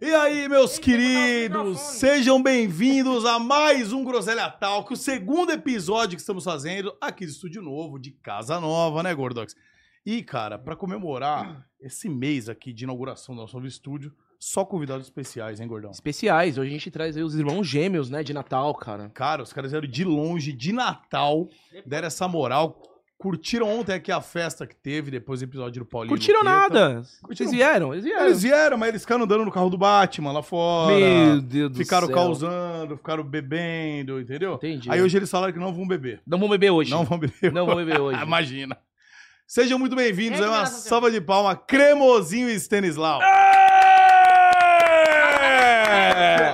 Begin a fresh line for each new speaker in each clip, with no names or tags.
E aí, meus queridos, sejam bem-vindos a mais um Groselha Talk, o segundo episódio que estamos fazendo aqui do Estúdio Novo, de Casa Nova, né, Gordox? E, cara, pra comemorar esse mês aqui de inauguração do nosso novo estúdio, só convidados especiais, hein, Gordão?
Especiais. Hoje a gente traz aí os irmãos gêmeos, né? De Natal, cara.
Cara, os caras vieram de longe, de Natal, deram essa moral, curtiram ontem aqui a festa que teve depois do episódio do Paulinho.
Curtiram
Luqueta.
nada.
Curtiram.
Eles vieram, eles vieram.
tá. Eles vieram, mas eles ficaram andando no carro do Batman lá fora.
Deus
Ficaram
céu.
causando, ficaram bebendo, entendeu?
Entendi.
Aí hoje eles falaram que não vão beber.
Não vão beber hoje.
Não vão beber.
Não vão beber hoje.
Imagina. Sejam muito bem-vindos.
Quem
É
que
uma
vai fazer?
salva de palma. Cremosinho e Stanislau. É!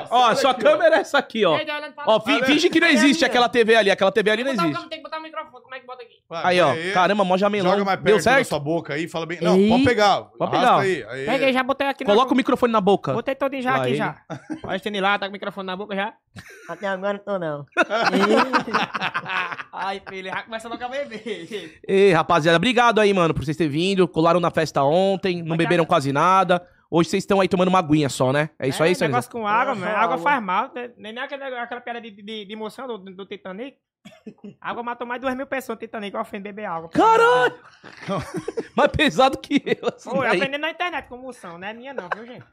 Ó, sua câmera é essa aqui, ó. Ó, fi- finge que não existe aquela TV ali. Aquela TV ali não existe.
Tem que botar o microfone, como é que bota aqui?
Vai,
Aí, ó.
pera
Caramba, mó jamelão.
Joga mais
Deu
perto da
certo?
sua boca aí. Fala bem. Não,
Ei.
pode pegar.
Pode
Arrasta
pegar.
Aí. aí.
Peguei, já botei aqui
Coloca
na...
o microfone na boca.
Botei todinho já
Lá
aqui
ele.
já. Olha o lá, tá com o microfone na boca já.
Até agora não tô, não.
Ai, filho, já começa logo a beber.
Ei, rapaziada, obrigado aí, mano, por vocês terem vindo. Colaram na festa ontem, não
Mas
beberam
já-
quase nada. Hoje vocês estão aí tomando uma aguinha só, né? É isso aí,
negócio
Sanizão?
com água,
É,
mano.
só
Água,
água.
faz mal. né? Nem nem aquela, aquela piada de, de, de emoção do, do Titanic. Água matou mais de duas mil pessoas no Titanic. Eu aprendi a beber água.
Caralho! Mais pesado que eu. assim,
Pô, eu
daí.
aprendi na internet com moção. Não é minha não, viu, gente?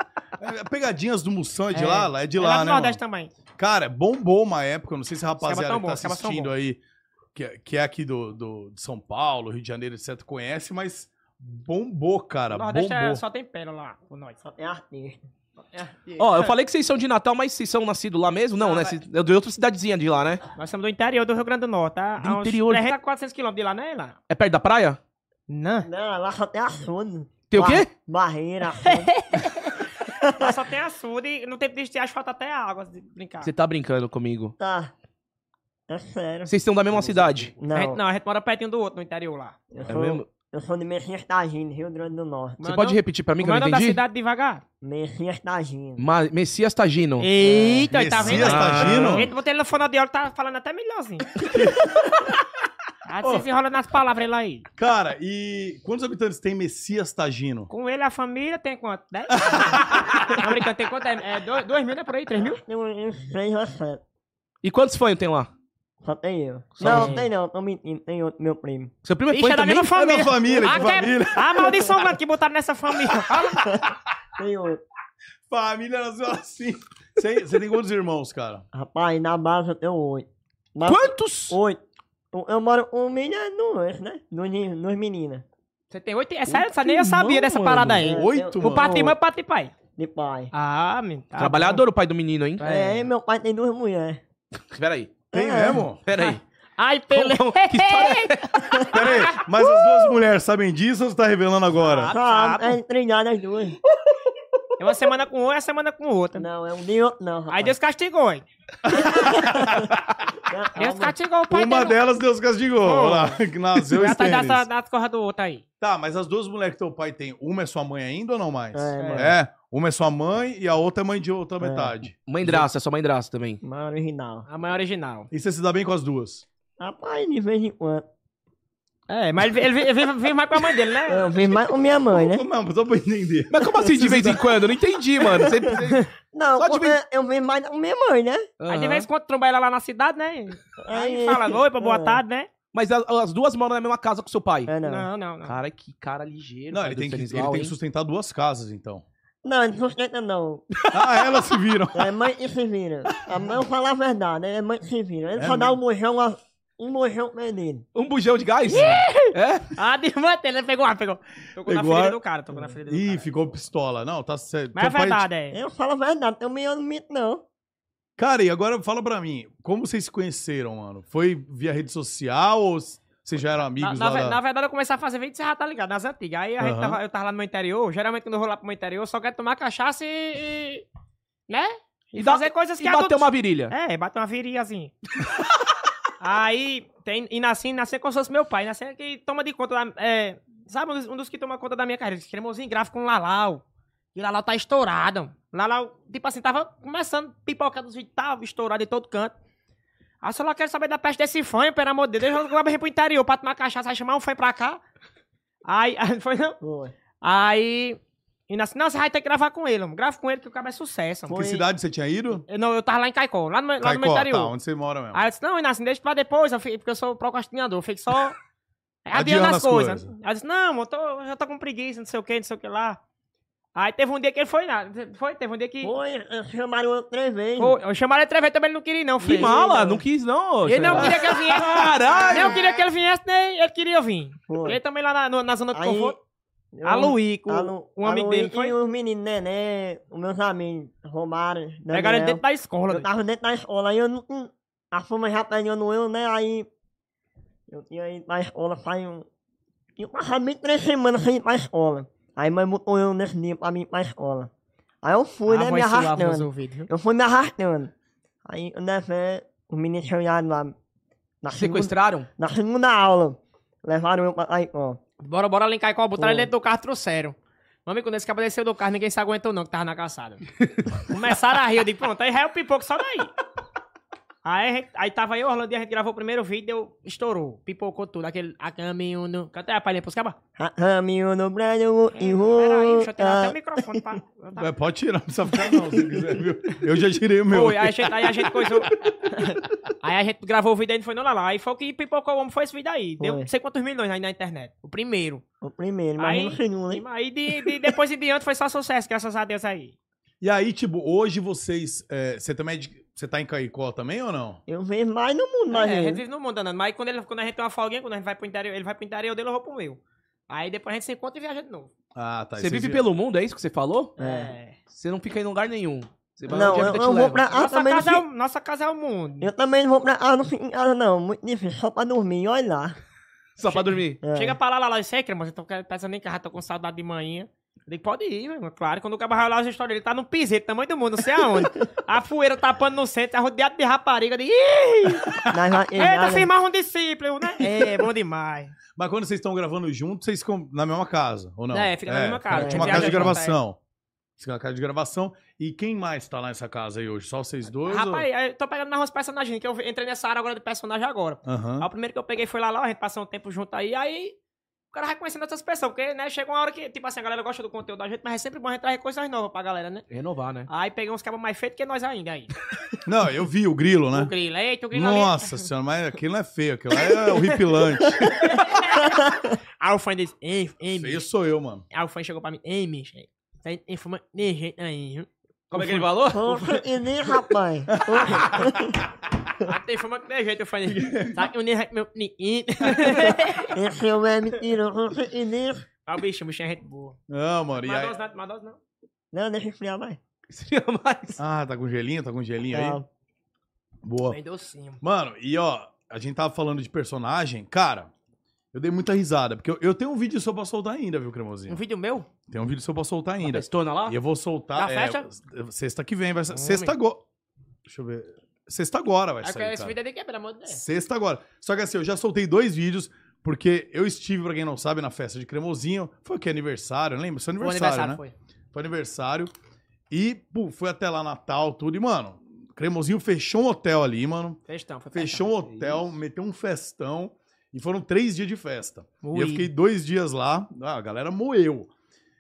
É, Pegadinhas do Mussão é de
É.
lá, lá é de
É
lá,
do
né?
Nordeste
mano?
também.
Cara, bombou uma época. eu Não sei se a
Os
rapaziada
caras
que
tão
tá
bom, os caras tão
assistindo
bom.
aí, que, é- que é aqui do, do- de São Paulo, Rio de Janeiro, etc., conhece, mas bombou, cara.
O Nordeste é-
bombou.
só tem pérola lá, por nós. Só-
É artista.
é.
Ó, eu falei que vocês são de Natal, mas vocês são nascidos lá mesmo? Não,
Não,
né?
vai.
Vocês- Eu de outra cidadezinha de lá, né?
Nós somos do interior do Rio Grande do Norte, tá?
Do
A uns
interior.
300 a 400 quilômetros de lá, né, lá?
É perto da praia?
Não.
Não, lá só tem açude.
Tem o quê? É.
Ba- Barreira, açude.
Lá só tem açude e no tempo de estiagem falta até água de brincar.
Você tá brincando comigo.
tá. É sério.
Vocês são da mesma cidade.
Não,
A gente, não, a gente mora pertinho do outro no interior lá.
Eu,
É
sou,
mesmo?
eu sou de Messias Tagino, Rio Grande do Norte.
Você
Mano,
pode repetir pra mim que eu
Manda
não
da
entendi?
cidade devagar.
Messias Tagino.
Ma- Messias Tagino.
Eita, ele tá vendo?
Messias
Tagino?
Eita, botei ele no fone de olho, tá falando até melhorzinho. ah, você se enrola nas palavras lá aí.
Cara, e quantos habitantes tem Messias Tagino?
Com ele, a família tem quanto? 10? não, brincando, tem quanto? É 2 mil, né? Por aí? 3 mil?
Tem uns três ou sete.
E quantos fãs tem lá?
Só tem eu.
Só
não,
você.
tem não, tô mentindo. Tem outro, meu primo.
Seu primo é
Ixi,
fã
é da
também?
mesma família.
É da família, que
ah, que-
família.
Ah, maldição, mano, que botaram nessa família.
Tem outro.
Família nasceu assim. Você você tem quantos irmãos, cara?
Rapaz, na base eu tenho oito. Mas
Quantos?
Oito. Eu- Eu moro com um menino dois, né? Nos nos meninas.
Você tem oito... É sério, essa nem eu sabia dessa
mano.
parada aí.
É,
Oito,
eu-
O
mano.
pato e mãe, o pato e pai.
De pai.
Ah, meu. tá
Trabalhador o pai do menino, hein?
bom.
É, meu pai tem duas mulheres.
Peraí,
Tem
É.
mesmo?
peraí.
Ai, Pelé.
Como- que história
Pera aí, mas as duas mulheres sabem disso ou você tá revelando agora?
Ah.
Só
sapo.
é treinar as duas.
É uma semana com uma, é uma semana com outra.
Não, é um de outro, não.
Aí
rapaz.
Deus castigou, hein?
Calma.
Deus castigou o pai
Uma
dele.
delas Deus castigou. Olha lá, que nasceu
Ela tá
Stanis.
das, das corras do outro aí.
Tá, mas as duas mulheres que teu pai tem, uma é sua mãe ainda ou não mais?
É, mano.
É, uma é sua mãe e a outra é mãe de outra metade.
Mãe Draça, é sua mãe Draça também.
Mas original.
A mãe original.
E você se dá bem com as duas?
Rapaz, de vez em quando.
É, mas ele, ele vive, vive- vive mais com a mãe dele, né?
Eu vim mais com minha mãe, né?
Não, só pra entender.
Mas como assim de vez em quando? Eu não entendi, mano. Você... você-
Não,
Só de
porque
vez-
eu vim mais com minha mãe, né?
Aí de
Aham.
vez em quando tromba ela lá na cidade, né? Aí
Aí-
fala, oi, pra boa
É.
tarde, né?
Mas a- as duas moram na mesma casa com seu pai.
É, não.
Não,
não.
não, não.
Cara, que cara ligeiro.
Não,
cara,
ele
do
tem, que, ele
Stanislau,
tem que
hein?
sustentar duas casas, então.
Não, não sustenta não.
Ah, elas se viram.
É mãe que se vira. A mãe eu falo a verdade, né? É mãe que se vira. Ele
É
só dá um
mesmo?
mojão, a- um mojão pra ele.
Um bujão de gás? é?
Ah, desmantei, ele pegou ar, pegou. Tocou na
Pegou
ferida
ar.
do cara, tocou na ferida do
Ih,
cara.
ficou pistola. Não, tá certo.
Mas é
Seu pai-
verdade, é.
Eu falo a verdade, eu me eu não minto não.
Cara, e agora fala pra mim, como vocês se conheceram, mano? Foi via rede social ou s- vocês já eram
Na,
amigos
na
lá?
ve-
da-
na verdade, eu comecei a fazer vídeo, você já tá ligado, nas antigas. Aí a gente
Aham.
tava, eu tava lá no meu interior, geralmente quando eu vou lá pro meu interior, eu só quero tomar cachaça e. e- né? E,
E dá-
fazer coisas que
E bateu
adultos-
uma virilha.
É, bateu uma viriazinha. Aí, tem, e nasci, nasci como se fosse meu pai, nasci que toma de conta da. é, sabe, um dos, um dos que toma conta da minha carreira, cremosinho gráfico com o Lalau. E o Lalau tá estourado. O Lalau, tipo assim, tava começando pipoca dos vídeos, tava estourado em todo canto. Ah, só lá quero saber da peste desse fã, pelo amor de Deus. Deixa eu jogar pro interior pra tomar cachaça, aí chamar um fã pra cá. Aí, aí foi não.
Foi.
Aí E nasci, não, você vai ter que gravar com ele, mano. Grava com ele que o cara é sucesso, mano.
Que cidade você tinha ido?
Eu, não, eu tava lá em Caicó, lá no, Ah, meu- lá no meu
Caicó,
interior.
tá, onde você mora mesmo.
Aí eu disse, não, Inácio, deixa pra depois, eu fico- porque eu sou procrastinador, eu fico só adiando
Adiando
as
as
coisas.
coisas.
Aí eu disse, não, eu, tô, eu já tô com preguiça, não sei o que, não sei o que lá. Aí teve um dia que ele foi lá, foi, teve um dia que...
Foi, eh, chamaram ele três vezes.
Foi, eu chamaram ele três vezes, também ele não queria não,
Que
filho.
mala, É, não quis não.
Ele não
Geraldo.
queria que eu viesse.
Caralho!
Não queria que ele viesse, nem ele queria vir.
Foi.
Ele também lá na, no- na zona de
Aí,
conforto.
eu-
A Luíco,
Alu-
o amigo
Aluí
dele, foi?
E os meninos, Nené, os meus amigos, Romário, Daniel.
Pegaram ele dentro É da escola. né?
Eu
velho.
tava dentro da escola, aí eu não... hum, A fama já pegando eu, né, aí... Eu tinha ido pra escola, faz um... Eu passava bem três semanas sem ir pra escola. Aí mãe botou eu nesse dia pra mim ir pra escola. Aí eu fui,
A
né, me
voz suava nos
arrastando.
ouvidos, viu?
Eu fui me arrastando. Aí, né, fé, os meninos chegaram lá. Na segunda,
Sequestraram?
na segunda aula, levaram eu pra aí, ó.
Bora, bora lá em Caicó, botaram ele
Foi.
dentro do carro, e trouxeram. Mami, quando esse cabo desceu do carro, ninguém se aguentou não, que tava na calçada. Começaram a rir, eu digo, pronto, aí já é o pipoco, só daí. Aí, a gente- aí tava eu, Orlando, e a gente gravou o primeiro vídeo, deu, estourou, pipocou tudo, aquele, a caminho no... Canta aí a palhinha pros cabas.
Ah, Caminho no Brasil e
Peraí, deixa eu tirar até
volta.
o microfone pra... Tá. pra-
É, pode tirar, não precisa ficar não, se quiser, viu? Eu já tirei o meu.
Foi, aí a gente, aí a gente coisou. aí a gente gravou o vídeo e não foi não lá lá. Aí foi o que pipocou o homem, foi esse vídeo aí. Deu
Foi.
não sei quantos milhões aí na internet. O primeiro.
ah, O primeiro,
Aí-
mas no segundo, hein?
Aí de, de- depois em diante foi só sucesso, graças a Deus aí.
E aí, tipo, hoje vocês. é, você também é de- Você tá em Caicó também ou não?
Eu vejo mais no mundo, mas
É, a gente
é,
vive no mundo andando. Mas quando, ele, quando a gente tem uma folguinha, quando a gente vai pro interior, ele vai pro interior dele, eu vou pro meu. Aí depois a gente se encontra e viaja de novo.
Ah, tá.
Você
Vocês
vive
vi-
pelo mundo, é isso que você falou?
É.
Você não fica em lugar nenhum. Você vai
Não,
onde a
eu,
vida
eu
te
vou
leva.
pra casa
Nossa,
também. não
casa é
fico-
o, nossa casa é o mundo.
Eu também não vou pra casa, não fico em casa, não. Muito difícil, só pra dormir, olha lá.
Só pra dormir.
É.
Chega pra lá, lá, lá, isso aí, crema, eu tô pensando em casa, tô com saudade de manhã. Eu digo, pode ir, meu irmão. Claro, quando o cara vai lá, as histórias, ele tá num piseiro, tamanho do mundo, não sei aonde. a poeira tapando no centro, tá rodeado de rapariga. Eu digo, ih,
Nós vai-
eita,
nada.
firmar um discípulo, né? É, bom demais.
Mas quando vocês estão gravando junto, vocês ficam na mesma casa, ou não?
É, fica na mesma casa.
Tinha uma
É,
casa de
viaja junto,
gravação. Fica na casa de gravação. E quem mais tá lá nessa casa aí hoje? Só vocês dois?
Rapaz, eu tô pegando mais uns personagens, que eu entrei nessa área agora de personagem agora.
ou... Aham.
Aí o primeiro que eu peguei foi lá, lá, a gente passou um tempo junto aí, aí o cara vai conhecendo outras pessoas, porque, né, chega uma hora que, tipo assim, a galera gosta do conteúdo da gente, mas é sempre bom a gente trazer coisas novas pra galera, né?
Renovar, né?
Aí peguei uns cabos mais feitos que nós ainda aí.
Não, eu vi o grilo,
O
né?
grilo, eita, o grilo
Nossa senhora, mas aquilo não é feio, aquilo lá é horripilante.
ali. Aí o fã disse, ei, ei,
feio
bicho.
sou eu, mano.
Aí o fã chegou pra mim, ei, bicho, tá infumando de jeito aí, viu?
Como é que ele falou?
Poxa, e nem, rapaz. Poxa,
Ah, tem fuma que de jeito, eu falei. Sabe que eu nem meu ninguém.
Esse eu é mentiroso, e nem...
Ah, o bicho, o bicho é gente boa.
Não, mano, e aí-
Madosa não, madosa não.
Não, deixa esfriar mais.
Seria mais.
Ah, tá com gelinho? Tá com gelinho aí?
Tá.
Boa.
Bem docinho.
Mano, e ó, a gente tava falando de personagem, cara, eu dei muita risada, porque eu, eu tenho um vídeo só pra soltar ainda, viu,
Um
Cremosinho?
vídeo meu?
Tem um vídeo só pra soltar ainda.
Estona
Ah.
lá?
E eu vou soltar.
Da
é, Sexta que vem, vai ser. Sexta agora. Deixa eu ver. Sexta agora vai
Aí eu quero
sair.
esse
Cara.
vídeo é de quê, pelo amor de Deus?
Sexta agora. Só que assim, eu já soltei dois vídeos, porque eu estive, pra quem não sabe, na festa de Cremosinho. Foi o que? Aniversário? Lembra? Seu
Foi
aniversário, né?
foi.
Foi aniversário. E, pô, foi até lá Natal, tudo. E, mano, Cremosinho fechou um hotel ali, mano.
Festão, foi
Fechou um hotel, meteu um festão. E foram três dias de festa.
Ui.
E eu fiquei dois dias lá. Ah, a galera moeu.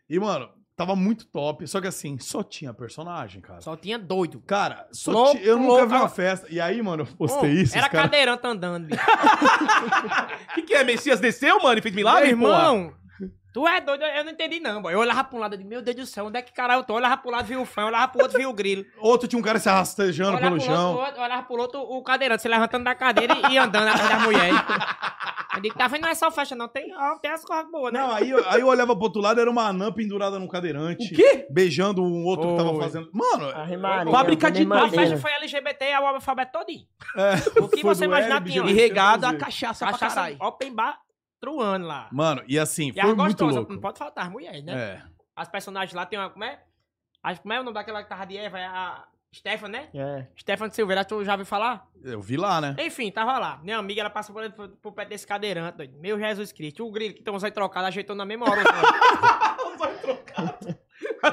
E, mano, tava muito top. Só que assim, só tinha personagem, cara.
Só tinha doido.
Cara, só
Louco,
ti- eu nunca
louco,
vi uma
cara.
festa. E aí, mano, eu postei
Bom,
isso.
Era
os cara...
cadeirante andando. bicho.
O que, que é? Messias desceu, mano, e fez
Meu
milagre, irmão?
irmão, tu é doido, eu não entendi não, boy. Eu olhava pra um lado, eu digo, meu Deus do céu, onde é que caralho eu tô? Eu olhava pro lado, vi o fã, eu olhava pro outro, vi o grilo.
Outro tinha um cara se
Eu
rastejando
olhava
pelo
pro outro,
chão.
outro, eu olhava pro outro, o cadeirante se levantando da cadeira e, e andando atrás da mulher. Eu digo, tá vendo, não é só festa não, tem, ó, tem as coisas boas, né?
Não, aí, eu- aí eu olhava pro outro lado, era uma anã pendurada num cadeirante.
O quê?
Beijando um outro que tava
Foi. Ah,
fazendo. Mano,
Ave Maria,
Fábrica
Ave
de
a
Maria.
festa foi LGBT ao alfabeto todinho.
é,
O que
foi
você
do
imaginar
Hebe,
tinha lá?
E
Geraldo
regado a
Cruzeiro.
cachaça, pra
Cachaça
caralho.
open bar, truando lá.
Mano, e assim,
E
foi
as
muito
gostosas,
louco.
não pode faltar as mulheres, né?
É.
As personagens lá tem uma. Como é? As, como é o nome daquela carra de Eva? É a Stefan, né?
É.
Stefan de Silveira, tu já ouviu falar?
Eu vi lá, né?
Enfim, tava lá. Minha amiga, ela passou por, por, por perto desse cadeirante, doido. Meu Jesus Cristo. O grilo que estão aí trocado, ajeitou na mesma hora. né?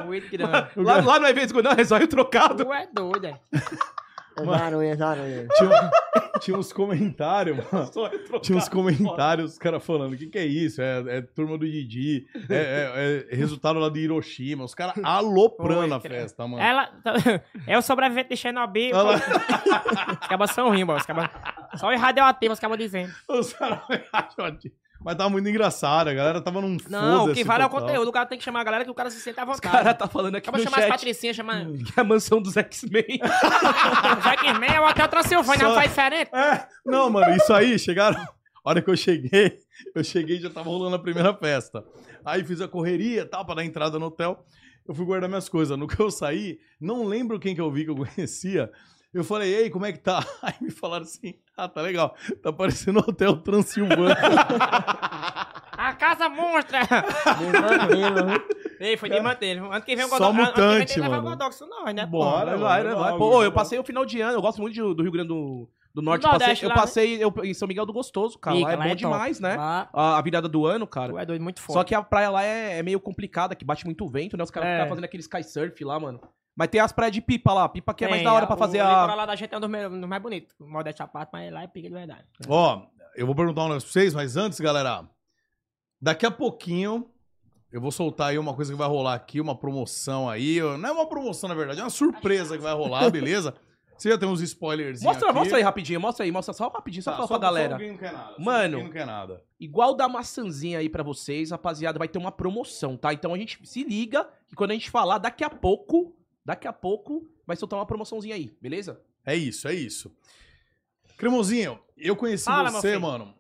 Muito grande.
Lá, lá é no evento, não, resolve o trocado.
Tu é doido, é.
Zarulha, zarulha.
Tinha um, tinha uns comentários, mano. Tinha uns comentários, os caras falando, o que, que é isso? É, é turma do Didi, é, é- é resultado lá de Hiroshima. Os caras aloprando a festa, mano.
Ela. É o sobrevivente de Chernobyl.
Olha lá.
Os cabas são rindo, mano. Os cabas... Só em radioativo, os cabas dizendo.
Os caras Mas tava muito engraçado, a galera tava num
Não, o
foda-se
que vale é o
total.
conteúdo. O cara tem que chamar a galera que o cara se sente à
Os
vontade.
caras tá falando aqui
Acaba
no
chamar as
chat
patricinhas, chamar.
Hum.
que é a mansão dos X-Men.
Jack Man é o Hotel Transilvânia,
Só-
não faz diferente.
É, não, mano, isso aí, chegaram. A hora que eu cheguei, eu cheguei e já tava rolando a primeira festa. Aí fiz a correria e tal, pra dar entrada no hotel. Eu fui guardar minhas coisas. No que eu saí, não lembro quem que eu vi que eu conhecia. Eu falei, ei, como é que tá? Aí me falaram assim, ah, tá legal. Tá parecendo o Hotel Transilvânia.
A casa monstra! Ei, foi de manter. Ano que vem o
É. Só
Godox. ano que vem
mutante,
tem que levar
mano.
o Godox, nós, né?
Bom, Bora,
Vai,
mano,
vai, né,
legal,
vai. Pô,
legal.
eu passei o final de ano, eu gosto muito de- do Rio Grande do, do Norte.
Do Nordeste
passei, eu
lá, né?
passei eu- em São Miguel do Gostoso, cara.
Ih,
lá é
lá
bom
é top.
demais, né?
Ah,
A, a virada do ano, cara.
tu é doido, muito
Só
foda.
que a praia lá é, é meio complicada, que bate muito vento, né? Os caras
É.
ficam fazendo aquele sky surf lá, mano. Mas tem as praias de pipa lá. Pipa que é mais
Tem,
da hora
a-
pra fazer
o
a.
litoral lá da gente é um dos me- dos mais bonitos. Modéstia à parte, mas lá é pica de verdade.
Ó, eu vou perguntar um negócio pra vocês, mas antes, galera, daqui a pouquinho eu vou soltar aí uma coisa que vai rolar aqui, uma promoção aí. Não é uma promoção, na verdade, é uma surpresa que vai rolar, beleza? Você já tem uns spoilers
Mostra, mostra aí rapidinho, mostra aí, mostra só rapidinho,
Tá,
só pra
um
falar pra galera.
não quer nada, só
Mano.
quem não quer nada.
Igual da maçãzinha aí pra vocês, rapaziada, vai ter uma promoção, tá? Então a gente se liga que quando a gente falar daqui a pouco, daqui a pouco vai soltar uma promoçãozinha aí, beleza?
É isso, é isso. Cremosinho, eu conheci
Fala, meu
você,
filho.
mano,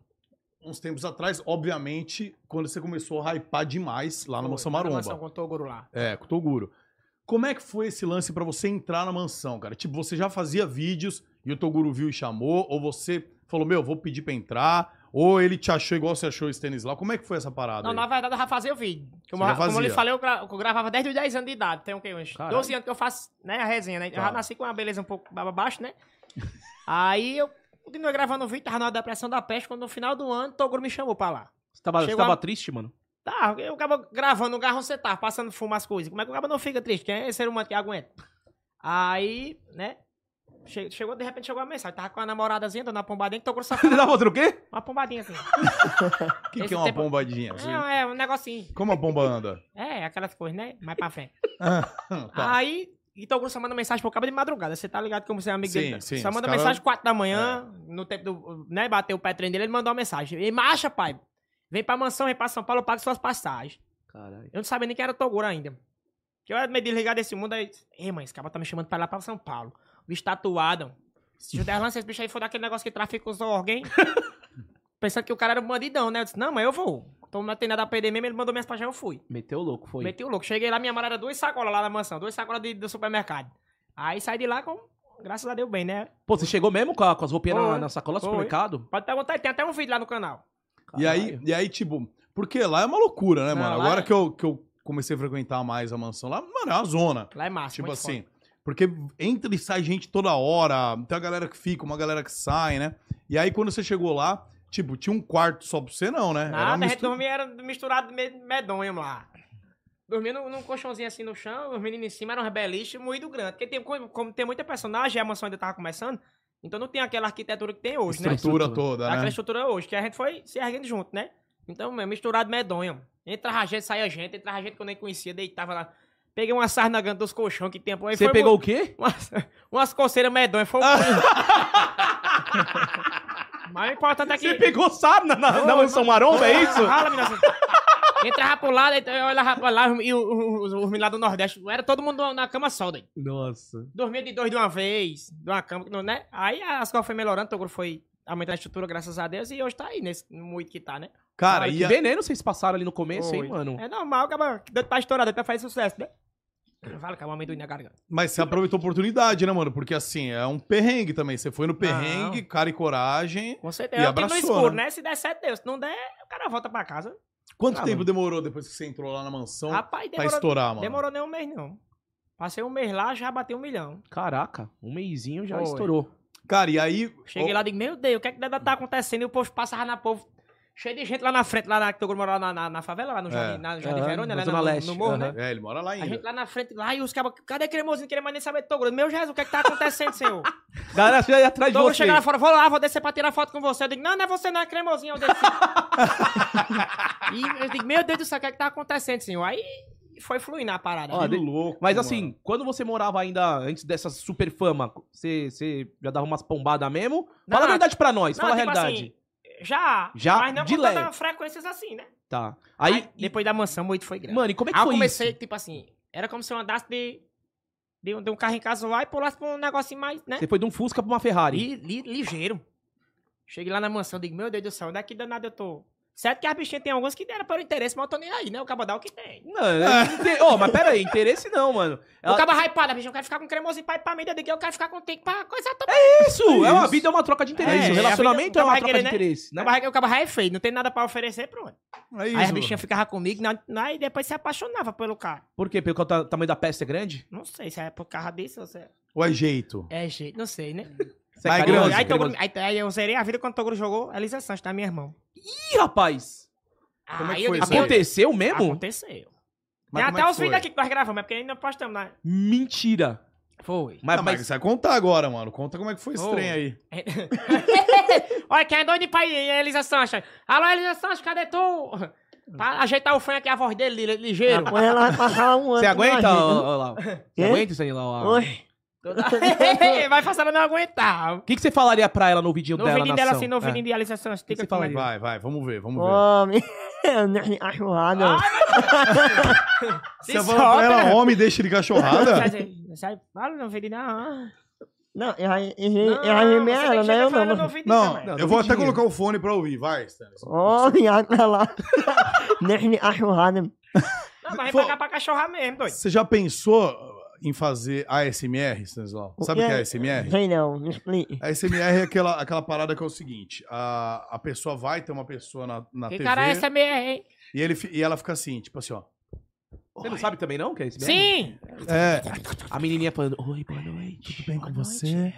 uns tempos atrás, obviamente, quando você começou a hypar demais lá na
Foi,
Moção
na
Maromba.
Mansão com o Toguro lá.
É, com o Toguro. Como é que foi esse lance pra você entrar na mansão, cara? Tipo, você já fazia vídeos e o Toguro viu e chamou, ou você falou, meu, vou pedir pra entrar, ou ele te achou igual você achou o Stanislau. Como é que foi essa parada?
Não,
aí?
na verdade eu já fazia o vídeo. Como,
Você já
eu- como eu lhe
fazia.
falei, eu, gra- eu gravava desde os 10 anos de idade. Tem o quê? Uns
Caralho.
12 anos que eu faço né, a resenha, né? Eu
Tá.
já nasci com uma beleza um pouco ba- abaixo, né? Aí eu continuei gravando o vídeo, tava na depressão da peste, quando no final do ano o Toguro me chamou pra lá.
Você tava, você
Chegou
tava
a-
triste, mano?
Tá, eu acabo gravando, o garro você tá, passando fumo as coisas. Como é que o cabo não fica triste? Quem é ser humano que aguenta? Aí, né? che- Chegou, de repente chegou a mensagem. Tava com a namoradazinha, dando uma pombadinha, que Toguro só
Você tava outro quê?
uma pombadinha assim.
O que, que
esse
é uma
tempo-
bombadinha? Você-
Não, é um negocinho.
Como a bomba anda?
É, aquelas coisas, né? Mais pra frente.
Ah, tá.
Aí, então o Grosso manda mensagem pro cabo de madrugada. Você tá ligado como você é amigo
Sim,
dele? né?
sim,
Só
os É.
manda
cara-
mensagem 4 da manhã, no tempo do. né? Bateu o pé trem dele, ele mandou uma mensagem. Ele marcha, pai. Vem pra mansão, vem pra São Paulo, eu pago suas passagens.
Caralho.
Eu não sabia nem quem era o Toguro ainda. Que eu era meio desligado desse mundo aí. Ei, mãe, esse cara tá me chamando pra ir lá pra São Paulo. O bicho tatuado. Se eu der lance, esse bicho aí foi daquele negócio que trafica os órgãos. Pensando que o cara era um bandidão, né? Eu disse, não, mas eu vou. Então não tem nada a perder mesmo, ele mandou minhas passagens, eu fui.
Meteu o louco, foi.
Meti o louco. Cheguei lá, minha mãe era duas sacolas lá na mansão, duas sacolas de- do supermercado. Aí saí de lá com. Graças a Deus, bem, né?
Pô, você chegou mesmo com, a- com as roupinhas na,
Foi.
na sacola do
Foi.
supermercado?
Pode perguntar, tem até um vídeo lá no canal.
e, aí,
Caralho.
e aí, tipo, porque lá é uma loucura, né,
Não,
mano?
lá
Agora
é-
que, eu, que eu comecei a frequentar mais a mansão lá, mano, é uma zona.
Lá é massa.
Tipo
muito
assim,
foda.
porque entra e sai gente toda hora, tem a galera que fica, uma galera que sai, né? E aí quando você chegou lá, tipo, tinha um quarto só pra você não, né?
um
Nada,
uma
a gente
mistura-
dormia era misturado me- medonho lá. Dormia num, num colchãozinho assim no chão, os meninos em cima eram rebeliches e moído grande. Porque tem, como, como tem muita personagem, a mansão ainda tava começando, então não tem aquela arquitetura que tem hoje, né?
estrutura
Estrutura.
toda,
Aquela
né?
estrutura hoje, que a gente foi se erguendo junto, né? Então, meu, misturado medonho. Entrava a gente, saía a gente, entrava a gente que eu nem conhecia, deitava lá. Peguei uma sarna grande dos colchão que tem. aí
Você
foi
pegou
mu-
o quê?
Umas, umas coceiras medonhas, foi um o... Mas o importante é que...
Você pegou sarna na, na
Ô,
mansão maromba, é isso?
Fala, menina, assim. Entrava pro lado, entra- olhava pra lá, e o- o- os, os meninos lá do Nordeste, era todo mundo na cama só, doido.
Nossa.
Dormia de dois de uma vez, de uma cama, não, né? Aí as coisas foi melhorando, o Toguro foi aumentando a estrutura, graças a Deus, e hoje tá aí, nesse muito que tá, né?
Cara,
que
e a-
veneno vocês passaram ali no começo, hein, mano?
Hum.
É normal, acaba doido pra estourar, doido pra fazer sucesso, né? Fala que é um amendoim na garganta.
mas você aproveitou a oportunidade, né, mano? Porque assim, é um perrengue também. Você foi no perrengue, cara e coragem.
Com
E
certeza. Eu no
abraçou,
escuro,
né?
né? Se der certo, Deus. Se não der, o cara volta pra casa.
Quanto
Ah,
tempo
mano.
demorou depois que você entrou lá na mansão
Tá Rapaz,
pra
demorou,
estourar, mano?
demorou nem um mês, não. Passei um mês lá, já bateu um milhão.
Caraca, um meizinho já
Foi.
estourou.
Cara, e aí.
Cheguei
ó,
lá e digo, meu Deus, o que é que deve tá acontecendo? E o povo passava na povo. Cheio de gente lá na frente, lá na, que eu moro lá na, na, na favela, lá no Jardim,
É.
na Jardim
Aham,
Verônia,
na
lá
Zona
no,
Leste,
no morro, né?
aham.
É, ele mora lá
A gente
ainda.
lá na frente, lá, e os cabos, cadê cremosinho? Queria mais nem saber de Toguro. Meu Jesus, o que é que tá acontecendo, senhor?
Galera, você aí atrás de
Toguro
você.
chega lá fora, Então vou lá, vou descer pra tirar foto com você. Eu digo, não, não é você, não, é cremosinho, eu desci. e eu digo, meu Deus do céu, o que é que tá acontecendo, senhor? Aí foi fluindo a parada.
Ó,
Que
de-
louco.
Mas
mano.
assim, quando você morava ainda antes dessa super fama, você, você já dava umas pombadas mesmo?
Não,
fala a
não.
verdade pra nós,
Não,
fala a
tipo
realidade.
já,
Já,
mas não
de
com
leve.
tantas frequências assim, né?
Tá. Aí,
depois da mansão, muito foi grande.
mano, e como é que
Aí eu
foi
comecei,
isso?
tipo assim, era como se eu andasse de, de, um- de um carro em casa lá e pulasse pra um negocinho mais, né?
Você foi de um Fusca pra uma Ferrari.
Li- li- ligeiro. Cheguei lá na mansão, digo, meu Deus do céu, onde é que danado eu tô? Certo que as bichinhas tem algumas que deram pelo interesse, mas eu tô nem aí, né? O cabo dá o que tem.
Não, eu não tem- Ô, mas pera aí, interesse não, mano.
O
Ela-
cabo hypado, a bicha, eu quero ficar com um cremosinho pra ir pra mim, eu digo, eu quero ficar contigo pra coisa também.
Isso, é uma vida, é uma troca de interesse.
É,
o relacionamento é
a vida-
uma
vai
troca
querer,
de
né?
interesse, né?
O cabo- O cabo é feio, não tem nada pra oferecer, pronto.
É isso.
Aí as bichinhas ficavam comigo, na- na- e depois se apaixonava pelo cara.
Por quê? Porque o ta- tamanho da peste é grande?
Não sei se é por causa disso ou se é...
Ou é jeito?
É jeito, não sei, né?
Você é
Vai,
carinhoso,
grande,
aí,
cremoso.
Toguro- aí- aí eu zerei a vida quando o Toguro jogou Elisa Santos, tá, minha irmã?
Ih, rapaz!
Como é que
Aí eu
foi
disse,
isso aí?
Aconteceu mesmo?
Aconteceu.
Mas
Tem
como
até
é que
os
foi?
vídeos aqui que nós gravamos, é porque ainda não postamos, né?
Mentira.
Foi.
Mas,
Não, mas
mas-
você vai contar agora, mano. Conta como é que foi esse
Oh.
trem aí.
Olha, quem é doido pra ir, hein, Elisa Sanches? Alô, Elisa Sanches, cadê tu? Pra ajeitar o fã aqui, a voz dele li- ligeiro.
Depois ela vai passar um ano.
você
com
aguenta,
nós,
ó,
né?
ó, Lau? Você
Quê?
aguenta isso aí, Lau? O
Oi.
Vai fazer ela não aguentar.
que, que você falaria pra ela no ouvidinho
No
dela, É.
vídeo dela,
nação?
assim, no vídeo de Elisa Sanches. é.
que
Fica
você
com
falaria?
ela.
Vai, vai, vamos ver, vamos ver.
Homem. Eu nem acho nada.
Você vai falar pra ela, homem, deixa de cachorrada?
Sai, é fala no vídeo, não.
Não, eu já
Não,
rimei
você tem
ela,
que
é né?
chegar
Eu
falando
não.
no
mano.
vídeo
Não,
também.
Não,
eu vou até
duvidinho.
colocar o fone pra ouvir. Vai, Stanley.
Homem, olha lá. Nem acho nada.
Não, mas vem
Foi-
pra cá pra cachorrar mesmo, doido.
Você já pensou uh, em fazer ASMR, Stanislau?
O
Sabe o que é
Não
ASMR?
Sei não, me explique.
A ASMR é aquela, aquela parada que é o seguinte: a, a pessoa vai ter uma pessoa na, na
Que
TV
cara é essa meia, hein?
e, ele, fi- e ela fica assim, tipo assim, ó.
Você não sabe também, não? Que é esse mesmo?
Sim!
É,
A menininha falando, oi, boa noite.
tudo bem com
Boa
você?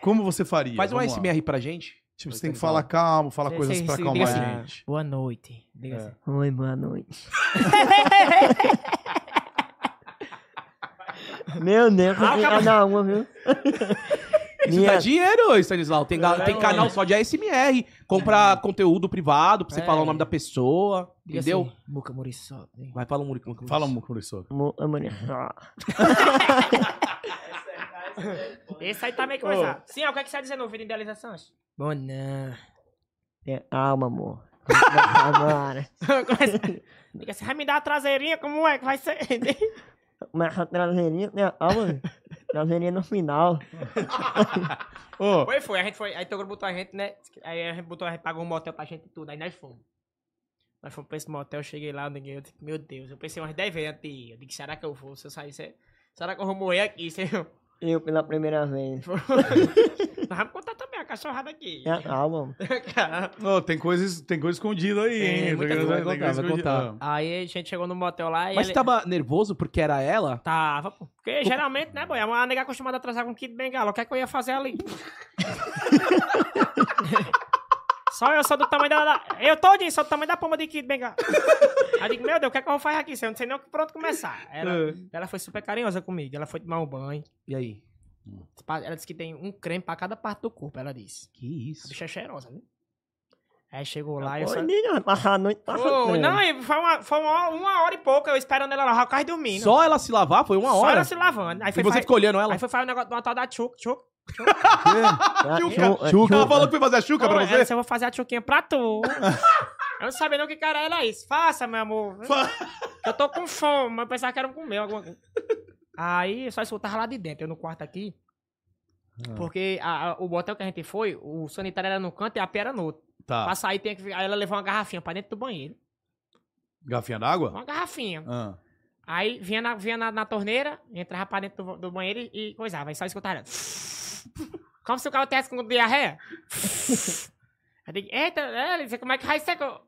Como você faria?
Faz um
Vamos lá.
ASMR pra gente.
Tipo, você tem que falar calmo, falar
Sim,
coisas
sim,
pra
sim,
acalmar
diga
a
assim.
gente.
Boa noite. Diga
É.
assim.
Oi, boa noite. Meu Deus,
Ah,
tem
acaba-
cada uma, viu?
Isso
Minha-
dá dinheiro, Stanislau. Tem, ga-
É,
tem
mano.
canal só de ASMR. Compra conteúdo privado pra você
É.
falar o nome da pessoa.
Diga
Entendeu?
assim, Muca Muriçoca. hein?
Vai, fala um muricão.
Fala, Mucuriçoca.
Mo- Amanhecer.
Esse aí tá meio coisado. Sim, ó, o que, é que você tá dizendo no vídeo de Elisa Sanches? Bonan.
É, Calma, amor. Agora.
Diga assim, vai me dar a traseirinha, como é que vai ser?
Mas a traseirinha, né? Calma, traseirinha no final.
Ô,
foi, foi, a gente foi. Aí Toguro botou a gente, né? Aí a gente botou, a gente pagou um motel pra gente e tudo, aí nós fomos. Nós fomos pra esse motel, eu cheguei lá, ninguém, eu disse, meu Deus, eu pensei umas 10 vezes antes de ir. Eu disse, será que eu vou? Se eu sair, se- será que eu vou morrer aqui, senhor?
Eu pela primeira vez.
Nós vamos contar também a cachorrada aqui.
É, calma.
ô, tem coisas tem coisa escondida aí,
Tem,
hein?
muita
Tem
coisa, vai
coisa
contar,
escondida.
vai contar.
Aí a gente chegou no motel lá e.
Mas
ele-
tá você tava nervoso porque era ela?
Tava, pô. Porque geralmente, né, boy? É uma nega acostumada a atrasar com Kid Bengala. O que é que eu ia fazer ali? Só eu sou do tamanho da. da- Eu todinho sou do tamanho da palma de Kid Bengala. Aí eu digo, meu Deus, o que é que eu vou fazer aqui? senhor? Eu não sei nem o que pronto começar. Ela,
É.
ela foi super carinhosa comigo. Ela foi tomar um banho.
E aí?
Ela disse que tem um creme pra cada parte do corpo, ela disse.
Que
A
isso?
bicha é cheirosa, né? Aí chegou lá e eu
né?
só.
Oi, nega, passar a noite passando.
Pô, Ah, não,
É.
e foi, uma, foi uma, uma hora e pouca eu esperando ela lá, quase dormindo.
Só ela se lavar foi uma
Só
hora?
ela se lavando. Aí
E
foi
você
pra-
ficou olhando ela?
Aí foi fazer o negócio de uma tal da tchuc, tchuc.
Ah.
Chuca, chuca. Ela falou que foi fazer a chuca pra
Ela
você?
disse, eu vou fazer a tchuquinha pra tu. eu não sabia nem o que cara era é isso. Faça, meu amor. eu tô com fome, mas eu pensava que era um comer alguma coisa. Aí eu só escutava lá de dentro, eu no quarto aqui.
Ah.
Porque a- a- o hotel que a gente foi, o sanitário era num canto e a pia era no outro.
Tá.
Pra sair, tem que... aí ela levou uma garrafinha pra dentro do banheiro.
Garfinha d'água?
Uma garrafinha.
Ah.
Aí vinha na, vinha na, na torneira, entrava pra dentro do, do banheiro e, e coisava. Aí só escutava. Como se o cara tivesse com diarreia. Aí digo, eita, Elisa, como é que vai ser? co-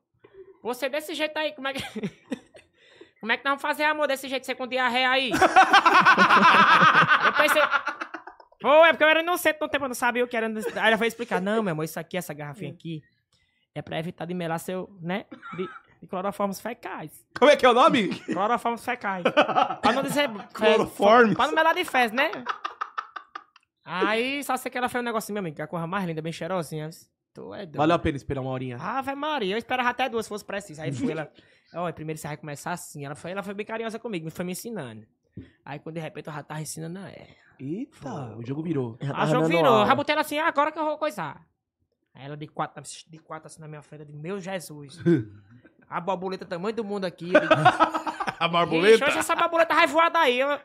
Você desse jeito aí, como é que. Como é que nós vamos fazer, amor, desse jeito, você com diarreia aí? eu pensei. Pô, é porque eu era inocente no tempo, eu não sabia o que era. Aí ela foi explicar, não, meu amor, isso aqui, essa garrafinha aqui. É pra evitar de melar seu, né? De, de cloroformos fecais.
Como é que é o nome?
Cloroformos fecais. um pra não dizer. é,
Cloroformes.
Pra não melar de fezes, né? Aí, só sei que ela fez um negocinho, meu amigo, que é a coisa mais linda, bem cheirosinha. Tu é doido.
Valeu a pena esperar uma horinha.
Ave Maria, eu esperava até duas se fosse preciso. Aí foi ela. Olha, primeiro você vai começar assim. Ela foi, ela foi bem carinhosa comigo, foi me ensinando. Aí quando de repente eu já tava ensinando a ela.
Eita, o jogo virou.
Já
A
tava
jogo
dando
virou.
aula.
Eu já botei ela assim, "Ah, agora que eu vou coisar. Aí ela de quatro, de quatro assim na minha frente, eu digo, meu Jesus. A borboleta tamanho do mundo aqui. eu digo,
A
Ixi,
borboleta.
hoje essa borboleta vai voar daí. Eu...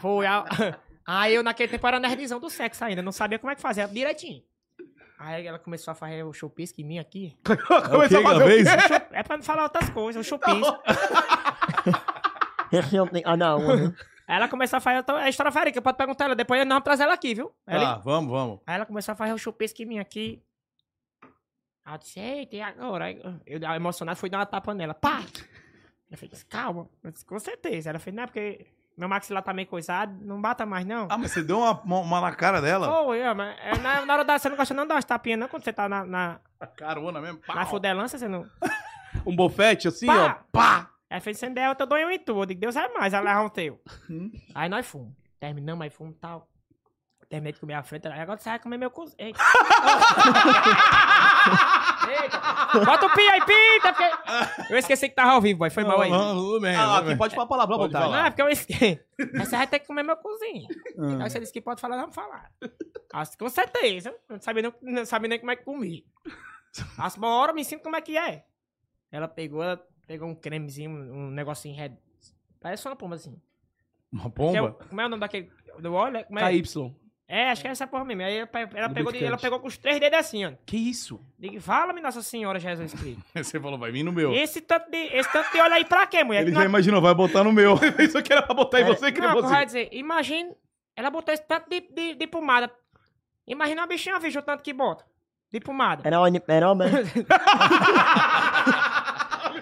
Foi. a- Aí Ah, eu naquele tempo era nerdzão do sexo ainda, não sabia como é que fazia, direitinho. Aí ela começou a fazer o chupisco em mim aqui.
Começou a fazer o quê?
É pra me falar outras coisas, o chupisco.
Esse eu tenho que dar aula, né?
Aí ela começou a fazer outra- a história férica, pode perguntar ela, depois nós vamos trazer ela aqui, viu? Ela-
Tá, vamos, vamos.
Aí ela começou a fazer o chupisco em mim aqui. Aí eu disse, eita, e agora? Aí Eu, eu emocionado, fui dar uma tapa nela. Pá! Eu falei, calma. Eu disse, com certeza. Ela falou, não, porque meu maxilar tá meio coisado, não bata mais, não.
Ah, mas você deu uma, uma, uma na cara dela?
Pô, eu, mas é, na, na hora da... Você não gosta não de dar umas tapinhas, não, quando você tá na, na,
Carona mesmo. pau.
na fudelança, você não...
Um bofete assim, ó.
Pá! Pá! Aí fez sem der, eu tô doendo em tudo. Eu digo, Deus é mais, ela erra um teu. Aí nós fomos. Terminamos, aí fomos e tal. Terminei de comer a frente, aí agora você vai comer meu cozinho. Eita. Eita. Bota o pi aí, pinta, porque... Eu esqueci que tava ao vivo, boy. Foi mal aí.
Ah, tudo bem,
Ah,
tudo
aqui
bem.
pode falar palavrão à
Pode
vontade.
falar.
Não, é porque eu esqueci. Aí você vai ter que comer meu cozinho. Aí você disse que pode falar, vamos falar. Acho, com certeza. Não sabia, nem, não sabia nem como é que comi. Acho uma hora, me ensina como é que é. Ela pegou, ela pegou um cremezinho, um negocinho red. Parece uma pomba assim.
Uma
Que é o-
pomba?
como é o nome daquele. Do óleo? é? Como é?
KY.
é, acho que é essa porra mesmo. Aí ela, pe- ela pegou, de-
Lubrificante.
ela pegou com os três dedos assim, ó.
Que isso?
Digo, fala-me, Nossa Senhora Jesus Cristo.
Você falou, vai vir no meu.
Esse tanto de, esse tanto de óleo aí pra quê, mulher?
Ele
É, Não
já imaginou, vai botar no meu. É.
Isso aqui era pra botar em você,
Não, como vai dizer, imagina, ela botou esse tanto de, de, de pomada. Imagina uma bichinha, veja o tanto que bota. De pomada.
Era onde peroba, né?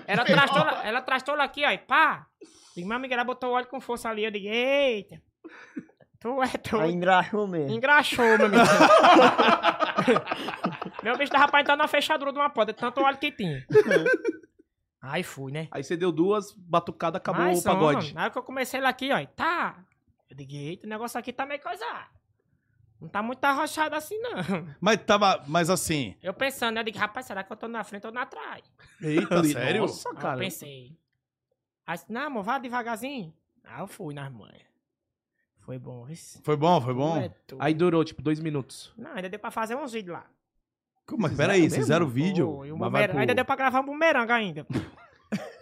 Ela trastola, ela trastola aqui, ó, e pá. Digo, meu amigo, ela botou o óleo com força ali. Eu digo, eita. Tu é
Aí
doido.
engraxou mesmo.
Engraxou, meu amigo. meu bicho dava pra entrar na fechadura de uma porta, de tanto óleo que tinha. Aí fui, né?
Aí você deu duas batucadas, acabou
Mas,
o pagode.
homem, Na hora que eu comecei lá aqui, ó, e tá. Eu digo, eita, o negócio aqui tá meio coisado. Não tá muito arrochado assim, não.
Mas tava. Mas assim.
Eu pensando, né? Eu digo, rapaz, será que eu tô na frente ou na trás?
Eita,
Falei,
sério?
Nossa,
Aí
cara.
eu pensei. Aí disse, não, amor, vá devagarzinho. Aí eu fui nas mães. Foi bom, isso.
Foi bom, foi bom.
Aí durou, tipo, dois minutos.
Não, ainda deu pra fazer uns vídeos lá.
Como, mas peraí,
Mesmo?
vocês fizeram o vídeo?
Foi, um
Mas vai
bumerangue.
pro-
Ainda deu pra gravar um bumerangue ainda.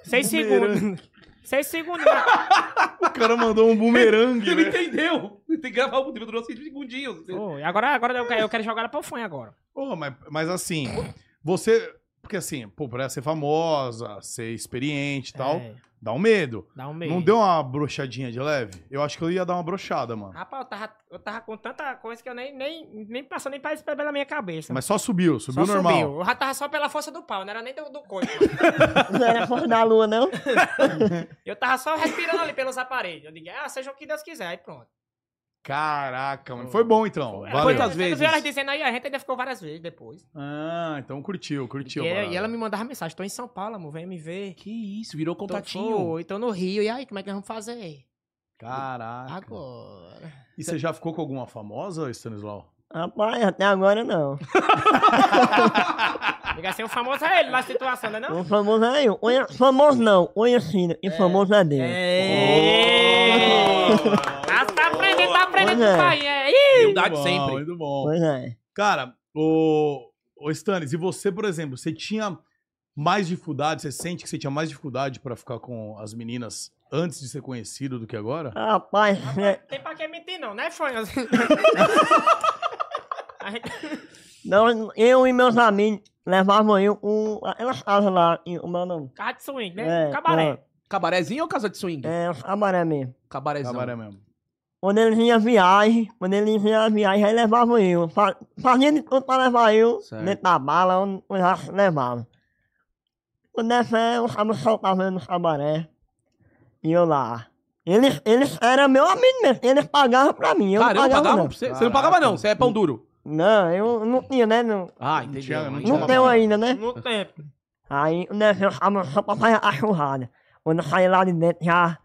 Seis segundos. Seis segundos. né?
O cara mandou um bumerangue,
Ele
né?
entendeu. Ele tem que gravar o vídeo, durou seis segundinhos.
Foi. Agora, agora eu quero- eu quero jogar ela pro fone agora.
Pô, mas, mas assim, você. Porque assim, pô, pra ser famosa, ser experiente e tal,
É,
dá um medo.
dá um meio.
Não deu um uma brochadinha de leve? Eu acho que eu ia dar uma brochada, mano.
Rapaz, eu tava, eu tava com tanta coisa que eu nem, nem, nem passou nem pra isso pela minha cabeça.
Mas só subiu, subiu
Só
normal.
subiu. Eu já tava só pela força do pau, não era nem do, do corpo.
Não era força da lua, não?
Eu tava só respirando ali pelos aparelhos. Eu digo, ah, seja o que Deus quiser. Aí pronto.
Caraca, mano. Foi bom então.
É,
Valeu.
depois
Quantas
eu-
vezes?
Eu vi elas dizendo aí, a gente ainda ficou várias vezes depois.
Ah, então curtiu, curtiu.
e, ela-
parada.
e ela me mandava mensagem, tô em São Paulo, amor, vem me ver.
Que isso, virou
Tô,
contatinho.
foi, tô no Rio, e aí, como é que nós vamos fazer?
Caraca.
Agora.
E você já ficou com alguma famosa, Stanislau?
Rapaz, até agora não.
Diga assim, o famoso é ele na situação, não é não?
O famoso é eu. Olha, famoso não, conhecido. E famoso é Deus.
É. Ah, tá aprendendo, tá aprendendo
Olha.
com o pai, é. Ih,
Humildade
Muito bom,
sempre.
Muito bom.
Pois é.
Cara, o, o Stanis, e você, por exemplo, você tinha mais dificuldade, você sente que você tinha mais dificuldade pra ficar com as meninas antes de ser conhecido do que agora?
Rapaz, é-
tem pra quem mentir não, né, Fanhas? A gente-
não, eu e meus amigos levavam um, eu com. Elas estavam lá, e o meu nome.
Carro de swing, né?
É,
Cabaré.
Cabarezinho ou casa de swing?
É, os cabaré mesmo.
Cabarezão.
Cabaré mesmo.
Quando eles iam à viagem, quando eles iam à viagem, aí levavam eu. Fa- Fazia de tudo pra levar eu
Certo.
dentro da bala, onde eu já levava. Quando é fé, os cabos soltavam eu no cabaré. E eu lá. Eles, eles eram meu amigo mesmo, eles pagavam pra mim. Eu
Cara,
não
eu não
pagava,
pagava
não.
pra você? Você não pagava não, você é pão duro.
Não, eu não tinha, né? Não,
Ah,
Não
entendeu.
tinha- não
não
tinha
tenho ainda, né?
No tempo.
Aí o Nelson chama só pra fazer a churrada. Quando eu saí lá de dentro, já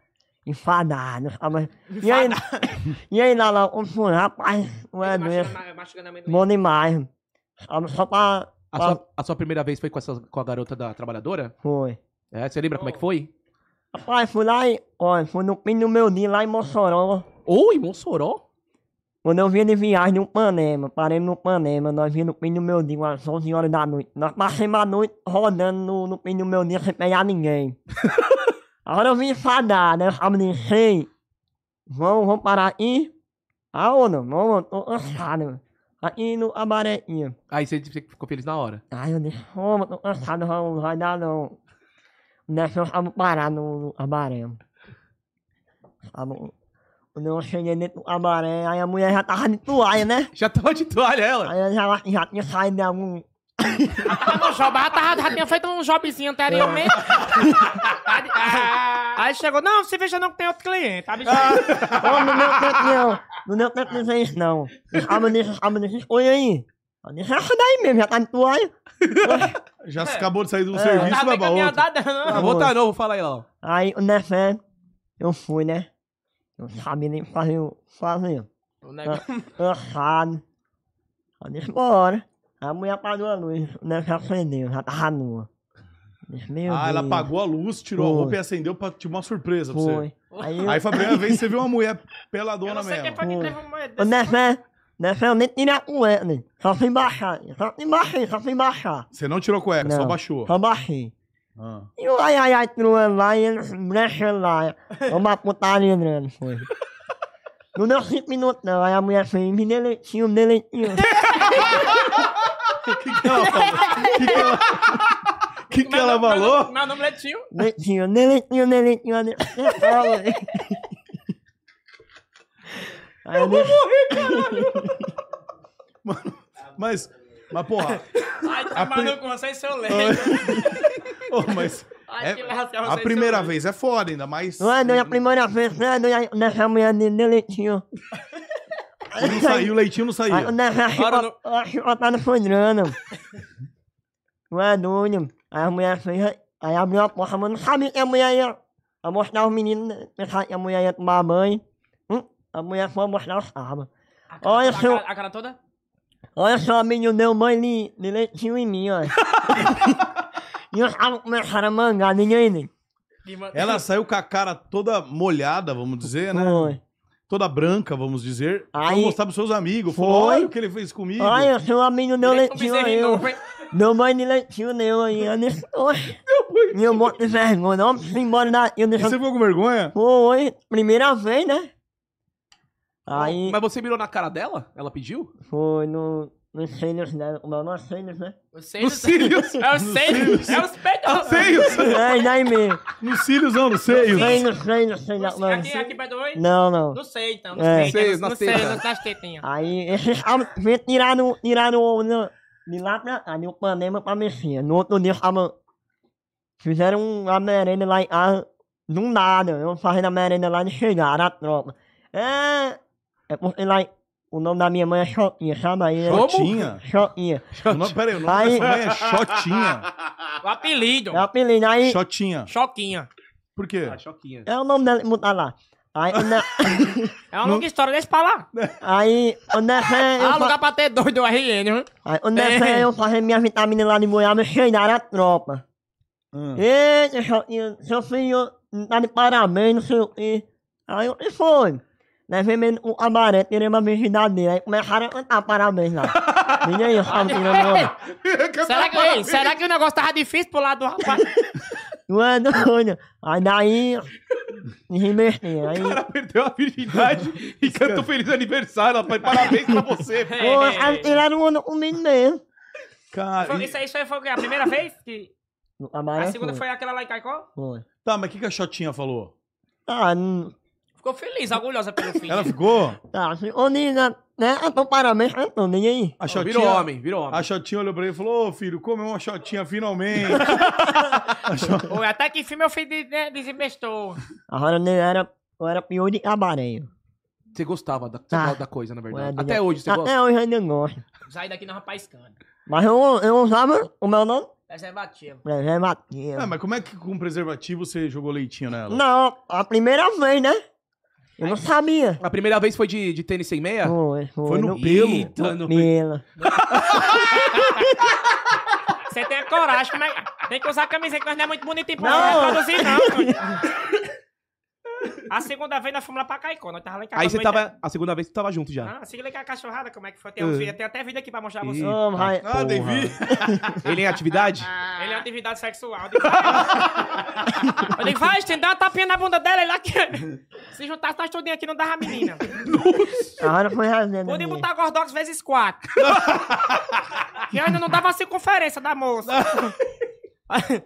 enfadado. Chama... E aí, e aí lá, lá, o senhor, rapaz, não é mesmo.
Mastigando amendoim.
Bom demais. Chama só pra...
A
pra-
sua, a sua primeira vez foi com, essa, com a garota da trabalhadora?
Foi.
É, você lembra como é que foi?
Rapaz, fui lá e... Olha, fui no fim do meu dia lá em Mossoró.
Oi, Monsoró?
Quando eu vinha de viagem no Panema, paremos no Panema, nós vinha no fim do meu dia, umas 11 horas da noite. Nós passamos a noite rodando no, no fim do meu dia sem pegar ninguém. Agora eu vim enfadar, né? A menina, ei, vamos, vamos parar aqui? Ah, ou não, vamos, tô cansado. Aqui no Abaretinha.
Aí você, você ficou feliz na hora.
Ai, eu disse, ô, mas tô cansado, não vai dar não. Nessa eu vamos parar no, no abaré. Sabe, Quando eu cheguei dentro do abaré, aí a mulher já tava de toalha, né?
Já tava de toalha ela.
Aí eu já, já tinha saído de algum...
Tava no job, ela tava- já tinha feito um jobzinho anteriormente. Aí- ah, Aí chegou, não, você veja não que tem outro cliente. Tá, bicho?
Ô, no meu tempo não, no meu tempo não tem isso não. A menina, a menina, oi aí. Eu disse, essa daí mesmo, já tá de toalha.
Já se acabou de sair do
É.
serviço,
Tava
vai
bem
pra outro.
caminhada, não.
Ah, vou tá novo, fala aí, ó.
Aí, o Nefé, eu fui, né? Eu não sabia nem fazer o... fazer.
O negócio-
Errado. Aí disse, bora. A mulher apagou a luz, né? Já acendeu, já tava nua. Disse, meu
Ah, ela
Deus.
apagou a luz, tirou a
Foi.
roupa e acendeu pra tipo uma surpresa pra você.
Foi. Aí eu...
Aí foi a primeira vez que você viu uma mulher
Eu
peladona
não sei
é
quem
mesmo.
foi que
Pô.
teve um momento
O
desse.
Nefé, Nefé, eu nem tirei a cueca, né? Só fui baixar, só fui baixar, só fui baixar.
Você não tirou cueca, só
Não.
baixou.
Só baixei.
Ah.
E o ai ai ai truando lá, e eles mexendo lá. Uma putaria grande, foi. Não deu cinco minutos não, aí a mulher fez, me deletinho, me deletinho.
Que que ela falou? Que que ela, que que
Meu
ela
nome- meu
falou?
nome- Meu nome é Tio.
Leitinho, nem leitinho, nem leitinho, nem Aí eu disse,
Mas, mas porra,
Ai,
A pri-
tomando com vocês, seu leite.
ô, mas
Ai,
É,
que lasca,
a
vocês,
primeira
seu leite.
vez é foda, ainda mais.
não é doido, a primeira vez, não é doido, aí nessa mulher de nem leitinho.
Não saiu, o leitinho não
Aí
saía.
nessa
Ora,
chibata- a chibatada foi grana. Não é doido. Aí a mulher fez, aí abriu a porta, mas não sabia que a mulher ia ia mostrar os meninos, né? pensava que a mulher ia tomar banho. Hum, A mulher foi mostrar os armas.
A cara-
Olha,
a
seu-
cara- A cara toda?
Olha só, menino, deu um mãe de, de leitinho em mim, ó. e os caras começaram a mangar, ninguém nem.
Que man-
Ela saiu com a cara toda molhada, vamos dizer, né?
Foi.
Toda branca, vamos dizer. Foi
Aí-
mostrar pros seus amigos. Falou,
Foi.
olha o que ele fez comigo.
Olha, seu amigo deu
Direito com
leitinho
bezerrinho
aí. ó.
novo, hein?
Deu um mãe de leitinho meu aí, eu disse, oxe. E eu morto de vergonha, não preciso ir embora da... Eu
E
disse,
Você ficou com vergonha?
foi, primeira vez, né? Aí,
Mas você mirou na cara dela? Ela pediu?
foi no... Nos seios dela, como é nos seios, né?
Os seios-
Os seios.
É os seios. É os peitos.
Seios!
É, daí mesmo.
Nos cílios não, nos seios.
Sei, não sei, não sei, não
Não sei, Aqui,
sei.
aqui, perto do oi?
Não, não.
Não sei, então.
É.
Não sei,
Seios,
não
nas
sei,
tetas.
nas tetinhas.
Aí esses caras vêm tirar no, tirar no, no, de lá pra cá, de Panema pra Messias. No outro dia, tava, fizeram uma merenda lá em casa, do nada. Eu fazendo a merenda lá e chegaram a tropa. É, é porque lá, em- o nome da minha mãe é Choquinha, sabe aí? né?
Como?
Chotinha.
Choquinha.
O nome- Pera aí, o nome
Aí-
dessa mãe é Chotinha.
O apelido.
É o apelido, aí
Chotinha.
Choquinha.
Por quê?
Ah, choquinha.
é o nome dela que botaram lá. Aí, o ne-
É uma longa história, deixa pra lá.
aí, o Nefé, eu,
Ah,
fa-
lugar pra ter dois do RN, viu?
aí, o Nefé, eu fazendo minha vitamina lá de Goiaba, chegaram a tropa.
Ah.
Eita, Jotinho, seu filho não tá de parabéns, não sei o quê. Aí o que foi? Nós vemos o amaré, tiramos a virgindade dele. Aí começaram a cantar parabéns lá. Vinha aí, sabe, tirando
Será que, ei, será que o negócio tava difícil pro lado do rapaz?
Não é doido. Aí daí, remertei. Aí,
O cara perdeu a virgindade e cantou feliz aniversário, rapaz. Parabéns pra você. pô.
pô, aí tiraram onda comigo mesmo.
Cara,
Foi-
e-
Isso é aí foi, foi o quê? A primeira vez? Que...
O
A
amaré
segunda foi aquela lá em Caicó?
foi.
tá, mas o que, que a Chotinha falou?
Tá, hum,
Ficou feliz, orgulhosa pelo filho.
Ela ficou?
tá. se- Ô, Nina, né? Então, parabéns, então, ninguém aí.
A
Virou
Chotinha,
homem, virou homem.
a Chotinha olhou pra ele e falou, ô filho, comeu uma Chotinha finalmente. A Cho-
Oi, até que enfim meu filho de- né, desinvestou.
Agora eu era, eu era pior de amaré.
Você gostava da, você
Ah.
gosta da coisa, na verdade.
Ué,
Até hoje você gosta.
Até hoje eu ainda gosto.
Sai daqui nós rapazcando.
Mas eu, eu usava o meu nome,
é Preservativo.
preservativo.
Ah, mas como é que com preservativo você jogou leitinho nela?
Não, a primeira vez, né? Eu não sabia.
A primeira vez foi de, de tênis sem meia?
Foi, foi.
É. Foi no pelo.
Eita, no-
pelo.
Você tem a coragem, como é- tem que usar a camiseta, que nós não é muito bonitinho pra
Não.
reproduzir, não. Antônio. A segunda vez nós fomos lá pra Caicó, nós tava lá em Caicó.
Aí você
no meio da-
tava. A segunda vez você tava junto já.
Ah, siga lá com a cachorrada, como é que foi? Tem, uns
Ah.
vídeos, tem até vídeo aqui pra mostrar pra você.
Ih.
Oh, vai,
Ah,
porra.
Devi.
Ele em atividade?
Ele é uma atividade sexual. Eu digo, vai. Eu digo, vai, tem dá uma tapinha na bunda dela, ele lá que... Se juntasse nós tudinho aqui, não dava a menina.
Agora foi rasgando.
é
Podem
ali.
botar Gordox vezes quatro. que ainda não dava a circunferência da moça.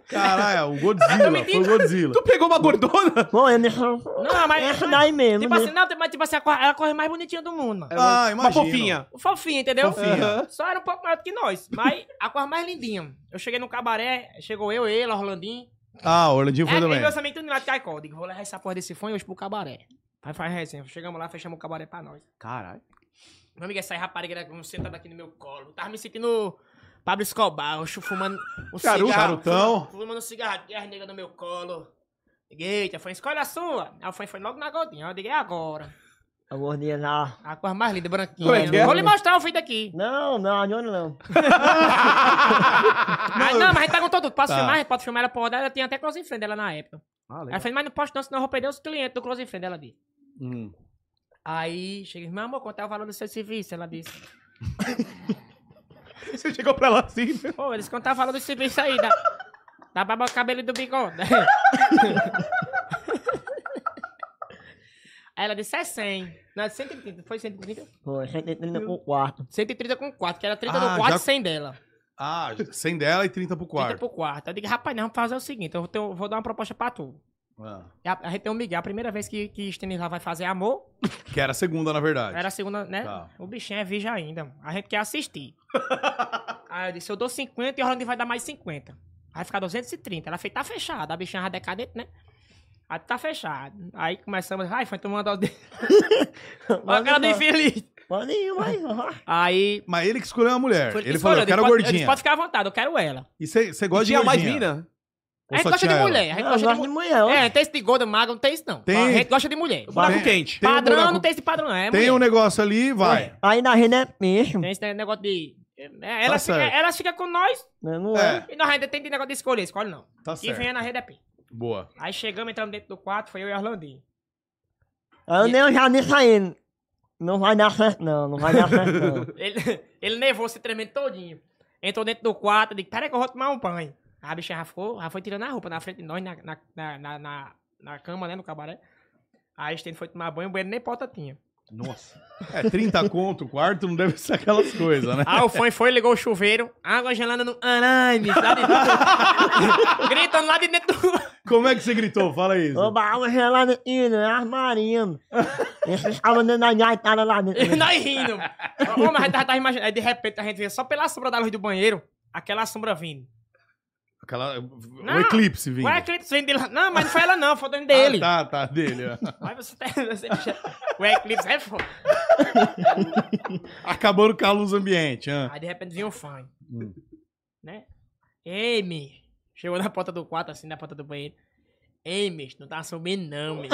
Caralho, o Godzilla. Foi o Godzilla.
Tu pegou uma gordona?
Foi, eu me
Não, mas...
Essa daí mesmo.
Tipo
né?
assim, não, mas tipo assim, a cor- ela corre mais bonitinha do mundo, mano.
Ah,
uma
imagino.
fofinha.
Fofinha, entendeu?
Fofinha.
Aham.
Só era um pouco maior do que nós, mas a cor mais lindinha. Eu cheguei no cabaré, chegou eu, ele, Orlandinho.
Ah, o Orlandinho foi
É,
também.
e meus amigos tudo lá de Caicó. Eu Digo, vou levar essa porra desse fone hoje pro cabaré. Aí faz resenha. Chegamos lá, fechamos o cabaré pra nós.
Caralho.
Meu amigo, essa rapariga era sentada aqui no meu colo. Tava me sentindo Pablo Escobar, eu chu- fumando um
Charuto,
cigarro.
charutão.
Fumando, fumando um cigarro, e as negras no meu colo. Liguei, Eita, foi escolha sua. Aí foi, foi logo na gordinha. Eu liguei "É agora.
A gordinha lá.
A cor mais linda, branquinha.
Como é que é?
Vou lhe mostrar o vídeo aqui.
Não, não, agora não.
Ah, não, mas a gente perguntou tudo. Posso
Tá.
filmar? Pode filmar ela por dela. Eu tinha até close friend dela na época.
Ah,
Ela
legal.
fez, mas não posso não, senão eu vou perder os clientes do close friend dela disse.
Hum.
Aí cheguei, meu amor, quanto é o valor do seu serviço? Ela disse,
Você chegou pra lá assim. né?
pô, eles contavam o valor do serviço aí, dá, dá pra botar o cabelo do bigode. aí ela disse, é 100. Não, é 130, foi 130?
Foi, 130 por quarto.
130 com 4, que era 30
Ah,
no quarto
já-
e 100 dela.
Ah, 100 dela e 30 pro
30
quarto.
pro quarto. Eu digo, rapaz, não, vamos fazer o seguinte, eu vou, ter- eu vou dar uma proposta pra tu.
Ah,
E A, a gente tem um Miguel, a primeira vez que, que Stenis lá vai fazer amor,
que era a segunda, na verdade.
Era a segunda, né?
Tá.
O bichinho é virgem ainda. A gente quer assistir. aí eu disse, eu dou 50 e o Rolando vai dar mais 50. Aí fica 230. Ela fez, tá fechado. A bichinha já decadente, né? Aí tá fechado. Aí começamos, vai, foi tomando a dele. Olha a cara É, do infeliz.
Pode ir, vai. vai.
Aí...
Mas ele que escolheu a mulher. É, Ele,
que
falou,
escolheu.
eu quero
pode, eu disse,
gordinha.
pode ficar à vontade, eu quero ela.
E você você
E
gosta de
tinha
gordinha?
mais mina?
Ou
a gente
só
gosta de
tinha ela?
mulher. A gente
Eu
gosta de
gosto de
mulher.
mulher.
É, tem esse de gorda, magra, não tem isso não.
Tem.
A gente gosta de mulher.
Buraco
Tem-
quente.
tem um
padrão,
buraco-
não tem esse padrão não. É
Tem
mulher.
um negócio ali, vai.
Ainda a gente é peixe.
Tem esse negócio de... É, Ela,
Tá
fica,
certo.
ela fica com nós
Né? Não é.
É,
e nós ainda tem negócio de escolher. Escolhe não.
tá
Que
certo.
venha na rede é pim.
Boa.
Aí chegamos, entramos dentro do quarto, foi eu e Orlandinho.
É.
Aí eu nem já nem saindo. Não vai dar certo, não. Não vai dar certo, não.
Ele, ele nevou se tremendo todinho. Entrou dentro do quarto, eu disse, peraí que eu vou tomar um banho. A bichinha já, ficou, já foi tirando a roupa na frente de nós, na, na, na, na, na- na cama, né, no cabaré. Aí a gente foi tomar banho, o banheiro nem porta tinha.
Nossa.
É, 30 conto, o quarto não deve ser aquelas coisas, né?
Aí o fã foi, ligou o chuveiro, água gelada no arame, lá de dentro. Gritando lá de dentro do...
Como é que você gritou? Fala isso.
Ô, baú gelado, tino, é armarinho. Esse estava dando a gaitada lá
E
dentro.
nós rindo. Ô, mas a gente já tava imaginando. Aí de repente a gente vê só pela sombra da luz do banheiro, aquela sombra vindo.
Aquela, o
Não.
eclipse vindo.
Ué, a Eclipse vem de lá. Não, mas não foi ela não, foi o dono dele.
Ah, tá, tá, dele. ó.
Aí você tá... Você... O Eclipse é foda.
Acabando com a luz ambiente. hã?
Aí de repente vinha um fã,
Hum.
né? Ei, mi. Chegou na porta do quarto, assim, na porta do banheiro. Ei, mi, não tá subindo não, mi.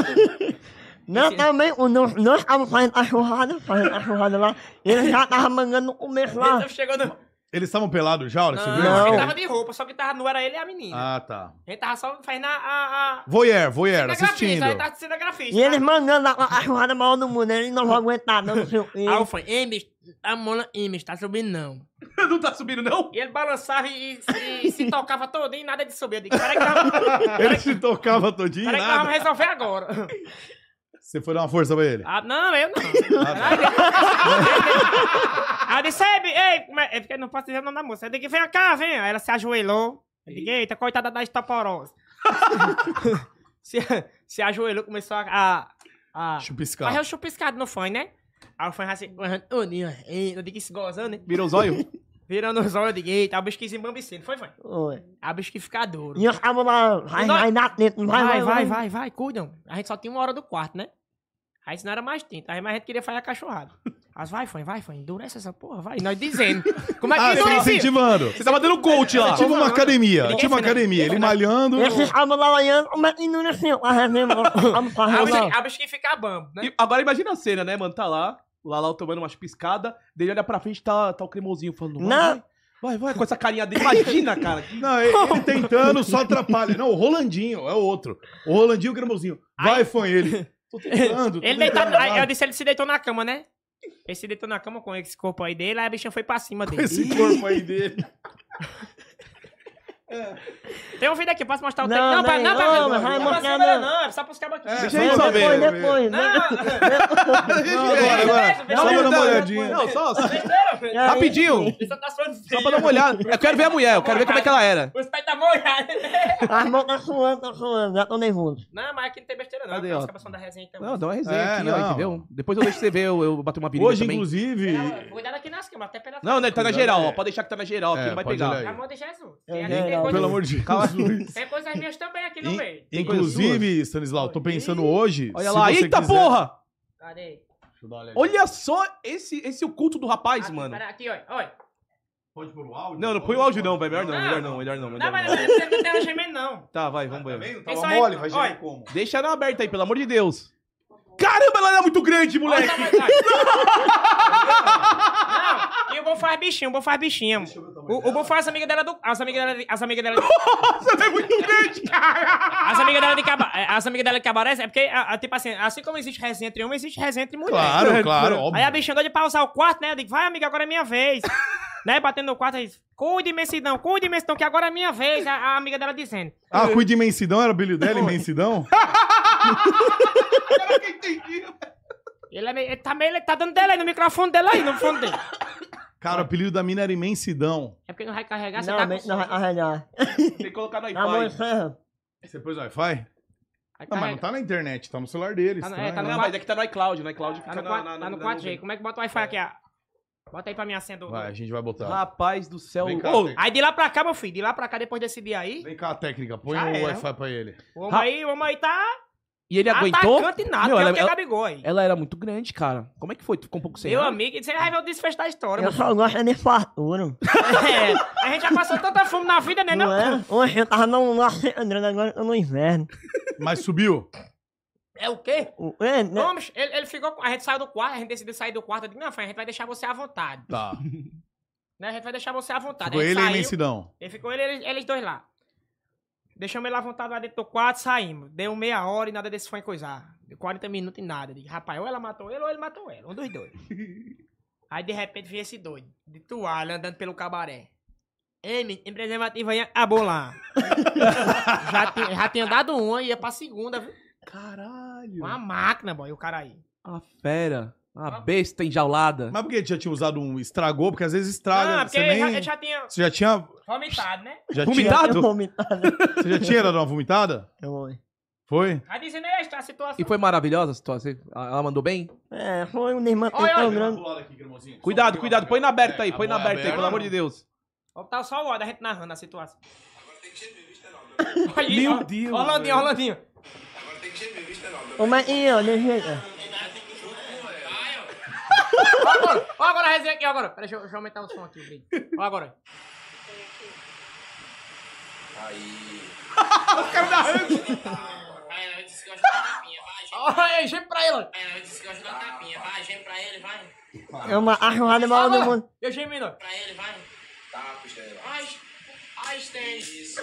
Não, também, o nós nós estávamos fazendo a churrada, fazendo a churrada lá. Ele já tava mangando no começo lá.
Então chegou no...
Eles estavam pelados já, olha, você viu?
Não, ele
Não.
tava de roupa, só que tava nu era ele e a menina.
Ah, tá.
Ele tava só fazendo a... a, a...
Voyeur, voyeur,
a
assistindo.
grafista, ele tava sendo a grafista.
E eles mandando a, a churrada maior do mundo, eles não vão aguentar, não, não sei o quê.
Aí eu falei, ei, bicho, a mola, ei, bicho, tá subindo não.
não tá subindo, não?
E ele balançava e, e- e se tocava todo e nada de subir. Eu digo, peraí que nós,
Ele se tocava todinho,
peraí que nós vamos
nada.
resolver agora.
Você foi dar uma força pra ele. Ah, tá.
Ah, não, eu não. Aí eu disse, ei, bi- ei, como é? é porque eu não posso dizer o nome da moça. Eu digo, vem cá, vem. Aí ela se ajoelhou. Eu digo, eita, coitada da estoporose. se, se ajoelhou, começou a... a, a
Chupiscar.
mas eu chupiscado no fã, né? Aí o fã assim, ô, Ninho, ei, eu digo, se gozando, né?
Virou os olhos?
Virando os olhos, eu digo, eita, é o bicho que se embambicendo. Foi, É fã?
Oi.
A bicho que fica duro.
E eu tava lá, vai,
Nós-
vai na dentro, vai,
Vai, vai, vai, vai, cuidam. A gente só tinha uma hora do quarto, né? Aí isso não era mais tinta. Aí mas a gente queria fazer a cachorrada. As vai, fã, vai, fã, endurece essa porra, vai. Nós dizendo. Como é que
Ah, você tá
endurecia?
incentivando.
Você tava dando coach lá.
Tinha uma academia,
Ninguém
tinha uma
foi, né?
academia. Ele malhando.
Esses cabos laranhando, como é que endureceu? Mas é mesmo, vamos
A
fazer
bicha-
lá.
A bichinha fica bambo, né?
E agora imagina a cena, né, mano? Tá lá, o Lalau tomando umas piscadas, dele olha pra frente tá, tá o cremosinho falando. Vai,
Não.
vai, vai, vai, com essa carinha dele. Imagina, cara.
Não, ele, ele tentando só atrapalha. Não, o Rolandinho é o outro. O Rolandinho e o Gramozinho. Vai, foi ele. Tô tentando. tô
Ele
tentando.
deitado. Aí eu disse, ele se deitou na cama, né? Ele se deitou na cama com esse corpo aí dele, aí a bichinha foi pra cima dele.
Esse corpo aí dele.
Tem um vídeo aqui, posso mostrar o
Não,
tempo? Não,
não,
pra, não, pra,
não, mas
não,
vai
pra
mostrar
cima, não,
não.
não, é só pros cabos aqui.
É,
Deixa eu só ver.
Depois,
né?"
depois. né?
Não, agora, agora.
Não,
Só pra dar uma
Não,
olhadinha.
Não, só, só,
Não,
rapidinho.
Isso tá suando
Só pra dar uma olhada. Eu quero ver a mulher, eu quero ver como é que ela era.
Os pais tá molhados.
As mãos tá suando, tá suando, já tô nervoso.
Não, mas aqui não tem besteira, não.
Cadê,
Os
ó?
cabos são da resenha então. também.
Não, dá uma resenha
É,
aqui, ó,
não.
entendeu? Depois eu deixo você ver, eu, eu bater uma virilha
Hoje,
também.
inclusive.
Ela- Cuidado aqui nas câmeras, até pela
Não, não, ele tá na
Cuidado,
geral,
é.
ó. Pode deixar que tá na geral aqui,
É,
não vai
pode olhar
pegar.
aí.
Na mão de Jesus.
É,
Tem ali- tem
é, não.
coisas-
Pelo amor de Jesus.
Tem coisas minhas também aqui no
In-
meio.
Inclusive, Stanislau, tô pensando hoje.
Olha
se
lá,
você
eita
quiser-
porra!
Cadê?
Deixa eu dar uma olhadinha.
Olha só esse, esse oculto do rapaz,
Aqui,
mano.
pera- Ah, Aqui, olha, olha.
Pode pôr o áudio?
Não, não põe o áudio não, vai. Melhor não,
Não.
melhor não, melhor não.
Não,
Melhor
mas
não.
não precisa ter ela gemendo, não.
Tá, vai, vamos ver.
não
Tava Isso mole, aí, vai gerar olha.
como?
Deixa ela aberta aí, pelo amor de Deus. Caramba, ela era muito grande,
Olha,
moleque!
tá, vai, vai. Não, e o bom faz bichinho, o bom faz bichinho.
eu ver o tamanho
O, o bom faz as amigas dela do. As amigas dela. de- As amigas dela. de-
Nossa, ela é muito grande, cara!
As amigas dela de caba- é, As amigas dela de cabaré, é porque, a- a- tipo assim, assim como existe resenha entre homem, existe resenha entre mulher.
Claro, claro,
Aí a
óbvio.
bicha andou de pausar o quarto, né? Eu digo, vai, amiga, agora é minha vez. né? Batendo no quarto, aí, cuide imensidão, cuide imensidão, que agora é minha vez. A, a amiga dela dizendo.
Ah, cuida de imensidão, era o brilho dela, imensidão?
Ele, é meio- ele tá meio. Ele tá dando dela aí no microfone dela aí, no fundo dele.
Cara, o apelido da mina era imensidão.
É porque não vai carregar, você
Não,
tá com
mente não ah, vai
sono.
carregar.
Tem que colocar no
Na mão
iPhone.
encerra.
Você pôs Wi-Fi?
Aí
Não, mas não
carrega.
tá na internet, tá no celular deles.
Tá no-
estranho,
é, tá no
né?
Não, mas é que tá no iCloud, no iCloud
Tá
fica
no
na,
4,
na,
tá no
na
4G.
nuvem.
Como é que bota o Wi-Fi aqui? ó? Bota aí pra minha senha do. do-
Vai, a gente vai botar.
Rapaz do céu.
Vem cá,
Ô,
tem-
Aí de lá pra cá, meu filho, de lá pra cá, depois desse dia aí,
Vem cá, técnica, põe
Já
o
era.
Wi-Fi pra ele.
o homem
Ra-
aí, o homem aí tá
e ele aguentou?
atacante e nada,
Meu,
que é
ela,
o que é
ela-
Gabigol aí.
ela era muito grande, cara. Como é que foi? Tu ficou um pouco sem
Meu
ar?
amigo, você vai ver o desfecho da história,
Eu
meu
só gosto é de fartura.
É, a gente já passou tanta fome na vida, né?
Não
Não,
é? Hoje eu tava no norte André, agora eu tô no inverno.
Mas subiu?
É o quê?
O- É, né?
Vamos, ele, ele ficou. com- A gente saiu do quarto, a gente decidiu sair do quarto. Eu digo, não, Fran, a gente vai deixar você à vontade.
Tá.
Né? A gente vai deixar você à vontade.
Ficou
a gente
ele e a
saiu,
imensidão.
ele ficou ele, eles, eles dois lá. Deixamos ele à vontade lá dentro do quarto, saímos. Deu meia hora e nada desse fã coisar. Deu 40 minutos e nada. Digo, rapaz, ou ela matou ele ou ele matou ela. Um dos dois. Aí de repente vinha esse doido, de toalha, andando pelo cabaré. Ei, menino, em preservativo aí, a bola. já, tinha- já tinha dado uma, ia pra segunda, viu?
Caralho.
Uma máquina, boy, o cara aí.
A Ah, fera. A besta enjaulada.
Mas por que ele já tinha usado um? Estragou? Porque às vezes estraga.
não, Ah, porque
você,
ele
nem...
já, ele já tinha
você já tinha.
vomitado, né?
Já tinha...
Vomitado?
Eu vomitado.
Você já tinha dado uma vomitada?
Eu vou.
Foi?
Aí dizendo aí a histó- a situação.
E foi maravilhosa a situação? Ela mandou bem?
É, foi um desmantelo
Olha,
tão
olha.
grande.
Cuidado, cuidado. Põe na aberta aí, põe na aberta aí,
aberta.
pelo É, amor de Deus.
Ó, Tá só o ó da gente narrando a situação. Olha aí,
Meu
ó.
Deus,
Orlandinho,
velho.
Orlandinho.
Como é que eu, de jeito?
Ó agora, ó agora a resenha aqui, ó agora. Pera, deixa, eu- deixa eu aumentar o som aqui, Brito. Ó agora.
Vai, ela disse que gosta da tapinha, vai, gente.
Ó, aí, chega pra ele. ó.
Ela disse que gosta da tapinha, vai, gente, pra ele, vai.
É uma arrumada maior do mundo.
Eu gemino.
Pra ele, vai. Tapa, Estela. Ai, ai, Estela. Isso.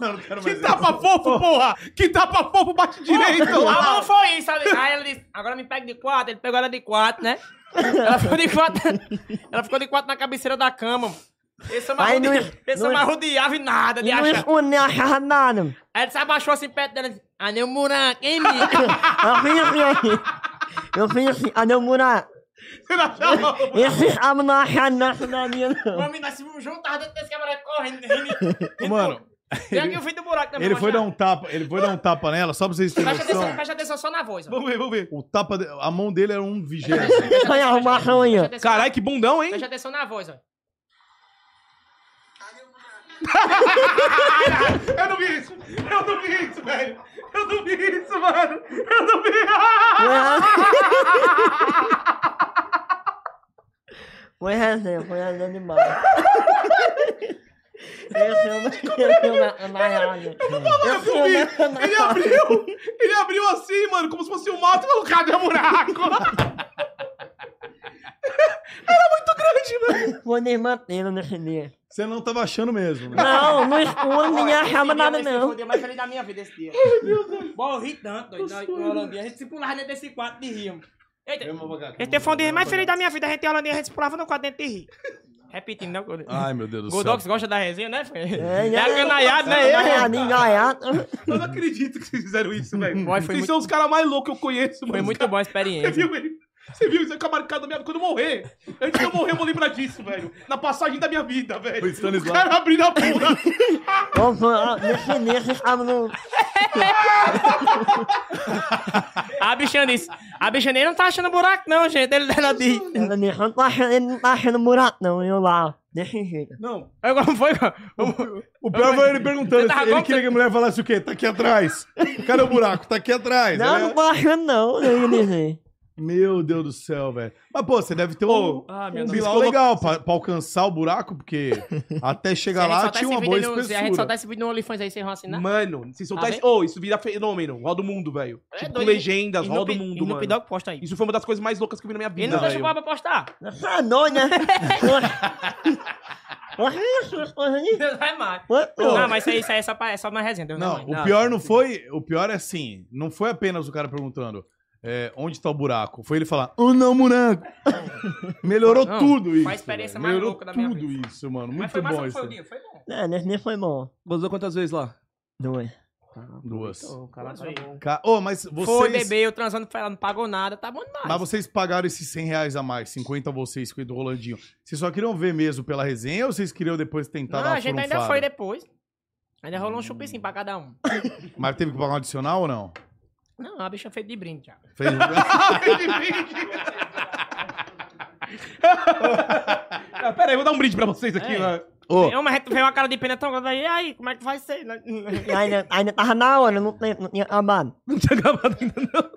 Não, não quero
Que
mais.
tapa fofo, porra! Que tapa fofo, bate direito!
A mão foi isso, sabe? Aí ela disse, agora me pega de quatro. Ele pegou ela de quatro, né? Ela ficou de quatro. Ela ficou de quatro na cabeceira da cama. Esse
Aí
amarro
não-
de- esse
não-
amarro de ave nada de
E não
achar.
esconde nem achava nada.
Aí ele se abaixou assim perto dela e disse, ah, nem o buraco, hein, menino?
Eu fiz assim aí. Eu fiz assim, a meu buraco. Esses abos não acharam nada da minha,
O
não.
homem nasceu juntado dentro desse cabaré correndo. rindo.
Mano,
Tem aqui o fim do buraco também.
ele foi dar
mostrar.
um tapa. Ele foi dar um tapa nela, só pra vocês terem
Presta atenção,
noção.
presta atenção só na voz, ó.
Vamos ver, vamos ver.
O tapa. de- A mão dele era um vigésimo.
Vai arrumar a
Presta
unha.
atenção-
Caralho, que bundão, hein?
Presta atenção na voz, ó.
Eu não vi isso! Eu não vi isso, velho!
Eu não vi isso, mano! Eu não vi! Ah!
Foi resenha, foi resenha demais. Esse eu não esse eu não- eu não olho.
Eu
Esse eu
vi!
não- eu
Ele
não
abriu! Ele abriu assim, mano, como se fosse um mato e falou, cadê o buraco?
olho. Foi desmantendo nesse dia.
Você não tava achando mesmo, né?
Não, no escuro ninguém
Olha,
achava nada não.
dia mais feliz da minha vida esse dia.
Bom, eu ri tanto, doido, na na Holandinha. A gente se pulava dentro desse quarto de rio.
Eita,
Esse
esse foi um dos dias mais felizes da minha vida. A gente holandês, a gente se pulava no quadro dentro de rir. Repetindo, não, Godox.
Ai, meu Deus do céu.
Godox gosta da resenha, né, Fred?
É,
É acanaiado, né? ele?
Engaiado, engaiado.
Eu não acredito que vocês fizeram isso, velho.
Boy,
Vocês
foi muito-
são os caras mais loucos que eu conheço, mano.
Foi muito boa a
Você
experiência.
viu ele? Você viu isso? É com a marcada da minha vida quando eu morrer. Antes de eu morrer, eu vou lembrar disso, velho. Na passagem da minha vida, velho.
Foi Stanislau.
O cara abrindo a porra.
Bom, foi- ó, Nesse dia vocês estavam no...
A bicha disse, a bicha nem não tá achando buraco, não, gente. Ele tá ela disse.
Ela disse, "Eu não tô achando- Ele não tá achando buraco não, eu lá, desse jeito.
Não,
Aí como foi, mano?
o pior foi ele perguntando.
Você tava
Ele
como
queria
você-
que a mulher falasse o quê? Tá aqui atrás. Cadê o buraco? Tá aqui atrás.
Não,
né?
não tô achando não, eu ia dizer.
Meu Deus do céu, velho. Mas, pô, você deve ter um,
Ah,
um
meu Deus.
bilau legal pra, pra alcançar o buraco, porque até chegar lá tinha uma boa
Se a gente
espessura.
soltar esse vídeo no OnlyFans aí, vocês vão assinar?
Mano, se soltar
Tá
isso. Ô, isso vira fenômeno. Roda o mundo, velho.
É
tipo, com
doido.
legendas,
Snoop-
roda o mundo,
Snoop
mano.
Dogg posta aí.
Isso foi uma das coisas mais loucas que eu vi na minha
Ele
vida,
não deixa o
velho.
Baba postar.
Você é doido, né? Olha isso, coisa aí.
Não vai mais.
Olha, pô.
Não, mas isso aí, isso aí é só, pra- é só uma resenha. Deus
Não,
vai mais.
o pior não foi. O pior é assim: não foi apenas o cara perguntando é, onde tá o buraco. Foi ele falar, oh, não, Murango. Melhorou
Não,
tudo isso.
a experiência
velho.
mais
Melhorou
louca da minha
tudo
vida.
isso, mano.
Mas
Muito
foi um
bom
massa que foi o
isso.
dia, foi bom.
Não, nesse dia foi bom.
Gozou quantas vezes
é.
lá?
Dois.
Duas.
Ô, caralho,
Foi.
tá bom.
Ca- Ô, mas vocês.
Foi, bebeu, transando pra ela, não pagou nada, tá bom demais.
Mas vocês pagaram esses 100 reais a mais, 50 vocês, 50 o Rolandinho. Vocês só queriam ver mesmo pela resenha ou vocês queriam depois tentar
não,
dar uma
a gente ainda
furunfada?
foi depois. Ainda rolou um chupicinho pra cada um.
Mas teve que pagar um adicional ou não?
Não, a bicha fez de brinde já.
Fez-
um
Ah, Pera aí, vou dar um brinde pra vocês aqui,
É.
velho.
Ô,
Eu, mas a gente veio uma cara de pena tão grande aí, e aí, como é que vai ser?
Ainda, ainda tava na hora, não, tem- não tinha acabado.
Não tinha acabado ainda, não.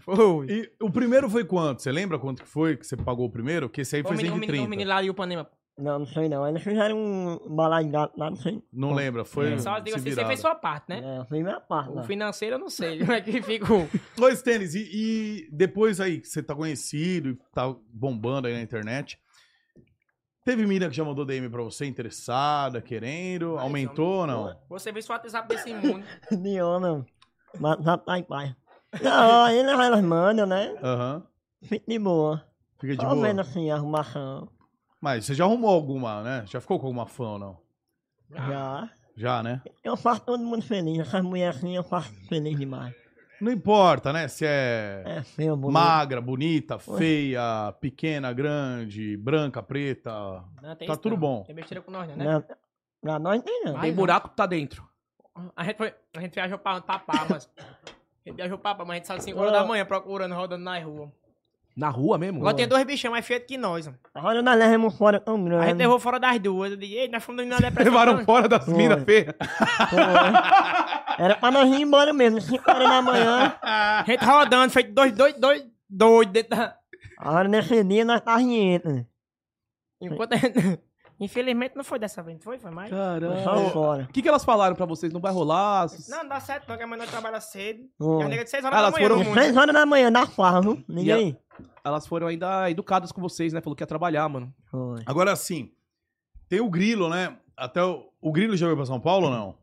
Foi.
e o primeiro foi quanto? Você lembra quanto que foi que você pagou o primeiro? Porque esse aí
O
foi
menino,
130.
o menino, o menino um lá e o Panema.
Não, não sei não. Ainda fizeram um balai de gato lá, não sei.
Não lembra, foi
Só
Hum, se
digo assim, você
virado.
fez sua parte, né?
É, foi minha parte
O
lá.
financeiro eu não sei como é que ficou.
Dois tênis, e, e depois aí que você tá conhecido e tá bombando aí na internet, teve mina que já mandou DM pra você, interessada, querendo,
Mas
aumentou ou não?
Você vê seu WhatsApp desse mundo.
Diona. Mas já tá em paz. Não, aí elas mandam, né?
Aham,
Fica de boa.
fica de
Tô
boa.
vendo assim, a arrumação.
Mas você já arrumou alguma, né? Já ficou com alguma fã ou não?
Já.
Já, né?
Eu faço todo mundo feliz. Essas mulheres assim eu faço feliz demais.
Não importa, né? Se é
É feio, bonito.
magra, bonita,
Ué.
feia, pequena, grande, branca, preta.
Não, tem
Tá
isso
tudo
não.
bom.
Tem besteira com nós, né?
Não, pra nós tem não.
Vai.
Tem buraco que tá dentro.
A, gente foi, a gente viajou pra, pra Palmas. A gente viajou pra Palmas, a gente saiu 5 horas da manhã procurando, rodando na rua.
Na rua mesmo?
Agora tem dois bichão mais feios que nós. mano.
Olha, nós levamos fora tão
A gente
grande.
levou fora das duas. Eu digo, ei, nós fomos na depressão.
Levaram fora das
Foi.
minas feias.
Foi. Era pra nós ir embora mesmo, 5 horas da manhã.
A gente rodando, feito dois, dois, dois, doido dentro da...
Agora nesse dia nós tá rindo.
Enquanto a gente... Infelizmente não foi dessa vez, não foi? Foi mais?
Nós
Caramba.
fomos fora.
O que, que elas falaram pra vocês? Não vai rolar? S-
Não, não dá certo não, que amanhã nós trabalha cedo. E a
Foi.
nega de 6 horas
Ah,
da
elas
manhã
foram-
no
Foi
mundo.
Seis horas da manhã, na farra, viu? Ninguém.
Elas foram ainda educadas com vocês, né? Falou que ia trabalhar, mano.
Foi.
Agora sim, tem o Grilo, né? Até o, o Grilo já veio pra São Paulo ou não?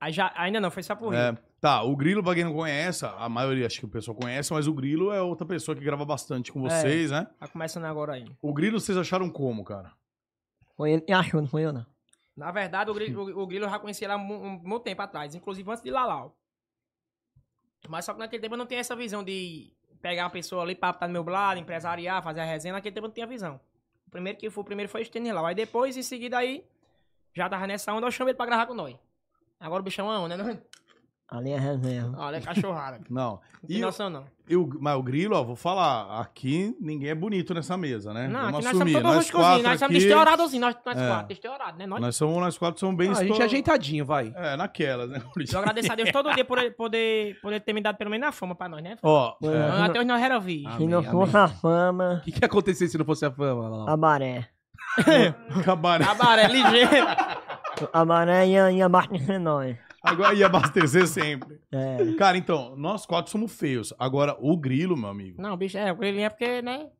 Aí já- ainda não, foi só pro Rio.
É, tá, o Grilo, pra quem não conhece, a maioria acho que o pessoal conhece, mas o Grilo é outra pessoa que grava bastante com vocês, né?
Tá começando agora aí.
O Grilo vocês acharam como, cara?
Foi ele que achou, não foi eu não.
Na verdade, o Grilo, o, o Grilo eu já conhecia ele há mu- um, muito tempo atrás, inclusive antes de Lalau. Mas só que naquele tempo eu não tinha essa visão de pegar uma pessoa ali pra estar do meu lado, empresariar, fazer a resenha. Naquele tempo eu não tinha visão. O primeiro que foi, o primeiro foi o Stenilau. Aí depois, em seguida aí, já tava nessa onda, eu chamei ele pra gravar com nós. Agora o bichão é um, né? não?
Ali é reserva.
Olha, é cachorrada. Não
Não.
tem
E, o-
noção, não.
e o, mas o Grilo, ó, vou falar, aqui ninguém é bonito nessa mesa, né?
Não,
Vamos
aqui nós
assumir.
somos todos
nós
roscozinhos,
quatro
nós somos
aqui,
desteoradozinhos, nós, nós
É.
quatro, desteorados, né? Nós,
Nós somos, nós quatro somos bem...
Ah, a gente
esto-
é ajeitadinho, vai.
É, naquelas, né?
Eu agradeço a Deus todo dia por ele poder, poder ter me dado pelo menos a fama pra nós, né?
Ó,
É.
é,
Até hoje nós era vi.
Se não
Amém,
fosse a fama,
O que, que ia acontecer se não fosse a fama? Olha lá.
a maré.
cabaré.
Cabaré é ligeiro.
A maré ia, ia abastecer nós.
Agora ia abastecer sempre.
É.
Cara, então, nós quatro somos feios. Agora, o Grilo, meu amigo...
Não, bicho, é, o Grilinho é porque, né?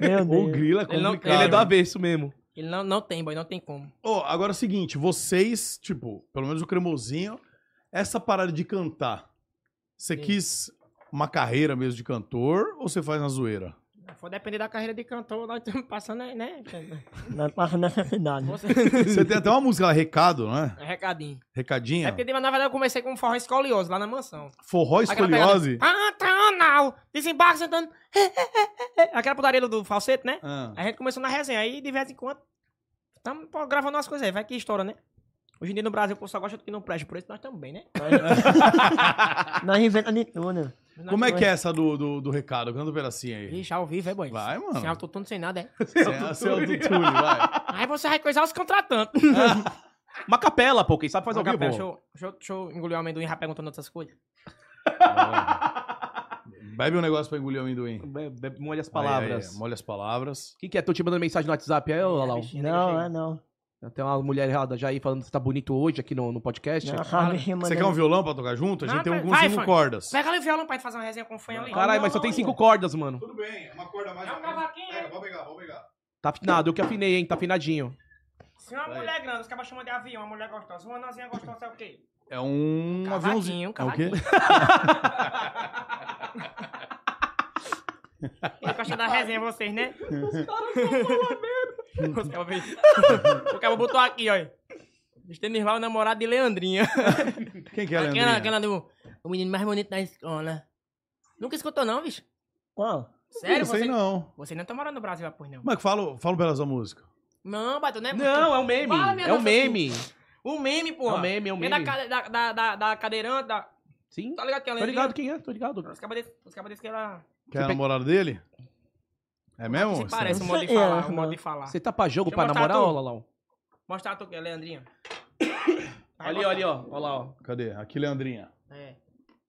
Meu
O
Deus.
Grilo é
Ele não-
complicado.
Ele é do avesso mesmo.
Ele não, não tem, boy, não tem como.
Ó, agora é o seguinte, vocês, tipo, pelo menos o Cremosinho, essa parada de cantar, você
Sim.
quis uma carreira mesmo de cantor ou você faz na zoeira?
For depender da carreira de cantor, nós estamos passando, né, né?
Nós passa necessidade.
Você-
Você tem até uma música lá, Recado, não é?
É recadinho. É
Recadinha?
porque, na verdade, eu comecei com um forró escolioso lá na mansão.
Forró
Aquela
escoliose?
pegada, Pantanal, desembarque sentando. Aquela putaria do- do falsete, né?
Ah,
A gente começou na resenha, aí de vez em quando. Estamos gravando umas coisas aí, vai que estoura, né? Hoje em dia no Brasil o pessoal gosta do que não presta, por isso nós também, né?
Nós inventamos de tudo.
Nós
Como é que é essa do, do, do Recado? Canta um pedacinho aí.
Ixi, ao vivo, é, boy.
Vai, mano.
Sem autotune, sem nada, é.
Essa é o do Túlio, vai.
aí você vai coisar os contratantes.
Tá
Uma capela, pô. Quem sabe faz
Mas, ô,
ao vivo.
Capela, deixa, eu, deixa, eu, deixa eu engolir o amendoim já perguntando outras coisas.
Bebe um negócio pra engolir o amendoim.
Be- be- Molha as
Aí,
palavras.
aí,
O
molha as palavras.
que, que é? Tô te mandando mensagem no WhatsApp aí, olha lá.
bichinha,
Não,
bichinha?
é não.
Tem uma mulher errada já aí falando que você tá bonito hoje aqui no, no podcast.
Não,
Fala.
a bichinha
Você
mandando-
quer um violão pra tocar junto? A gente
Não,
tem um com
vai,
cinco
Fábio.
cordas.
Pega ali o violão pra gente fazer uma resenha com o fã ali.
Caralho, mas só tem cinco cordas, mano.
Tudo bem, uma corda mais
É um cavaquinho, né?
vou pegar, vou pegar.
Tá afinado, eu que afinei, hein? Tá afinadinho.
Se uma mulher grande, os caras chamam de avião, uma mulher gostosa. Uma anãzinha gostosa é o quê?
É um
Cavaquinho,
aviãozinho.
cavaquinho.
É o quê?
Ele gosta da resenha, vocês, né? Os caras são mesmo. O cara botou aqui, ó. Estenis lá, o namorado de Leandrinha.
Quem que é,
Aquela,
Leandrinha?
aquela do. O menino mais bonito da escola. Nunca escutou, não, bicho?
Qual?
Sério,
Não sei
você.
não.
Você não tá morando no Brasil, pois não.
Mas fala, fala um pedaço da música.
Não, Bato, né?
Não, é um meme.
Fala, minha
É um
nossa,
meme.
O meme,
É
porra.
um meme, é um
É da,
meme.
cade- da, da, da, da cadeirante, da...
Sim.
tá ligado que ela
Tô ligado quem é, tô ligado.
Os cabas dizem os cabas dizem que ela...
Que é a
pega-
namorada dele? É mesmo?
se parece o
não
modo de
sei,
falar,
é,
o modo
não.
de falar.
Você tá pra jogo,
Deixa eu
pra
mostrar
namorar,
tu.
ó, Lalão?
Mostra a tua aqui, Leandrinha. Vai
Ali, ó,
mostrar.
ali, ó. Ó lá, ó.
um
Cadê? Aqui, Leandrinha.
É,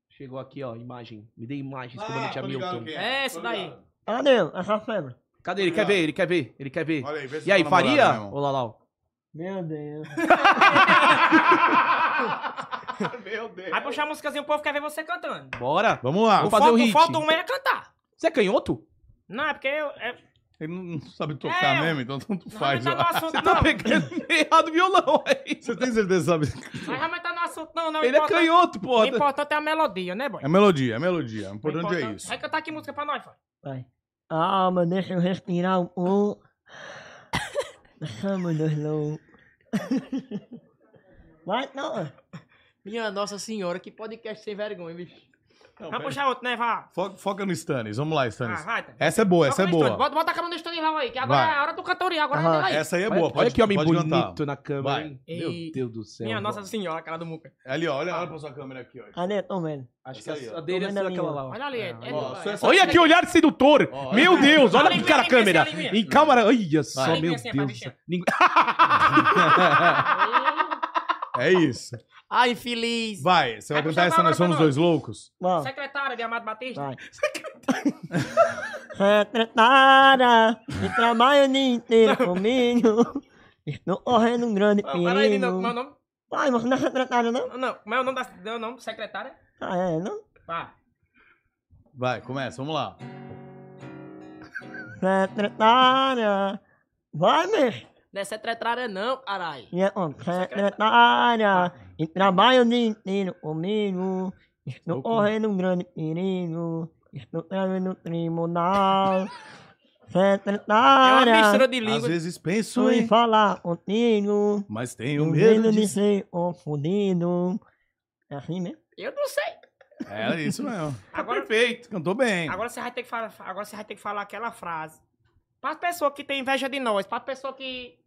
Chegou aqui, ó, imagem. Me dê imagens,
Ah,
comandante Hamilton.
é essa daí.
Cadê essa febre?
Cadê? Ele quer ver, ele quer ver, ele quer ver.
é. Olha aí, vê se
E aí,
tá namorado
faria?
mesmo.
Ô, Lalau.
Meu Deus.
Meu Deus.
Vai puxar a músicazinha, o povo quer ver você cantando.
Bora.
Vamos lá.
Vou
O
fazer
foco-
um
o
hit.
foco do homem é cantar.
Você é canhoto?
Não, é porque eu... É,
Ele não não sabe tocar
É,
mesmo, então tanto
não
faz.
vai
ó.
entrar no assunto,
Você tá
não.
pegando errado o violão aí.
Você tá tem certeza que sabe?
Mas vai entrar no assunto, não. não
Ele é
importante-
canhoto,
O
porra.
importante é a melodia, né, boy?
É melodia, é melodia. O importante é
Importante-
isso.
Vai cantar que música pra nós, pai.
Vai. Calma, deixa eu respirar um pouco. Vamos, dois loucos. Vai, não.
Minha Nossa Senhora, que podcast sem vergonha, bicho.
Não,
Vai
pera-
puxar outro, né, vá.
Fo- Foca no Stannis. Vamos lá,
Ah,
Stannis.
vai, tá.
Essa é boa,
Toca
essa é
no Stone.
boa.
Bota, bota a câmera no Estanilau aí, que agora
Vai.
é a hora do cantoria. Agora
Aham,
é dele aí.
Essa aí é
Olha-
boa.
olha
Pode,
que homem
pode
bonito
cantar.
na câmera,
Vai.
hein?
E-
Meu Deus do
é
céu.
Minha
mano.
Nossa Senhora, cara do Muca.
Ali, ó. Olha, olha pra sua câmera aqui, ó.
Cadê? Tô vendo.
Acho que
Essa aí, ó.
a dele é
Tô vendo a
aquela
minha.
lá. ó.
Olha ali, é. é
Ó,
boa,
só
é.
essa-
Olha que olhar sedutor!
Ó, olha.
Meu Deus, olha
Olha a
aqui cara a
linguinha,
câmera!
olha a linguinha.
Em câmera, olha
Vai.
só, meu
Linguinha assim, vai,
Deus.
bichinho.
Lingu-
É isso.
Ai, feliz.
Vai, você vai
Vai puxar
cantar essa
agora pra
Nós Somos
nós.
Dois Loucos?
Bom,
Secretária de Amado Batista.
vai. Secretária, que trabalha o dia inteiro comigo. Estou correndo um grande
Ah, Peraí, Nina,
perigo.
como é o nome?
Vai, mas não é secretária, não?
Não, como é o nome da não, não, secretária?
Ah, é, não?
Vá.
Vai, começa, vamos lá.
Secretária. Vai, mesmo.
Não é secretária não, caralho.
Minha secretária e trabalho o dia inteiro comigo. Estou
Tô com-
correndo um grande perigo. Estou travando no tribunal.
É uma mistura
Secretária,
de
Às
língua.
vezes penso
fui
em...
falar contigo.
Mas tenho
Eu
medo
Um medo de
de...
ser confundido. É assim mesmo?
Eu não sei.
É isso mesmo.
Agora,
Perfeito. Cantou bem.
agora você vai ter que falar, agora você vai ter que falar aquela frase. Para as pessoas que têm inveja de nós, para as pessoas que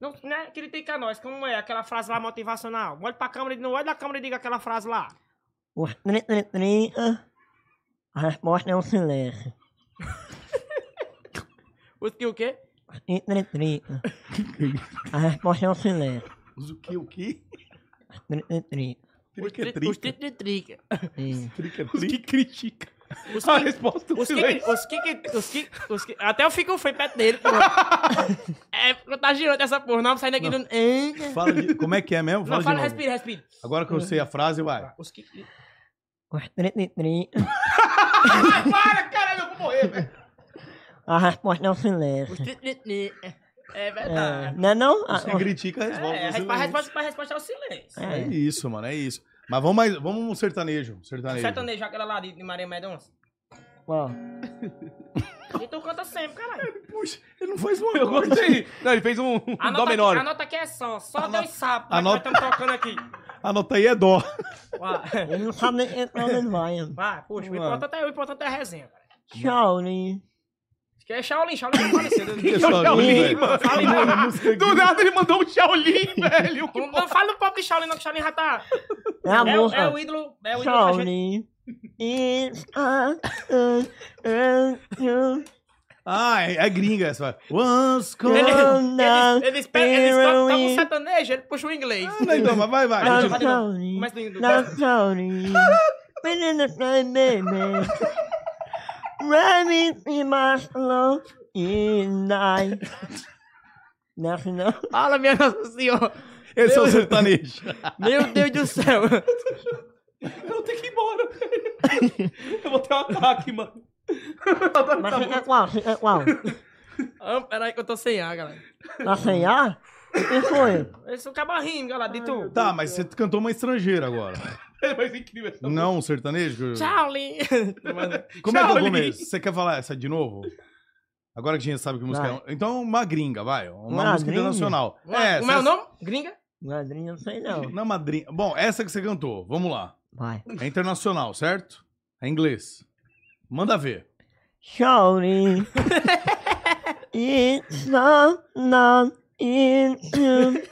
Não, não é criticar nós, como é aquela frase lá motivacional. Olhe pra câmera e não olhe na câmera e diga aquela frase lá.
Os 30 a resposta é um silêncio.
Os que o quê?
Os 30 a resposta é um silêncio.
Usa o que, o que?
Os 30
Os tri-
Triquetrica.
Os tritritrica.
sim.
Triquetrica.
critica.
Os
A
que...
resposta é do
Os que,
silêncio.
os que, os que, os que, até eu fico feio perto dele, pô. É contagiante essa porra, não sai daqui do... Não,
Fala de- Como é que é mesmo? Fala
não
de
fala,
novo.
respira, respira.
Agora que eu sei a frase, vai.
Os que...
Os 30
Ah, Para, caralho, eu vou morrer, velho.
a resposta é um silêncio.
Os tri-tri-tri. É
É,
verdade.
não é não? Ah,
Você critica, resolve.
É, a
você
resposta, a
não-
resposta, a resposta é o silêncio.
É
é.
isso, mano, é isso. Mas vamos mais, vamos um sertanejo, sertanejo.
Sertanejo, aquela lá de de Maria Mendonça.
Qual?
E tu canta sempre, caralho.
Puxa, ele não faz
Eu
uma
gostei. Não, ele fez um, um
Anota
dó
aqui-
menor.
Anota aqui é só, só
Anota-
Deus sabe.
anota-
Anota. Nós estamos tocando aqui.
Anota aí é dó.
Vai,
Ele não sabe nem pra onde vai. mano.
vai, puxa, o importante, é, o importante é a resenha. cara.
Tchau, né?
Que é Shaolin, Shaolin não apareceu.
Shaolin, velho.
Shaolin, não.
Do nada ele mandou um Shaolin, velho.
Não, não fala do pobre Shaolin, não, que Shaolin já tá.
É a
É, o-
música.
é o ídolo. É o ídolo da gente.
Shaolin. It's a- a- a-
Ah, é, é gringa essa. Once
Ele-
upon a-
Não,
Ele, ele, espera, ele só tá com
Shaolin.
sertanejo, ele puxa o inglês.
Ah, não, então, mas vai, vai.
a-
continua.
Shaolin.
Começa do do-
Not Tony. Banana fly baby. Running in my slow in night. Nothing no.
Fala, minha Nossa Senhora.
Esse é o sertanejo.
Meu Deus do céu.
Eu tenho que ir embora, velho. Eu vou ter um ataque, mano.
Mas fica qual? Fica qual?
Ah, Peraí que eu tô sem ar, galera.
Tá sem ar? O que foi?
Esse é o cabarrinho, galera, de tu.
Tá, mas você cantou uma estrangeira agora.
Mas é incrível essa
Não um sertanejo? que-
Shaolin.
Como é que é o
Shaolin.
começo? Você quer falar essa de novo? Agora que a gente sabe que música
Vai.
é. Então, uma gringa, vai. Uma,
Uma
música
gringa?
internacional.
Ué, Como é
essa-
o nome? Gringa?
Madrinha, não sei não.
Não, madrinha. Bom, essa que você cantou, vamos lá.
Vai.
É internacional, certo? É inglês. Manda ver.
Sorry. it's not not into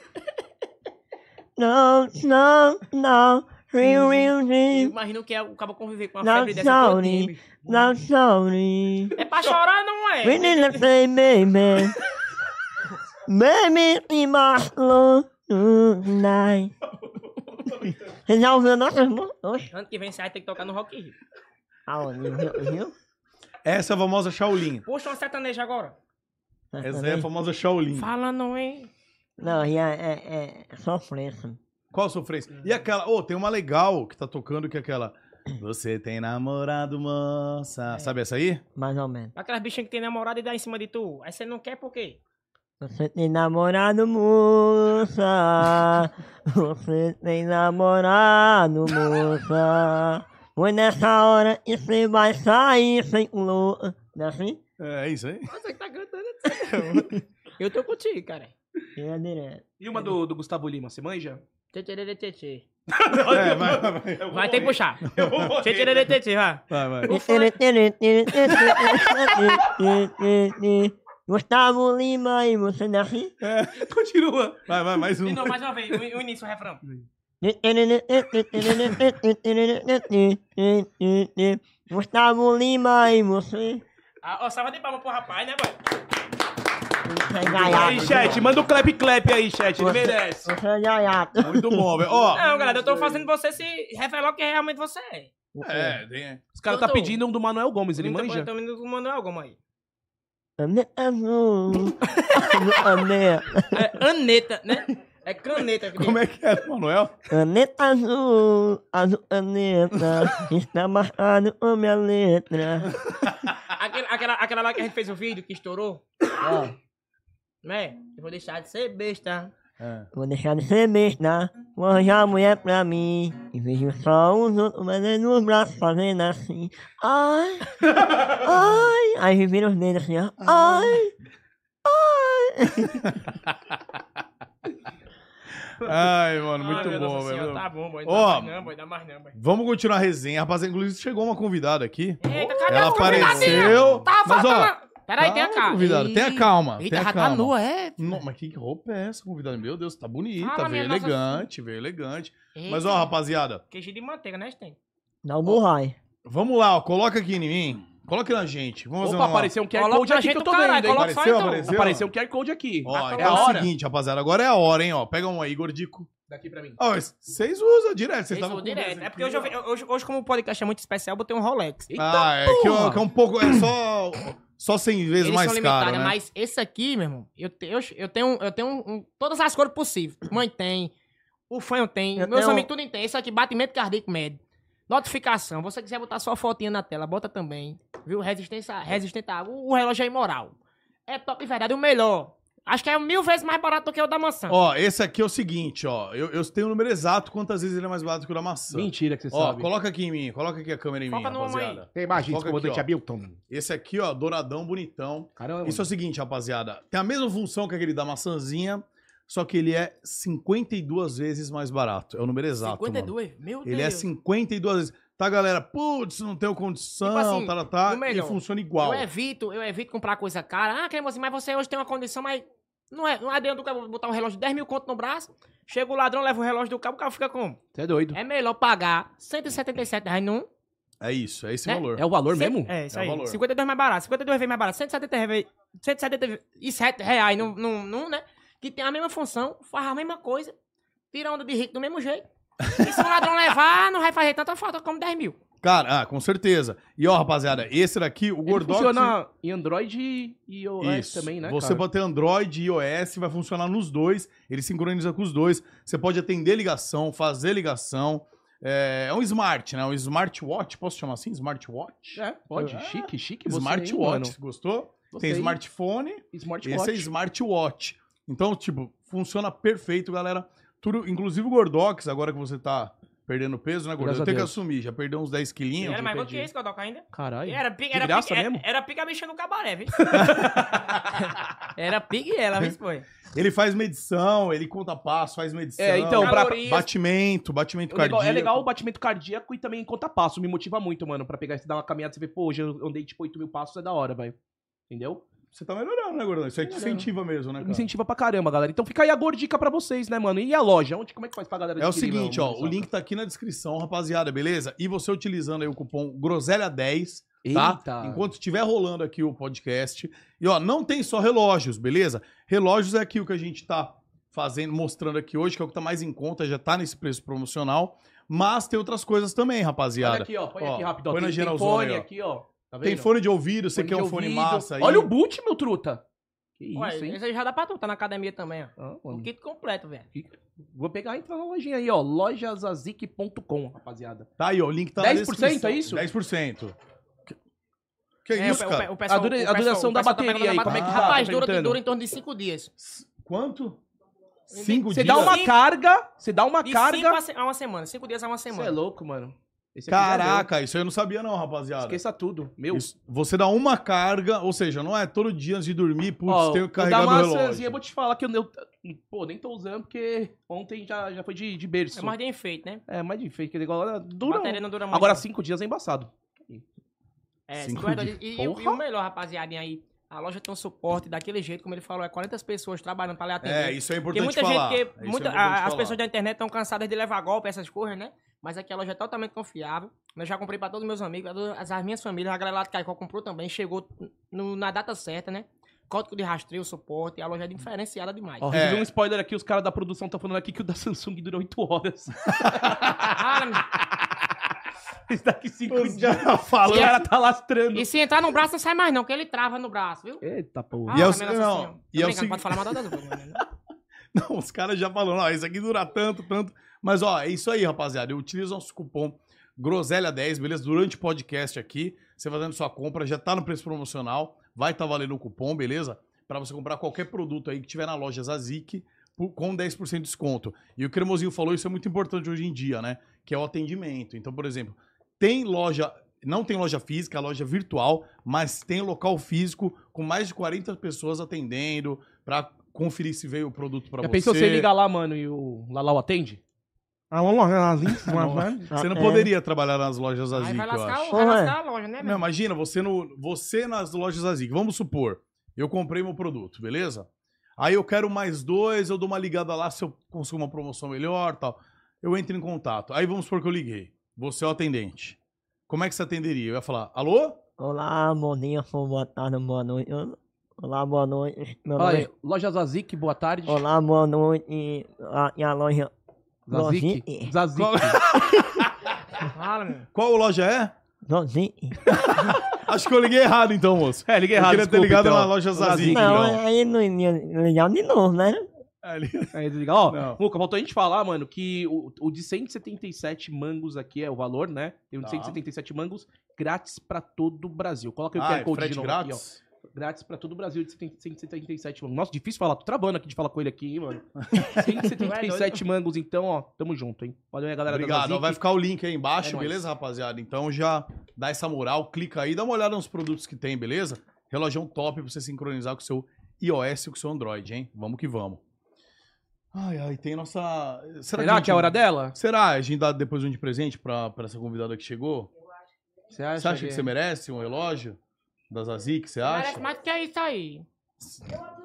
no no no real real
Eu
real
imagino que é o cabo conviver com uma
Não,
febre dessa todo
Shaolin.
dia, bicho.
no sorry.
É pra chorar, não é?
We need to play baby. Baby in my love tonight. Você já ouviu nossas músicas? Oxe,
Ano que vem você vai ter que tocar no Rock in Rio.
aonde? Viu? viu?
Essa é a famosa Shaolin.
Puxa uma sertaneja agora.
Tá
Essa é a famosa Shaolin.
Falando em...
Não, é, é, é sofrência.
Qual sofrência? E aquela, ô, tem uma legal que tá tocando que é aquela. Você tem namorado, moça. Sabe essa aí?
Mais ou menos.
Aquelas bichinhas que tem namorada e dá em cima de tu. Aí você não quer por quê?
Você tem namorado, moça. Você tem namorado, moça. Mas nessa hora você vai sair sem louco. Não é assim?
É isso aí.
Você que tá cantando. Eu tô contigo, cara.
Tira é direto.
E uma do, do Gustavo Lima, você manja?
Tchê, tchê, tchê, tchê, tchê.
É, vai, vai, vai.
Eu vou
Vai ter que
morrer.
puxar.
Eu vou morrer.
Tchê, tchê, tchê, tchê, tchê, vai.
vai, vai.
fã-
Gustavo Lima e você não é assim?
Continua.
Vai, vai, mais um.
De novo, mais uma vez. O, o início, o refrão.
Gustavo Lima e você.
Ah, ó, salva de palma pro rapaz, né, boy?
Você é
Aí,
gaiato.
chat, manda um clap clap aí, chat. Ele merece.
Você é gaiato.
Muito bom, velho. Ó.
Não, galera, eu tô fazendo você se revelar o que realmente você é.
É, tem.
Os caras tá
Doutor.
pedindo um do Manuel Gomes, ele
Então,
manja?
Então, o Manuel Gomes aí.
Ane- azul. Ane-
É aneta, né? É caneta. filho.
Como é que é, Manuel?
Caneta azul, azul caneta, está marcado com minha letra.
Aquela, aquela, aquela lá que a gente fez o vídeo que estourou. Né? Eu vou deixar de ser besta.
É.
Vou deixar de ser besta, vou arranjar a mulher pra mim. E vejo só os outros batendo os braços, fazendo assim. Ai, ai. Aí vira os dedos assim, ó. Ai,
Ai, mano,
Ai,
muito
meu
bom,
Nossa Senhora,
velho.
Tá bom, boy. Dá
Ó.
mais não, boy. Dá mais não, boy.
Vamos continuar a resenha. Rapaz, inclusive chegou uma convidada aqui.
Eita, cadê
Ela
a convidadinha?
apareceu.
Tava
Mas, ó,
faltando... Peraí, tem a
Calma,
cara.
Convidado, tenha calma.
Eita,
tenha
já tá
calma.
nua, é?
Não, mas que roupa é essa, convidado? Meu Deus, tá bonita,
né? Fala,
veio
minha nossa
elegante, veio elegante. Mas
Eita,
ó, rapaziada,
Queijo de manteiga, né, tem?
Dá o burrai.
vamos lá, ó, coloca aqui em mim. Coloca na gente. Vamos fazer
Opa,
uma-
apareceu um QR
Coloca
Code
pra
aqui que
gente
eu tô
o caralho,
vendo, hein?
coloca só
Apareceu,
então.
apareceu?
Apareceu um QR Code aqui.
Tá
Ó,
é
então é
a
o
hora.
seguinte, rapaziada, agora é a hora, hein, ó. Pega um aí, gordico.
Daqui pra mim.
Ó, vocês usam direto, vocês
Isso,
estavam
direto. É porque hoje, eu vi- hoje, hoje, como o podcast é muito especial, eu botei um Rolex.
Ah, é que, eu- que é um pouco, é só só 100 vezes
Eles
mais
são
caro,
limitados, é
né?
mas esse aqui, meu irmão, eu, te- eu, eu tenho, eu tenho um- um- todas as cores possíveis. Mãe tem, o fã tem,
Eu
meus
tenho-
amigos tudo tem. Esse aqui, batimento cardíaco médio. Notificação, você quiser botar sua fotinha na tela, bota também. Viu? Resistência, resistente à água. O relógio é imoral. É top de verdade, o melhor. Acho que é mil vezes mais barato do que o da maçã.
Ó, esse aqui é o seguinte, ó. Eu, eu tenho o número exato quantas vezes ele é mais barato que o da maçã.
Mentira que você
Ó,
sabe.
coloca aqui em mim, coloca aqui a câmera em
Foca
mim,
numa mãe.
rapaziada.
Tem imagens,
Coloca
comandante
aqui, ó.
Hamilton.
Esse aqui, ó, douradão, bonitão.
Caramba.
Isso é o seguinte, rapaziada. Tem a mesma função que aquele da maçãzinha, só que ele é 52 vezes mais barato. É o número exato, 52?
52? Meu Deus.
Ele é 52 vezes. Tá, galera? Putz, não tenho condição,
Tipo assim,
tá, tá, tá.
o melhor.
Ele funciona igual.
Eu evito, eu evito comprar coisa cara. Ah, cremosinho, mas você hoje tem uma condição, mas não é, não adianta o cara botar um relógio de 10 mil conto no braço. Chega o ladrão, leva o relógio do cabo, o cara fica como?
Você é doido.
É melhor pagar 177 reais num.
É isso, é esse
É,
valor.
É o valor mesmo?
É, isso
É o
aí.
valor.
52 mais barato, 52 vezes mais barato, 170 reais, 177 reais num, num, num, né? Que tem a mesma função, faz a mesma coisa, tira onda de rico do mesmo jeito. E se o ladrão levar, não vai fazer tanta falta como 10 mil.
Cara, ah, com certeza. E ó, rapaziada, esse daqui, o
Ele
Gordox...
funciona em Android e iOS
Isso.
também, né,
Você
cara?
pode ter Android e iOS, vai funcionar nos dois. Ele sincroniza com os dois. Você pode atender ligação, fazer ligação. É, é um smart, né? Um smartwatch, posso chamar assim? Smartwatch?
É, pode.
Ah,
chique, chique. você, hein,
Smartwatch,
mano?
gostou?
Você
Tem
aí,
smartphone, esse
smartwatch.
é smartwatch. Então, tipo, funciona perfeito, galera. Tudo, inclusive o Gordox, agora que você tá perdendo peso, né, Gordox?
Graças
Eu
a
tenho que
Deus. É.
assumir, já perdeu uns 10
E
quilinhos.
era mais bom
entendi.
que esse, Godoca, ainda.
Caralho.
E Era pica, era
graça
pica, era,
mesmo?
era pica a bicha no cabaré, viu? era pica e ela, viu, pô?
Ele faz medição, ele conta passo, faz medição.
É, então, pra-
Calorias. batimento, batimento
O legal-
cardíaco.
é legal o batimento cardíaco e também conta passo. Me motiva muito, mano, pra pegar e dar uma caminhada e você ver, pô, hoje eu andei tipo 8 mil passos, é da hora, velho. Entendeu?
Você tá melhorando, né, Gordão? Isso aí te
Melhorando.
incentiva mesmo, né,
Me
cara?
incentiva pra caramba, galera. Então fica aí a gordica pra vocês, né, mano? E a loja? Onde, como é que faz pra galera
É o
adquirir,
seguinte,
mano,
ó, o link tá aqui na descrição, rapaziada, beleza? E você utilizando aí o cupom Groselha10, tá?
Eita.
Enquanto estiver rolando aqui o podcast. E ó, não tem só relógios, beleza? Relógios é aqui o que a gente tá fazendo, mostrando aqui hoje, que é o que tá mais em conta, já tá nesse preço promocional, mas tem outras coisas também,
Olha
rapaziada.
aqui, ó. Põe
Ó,
aqui rápido. ó.
põe na
Tem, tem
geralzona
fone
aí, ó.
aqui, ó. Tá
tem
vendo?
fone de ouvido, você quer
de
um fone
ouvido.
massa aí.
Olha o boot, meu truta. Que isso,
assim, Ué,
hein?
Esse aí já dá pra tu, tá na academia também, ó.
Ah,
O
mano.
kit completo, velho.
Vou pegar e entrar na lojinha aí, ó. Lojazazic.com, rapaziada.
Tá aí, ó, o link tá
10%
na descrição.
é isso?
10%. Que, que é,
É,
isso,
o, pe-
cara?
o pessoal-
A
o
dura- a
pessoal-
duração
o
da
pessoal
bateria
pegando
aí,
na
como é que
bateria.
tá?
Rapaz, dura,
Perguntando.
dura em torno de 5 dias.
Quanto? Cinco
Você
dias?
dá uma carga, você dá uma
De 5
carga.
a, se- a uma semana, 5 dias a uma
Você é
semana.
louco, mano. Esse aqui já deu.
Caraca, isso aí eu não sabia não, rapaziada.
Esqueça tudo. Meu.
Isso. Você dá uma carga, ou seja, não é todo dia antes de dormir, putz,
Ó,
tenho
o
que carregar
da
meu
maçãzinha,
relógio.
Eu vou te falar que eu, eu pô, nem tô usando porque ontem já, já foi de, de berço.
É mais de enfeito, né?
É, mais de fake, que negócio dura.
Dura.
um-
Bateria não dura muito.
Agora cinco dias é embaçado.
É,
Cinco
52
dias.
E, e- e o
Porra.
melhor, rapaziadinha, aí, a loja tem um suporte daquele jeito, como ele falou, é 40 pessoas trabalhando pra ler atender.
É, isso é
Tem
importante
muita
falar.
gente
Isso
que.
é
Muita,
importante
a- as
falar.
pessoas da internet estão cansadas de levar golpe, essas coisas, né? Mas aqui a loja é totalmente confiável. Eu já comprei pra todos meus amigos, pra todas as, as minhas famílias. A galera lá de Caicó comprou também, chegou no- na data certa, né? Código de rastreio, suporte. A loja é diferenciada demais.
Ó,
É.
recebi um spoiler aqui, os caras da produção estão falando aqui que o da Samsung dura 8 horas.
Ah,
Esse daqui 5
Os
dias.
caras
O
falando.
cara tá lastrando.
e se entrar no braço, não sai mais, não, que ele trava no braço, viu?
Eita porra.
E é o-
minha Nossa
não,
Senhora.
e é
assim, Tô brincando,
o seguinte-
pode falar mal das outras, né?
Não, os caras já falando, ó, isso aqui dura tanto, tanto. Mas, ó, é isso aí, rapaziada. Eu utilizo nosso cupom Groselha10, beleza? Durante o podcast aqui, você fazendo sua compra, já tá no preço promocional, vai estar valendo o cupom, beleza? Pra você comprar qualquer produto aí que tiver na loja Zazic por- com 10% de desconto. E o Cremosinho falou, isso é muito importante hoje em dia, né? Que é o atendimento. Então, por exemplo, tem loja, não tem loja física, é loja virtual, mas tem local físico com mais de 40 pessoas atendendo pra conferir se veio o produto pra
Já
você.
pensou você ligar lá, mano, e o Lalau atende?
Ah, uma loja lá, Zins, uma
Não.
velha.
Tá,
Você não
É.
poderia trabalhar nas lojas
Aí
Azic,
vai
eu
lascar,
acho.
o-
Porra,
vai lascar a loja, né,
Não,
meu?
imagina, você, no, você nas lojas Azic. Vamos supor, eu comprei meu produto, beleza? Aí eu quero mais dois, eu dou uma ligada lá se eu consigo uma promoção melhor tal. Eu entro em contato. Aí vamos supor que eu liguei. Você é o atendente. Como é que você atenderia? Eu ia falar, alô?
Olá, moninha, boa tarde, boa noite. Olá, boa noite. Meu
Olha
nome
aí, Loja Zazik, boa tarde.
é... Olá, boa noite. A minha loja.
Zazik.
Lozinha.
Zazik.
Qual,
Fala, meu.
qual loja é?
Lozinha.
Acho que eu liguei errado então, moço.
É, liguei
Eu queria ter
desculpa,
ligado
então.
na loja Zazik.
Zazik, é.
Não,
Não,
aí aí não ia ligar de novo, né?
É, ele-
Aí desliga. Ó,
Não.
Muca, faltou a gente falar, mano, que o, o de 177 mangos aqui é o valor, né? Tem um de
Tá.
177 mangos grátis pra todo o Brasil. Coloca aí o
Ah,
QR
é
Code
frete
de novo aqui, ó.
grátis?
Grátis pra todo o Brasil de 70 177 mangos. Nossa, difícil falar. Tô travando aqui de falar com ele aqui, hein, mano. 177 mangos, então, ó. Tamo junto, hein. Valeu aí, galera. da
Obrigado.
Zazik.
ó, Vai ficar o link aí
É
embaixo,
nóis.
beleza, rapaziada? Então já dá essa moral, clica aí, dá uma olhada nos produtos que tem, beleza? Relógio top pra você sincronizar com o seu iOS e com o seu Android, hein? Vamos que vamos. Ai, ai, tem nossa. Será,
Será
a
que,
gente-
é a hora dela?
Será? A gente dá depois um de presente pra, pra essa convidada que chegou?
Você acha,
Você acha que você merece um relógio? Da Zazik, você acha?
Parece mais né? do que é isso aí.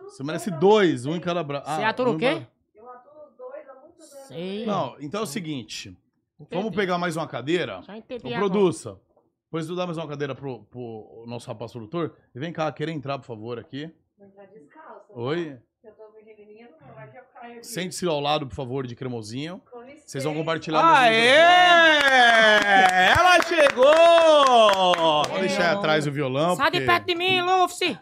Você merece dois, um em cada braço.
Você atura
um
o
em
quê?
cada-
Sei.
Não, então é o seguinte.
Entendi.
Vamos pegar mais uma cadeira?
Já entendi
Então,
agora.
produça. Depois tu dá mais uma cadeira pro, pro nosso rapaz produtor. E vem cá, querer entrar, por favor, aqui. Oi. Sente-se ao lado, por favor, de cremosinho. Vocês vão compartilhar. no
Aê! Ela chegou!
vídeo. Vou deixar aí atrás o violão.
Sai de
porque-
perto de mim, Luffy!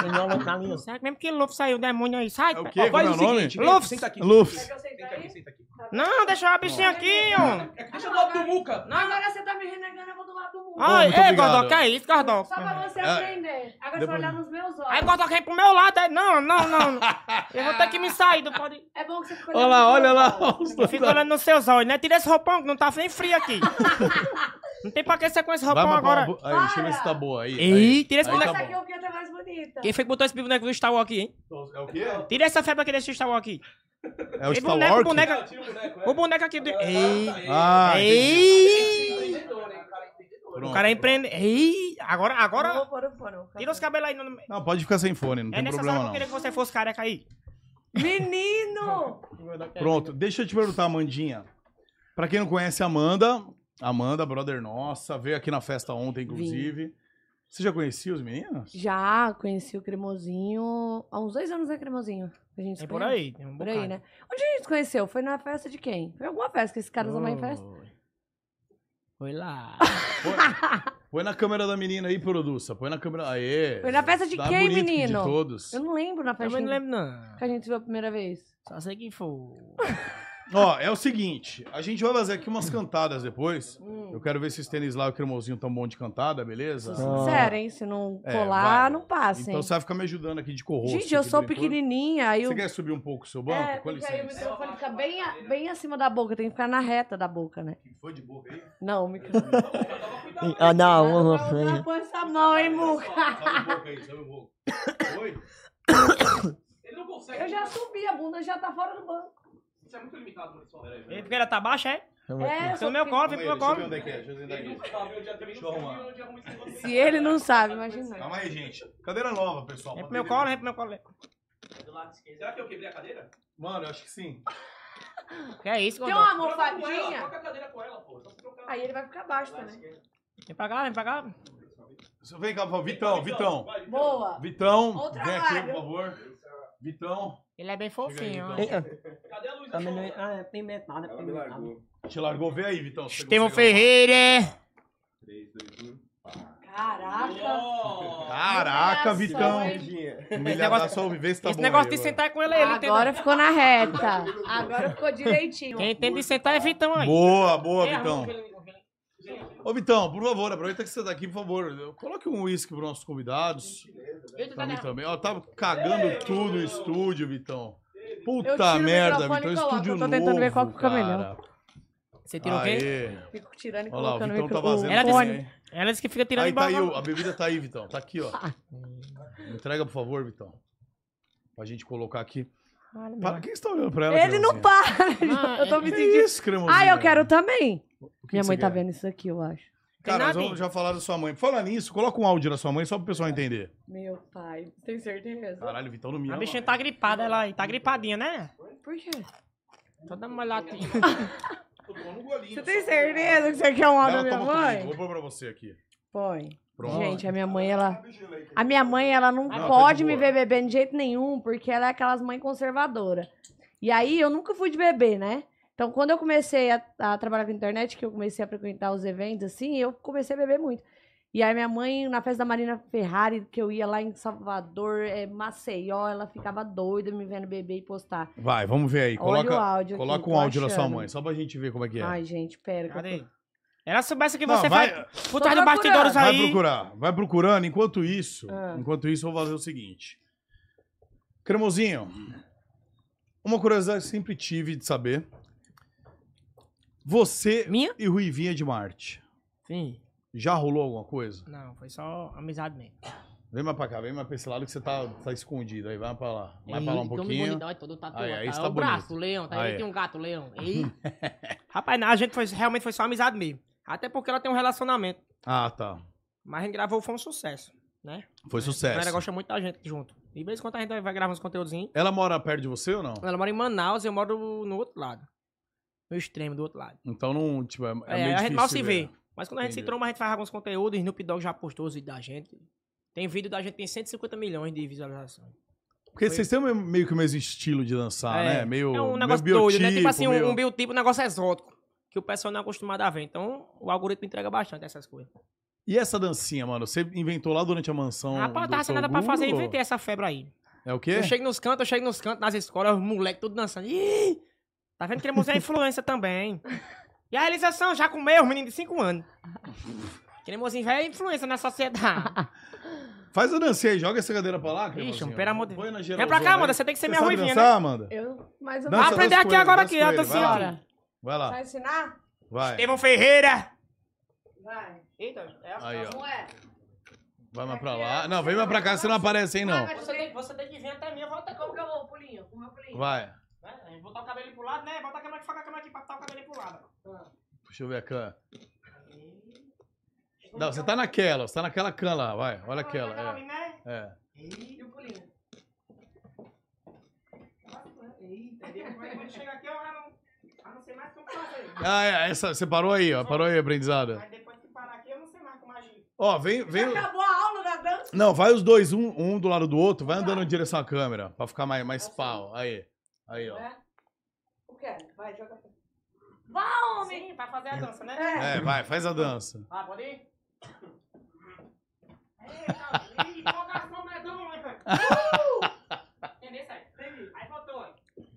Tem uma localização.
Será que mesmo que Luffy saiu o demônio aí? Sai!
É o
Ó,
quê? Como
faz
é
o
o nome?
seguinte, vem,
Lufs.
senta aqui.
Lufs.
Senta aqui, senta aqui.
Não, deixa eu a bichinha aqui, ó!
Deixa eu do lado do Muca.
Não,
Agora você tá me renegando, eu vou do lado do Muca.
Ai,
muito
ei,
obrigado.
Gordoca, que é isso,
Só
Gordoca?
pra você
Ah,
aprender. Agora você
depois-
vai olhar nos meus olhos.
Aí Gordoca vem pro meu lado, aí- não, não, não. Eu vou ter que me sair do pode.
É bom que você fica
Olha lá, olha
olhando nos meus
lá.
olhos.
os
Eu
dois.
fico olhando nos seus olhos, né? Tira esse roupão que não tá nem frio aqui. não tem pra que você com esse
Vai
roupão
uma
agora.
palma. Aí, deixa eu ver se tá boa aí.
Ih,
aí.
tira esse
Aí
boneco.
tá
Essa aqui é
bom.
eu queria estar mais bonita.
Quem foi que botou esse boneco do Star Wars aqui, hein?
É o quê?
Tira essa febre aqui desse Star Wars aqui.
É o
Esse
Star
boneco,
Wars?
boneco. O boneco aqui do. Ei.
Ah,
Ei.
pronto.
O cara é empreende. Ei. Agora, agora.
Não, foram, foram.
Tira os cabelos aí. Não... não-
Não, pode ficar sem fone, não
É
tem
necessário que eu
problema
queria que você fosse careca aí.
Menino!
não.
É
Pronto, deixa eu te perguntar, Amandinha. Pra quem não conhece a Amanda, Amanda, brother nossa, veio aqui na festa ontem, inclusive. Você já conhecia os meninos?
Já conheci o Cremosinho há uns dois anos, né, Cremosinho? A gente se
Tem por
conhece.
aí. Tem um
Por aí,
bocado.
né? Onde a gente se conheceu? Foi na festa de quem? Foi alguma festa que esses caras amam
Oh.
em festa?
Foi lá.
Põe, põe na câmera da menina aí, produça. Põe na câmera. Aê!
Foi na festa de
Tá
quem,
bonito
menino?
De todos.
Eu não lembro na
Eu
festa
não
que a gente-
lembro, não.
que a gente se viu a primeira vez.
Só sei que foi.
Ó, é o seguinte: a gente vai fazer aqui umas cantadas depois.
Hum.
Eu quero ver se os tênis lá e o cremosinho tão bom de cantada, beleza?
Ah.
Sério, hein? Se não
É,
colar,
vai.
não passa, hein?
Então você vai ficar me ajudando aqui de corroço.
Gente, eu
aqui
sou
por enquanto.
pequenininha, aí eu...
Você quer subir um pouco o seu banco?
É,
Com
porque aí o
licença.
microfone fica bem, a- bem acima da boca, tem que ficar na reta da boca, né?
Foi de boca aí?
Não, o microfone...
Ah, não,
Não
uma
vai usar
feia.
com essa assim, mão, hein, Muca?
Sobe um pouco aí, sobe um pouco. Oi?
Eu já subi, a bunda já tá fora do banco.
Ele porque ela tá baixa, é?
É, eu
Fica
sou
no meu colo, vem pro meu colo.
Deixa eu ver onde é que é. Deixa eu ver onde é que é. Deixa eu arrumar.
pequenininha. Se ele não sabe, imagina.
Calma aí, gente. Cadeira nova, pessoal. né?
É
pra
pro meu
atender.
colo, é pro meu colo.
Será que eu quebrei a cadeira?
Mano, eu acho que sim.
Que é isso,
Tem
Gordão?
uma almofadinha,
a cadeira com ela,
Tá
pô.
aí ele vai ficar baixo também.
Vem pra cá, vem pra cá.
Vem cá, por favor. Vitão, Vitão.
Boa.
Vitão,
Ó o
vem aqui,
trabalho.
por favor. Vitão,
Ele é bem
então.
fofinho, ó.
Eita,
Cadê a luz?
tá melhor. Ah, é pimentada,
Ela me
pimentada.
largou.
te largou. Vê aí, Vitão. se você
Estevão
consegue
Ferreira! é.
3, 2, 1.
Caraca.
arrumar. Caraca,
Nossa,
Vitão.
hein?
Humilhada só ouvir, vê se tá
Esse
bom
negócio
aí,
de
vai.
sentar com ele aí, ele não tem-
Agora ficou na reta. Agora ficou direitinho.
Quem tem de sentar é Vitão aí.
Boa,
É,
boa, Vitão. Ô, Vitão, por favor, aproveita que você tá aqui, por favor. Coloque um uísque pros nossos convidados. Pra mim também. Ó, tava cagando tudo o estúdio, Vitão.
Eu
Puta
tiro o
merda, Vitão.
microfone e coloco.
Estúdio
Eu
novo,
tô tentando ver qual que fica
cara.
melhor.
Você tirou o quê?
Aê.
Fico tirando e
Olha lá, o
colocando o
Vitão tá
microfone.
vazando.
Ela disse-
também, hein?
Ela disse que fica tirando
Aí tá aí,
embora.
o- a bebida tá aí, Vitão. Tá aqui, ó. Entrega, por favor, Vitão. Pra gente colocar aqui.
Para,
Para,
meu.
quem está olhando pra ela?
Ele não
Cremosinha?
para. Eu tô me
Que
sentindo.
isso, cremosinha?
Ai, eu quero também.
O que é?
Minha
que você
mãe tá
quer?
vendo isso aqui, eu acho.
Cara, nós
Tem
vamos já falar da sua mãe. Fala nisso, coloca um áudio da sua mãe só pro pessoal entender.
Meu pai, tem certeza?
Caralho, Vitão não me
A
ama.
bichinha tá gripada ela aí. Tá gripadinha, né?
Ah.
Por quê?
Toda molhadinha.
Você tem certeza que você quer um áudio da
Ela
minha
toma comigo.
mãe?
Vou pôr pra você aqui.
Põe.
Pronto.
Gente, a minha mãe, ela. A minha mãe, ela não
tá de
pode me
boa.
ver bebendo de jeito nenhum, porque ela é aquelas mães conservadoras. E aí, eu nunca fui de bebê, né? Então, quando eu comecei a, a trabalhar com internet, que eu comecei a frequentar os eventos, assim, eu comecei a beber muito. E aí, minha mãe, na festa da Marina Ferrari, que eu ia lá em Salvador, é, Maceió, ela ficava doida me vendo beber e postar.
Vai, vamos ver aí.
Olha o
Coloca,
áudio. aqui,
coloca
tô
um áudio da sua
achando.
mãe, só pra gente ver como é que é.
Ai, gente, pera. que eu
Cadê?
tô-
Ela soubesse que
Não,
você
vai-
vai. Por trás do bastidores
Vai
aí.
procurar, vai procurando. Enquanto isso,
Ah.
enquanto isso, eu vou fazer o seguinte. Cremosinho, uma curiosidade que sempre tive de saber. Você
Minha?
e Ruivinha de Marte,
Sim.
já rolou alguma coisa?
Não, foi só amizade mesmo.
Vem mais pra cá, vem mais pra esse lado que você tá, tá escondido. Aí vai pra lá, vai pra lá um
Ih, tome
pouquinho.
então.
bonito, olha, todo tatuado,
Aí, aí
tá?
está
Olha o
bonito.
braço, leão. Tá?
Aí.
Ele tem um gato, leão. Ei,
Rapaz, não, a gente foi, realmente foi só amizade mesmo. Até porque ela tem um relacionamento.
Ah, tá.
Mas a gente gravou, foi um sucesso.
Foi
A galera
sucesso.
gosta muito da gente junto. E de vez em quando a gente vai gravar uns conteúdozinhos.
Ela mora perto de você ou não?
Ela mora em Manaus e eu moro no outro lado. No extremo do outro lado.
Então não, tipo, é, é
É,
meio
a gente mal
difícil
se
ver.
vê. Mas quando a gente se
Entendi.
tromba, a gente faz alguns conteúdos. Snoop Dogg já postou os vídeos da gente. Tem vídeo da gente, tem 150 milhões de visualizações.
Porque vocês têm meio- meio que o mesmo estilo de dançar,
É.
né? Meio,
É um
meio
negócio doido, né? Tipo
biotipo,
assim, um-
meio-
um biotipo, um negócio exótico. Que o pessoal não é acostumado a ver. Então, o algoritmo entrega bastante essas coisas.
E essa dancinha, mano? Você inventou lá durante a mansão?
Ah, Rapaz,
do
tava sem nada pra
Toguro?
fazer, inventei essa febre aí.
É o quê?
Eu chego nos cantos, eu chego nos cantos, nas escolas, os moleques tudo dançando. Ih, tá vendo que ele é influência também. E a realização já comeu, os meninos de 5 anos. Cremosinho já é influência na sociedade.
Faz a dancinha aí, joga essa cadeira pra lá, cara.
Ixi, pelo amor de Deus.
Põe na
Vem
geralzona
pra cá,
aí.
Amanda, você tem que ser
Você
minha
sabe
ruivinha,
dançar,
né?
Amanda?
Eu, mais ou
Dança,
menos.
Vai aprender
dança
aqui
com ele,
agora,
dança
aqui,
com
ó,
ele,
dancinha
vai lá.
Bora.
Vai lá,
Vai ensinar?
vai.
Estevão Ferreira!
Vai.
Eita, é a...
Aí, ó.
Não é?
Vai mais pra lá. Não, vem mais pra cá, você não aparece, hein, não.
você, tem, você tem que vir até minha volta
Como que eu vou, pulinho? Como é o pulinho?
Vai.
né? Botar o cabelo pro lado, né? Bota a câmera aqui, foca a câmera aqui pra botar o cabelo pro lado.
Deixa eu ver a can. Não, você tá naquela, você tá naquela can lá, vai. Olha aquela.
ali, né?
É. é.
E o pulinho?
Quando chega aqui, eu já não, já não sei mais como fazer.
Ah, é, essa, você parou aí, ó. Parou aí, aprendizada.
Mas depois que parar aqui, eu não sei mais como agir.
Ó, vem, vem.
Acabou a aula da dança?
Não, vai os dois, um, um do lado do outro, vai andando em direção à câmera, pra ficar mais, mais pau. Aí. Aí, ó.
O quê? Vai, joga. Vai, homem!
Sim, pra fazer a dança, né?
É, vai, faz a dança.
Ah, pode ir? Eita, ih, colocação medonha, velho. Entendeu, Sérgio? Entendi. Aí voltou.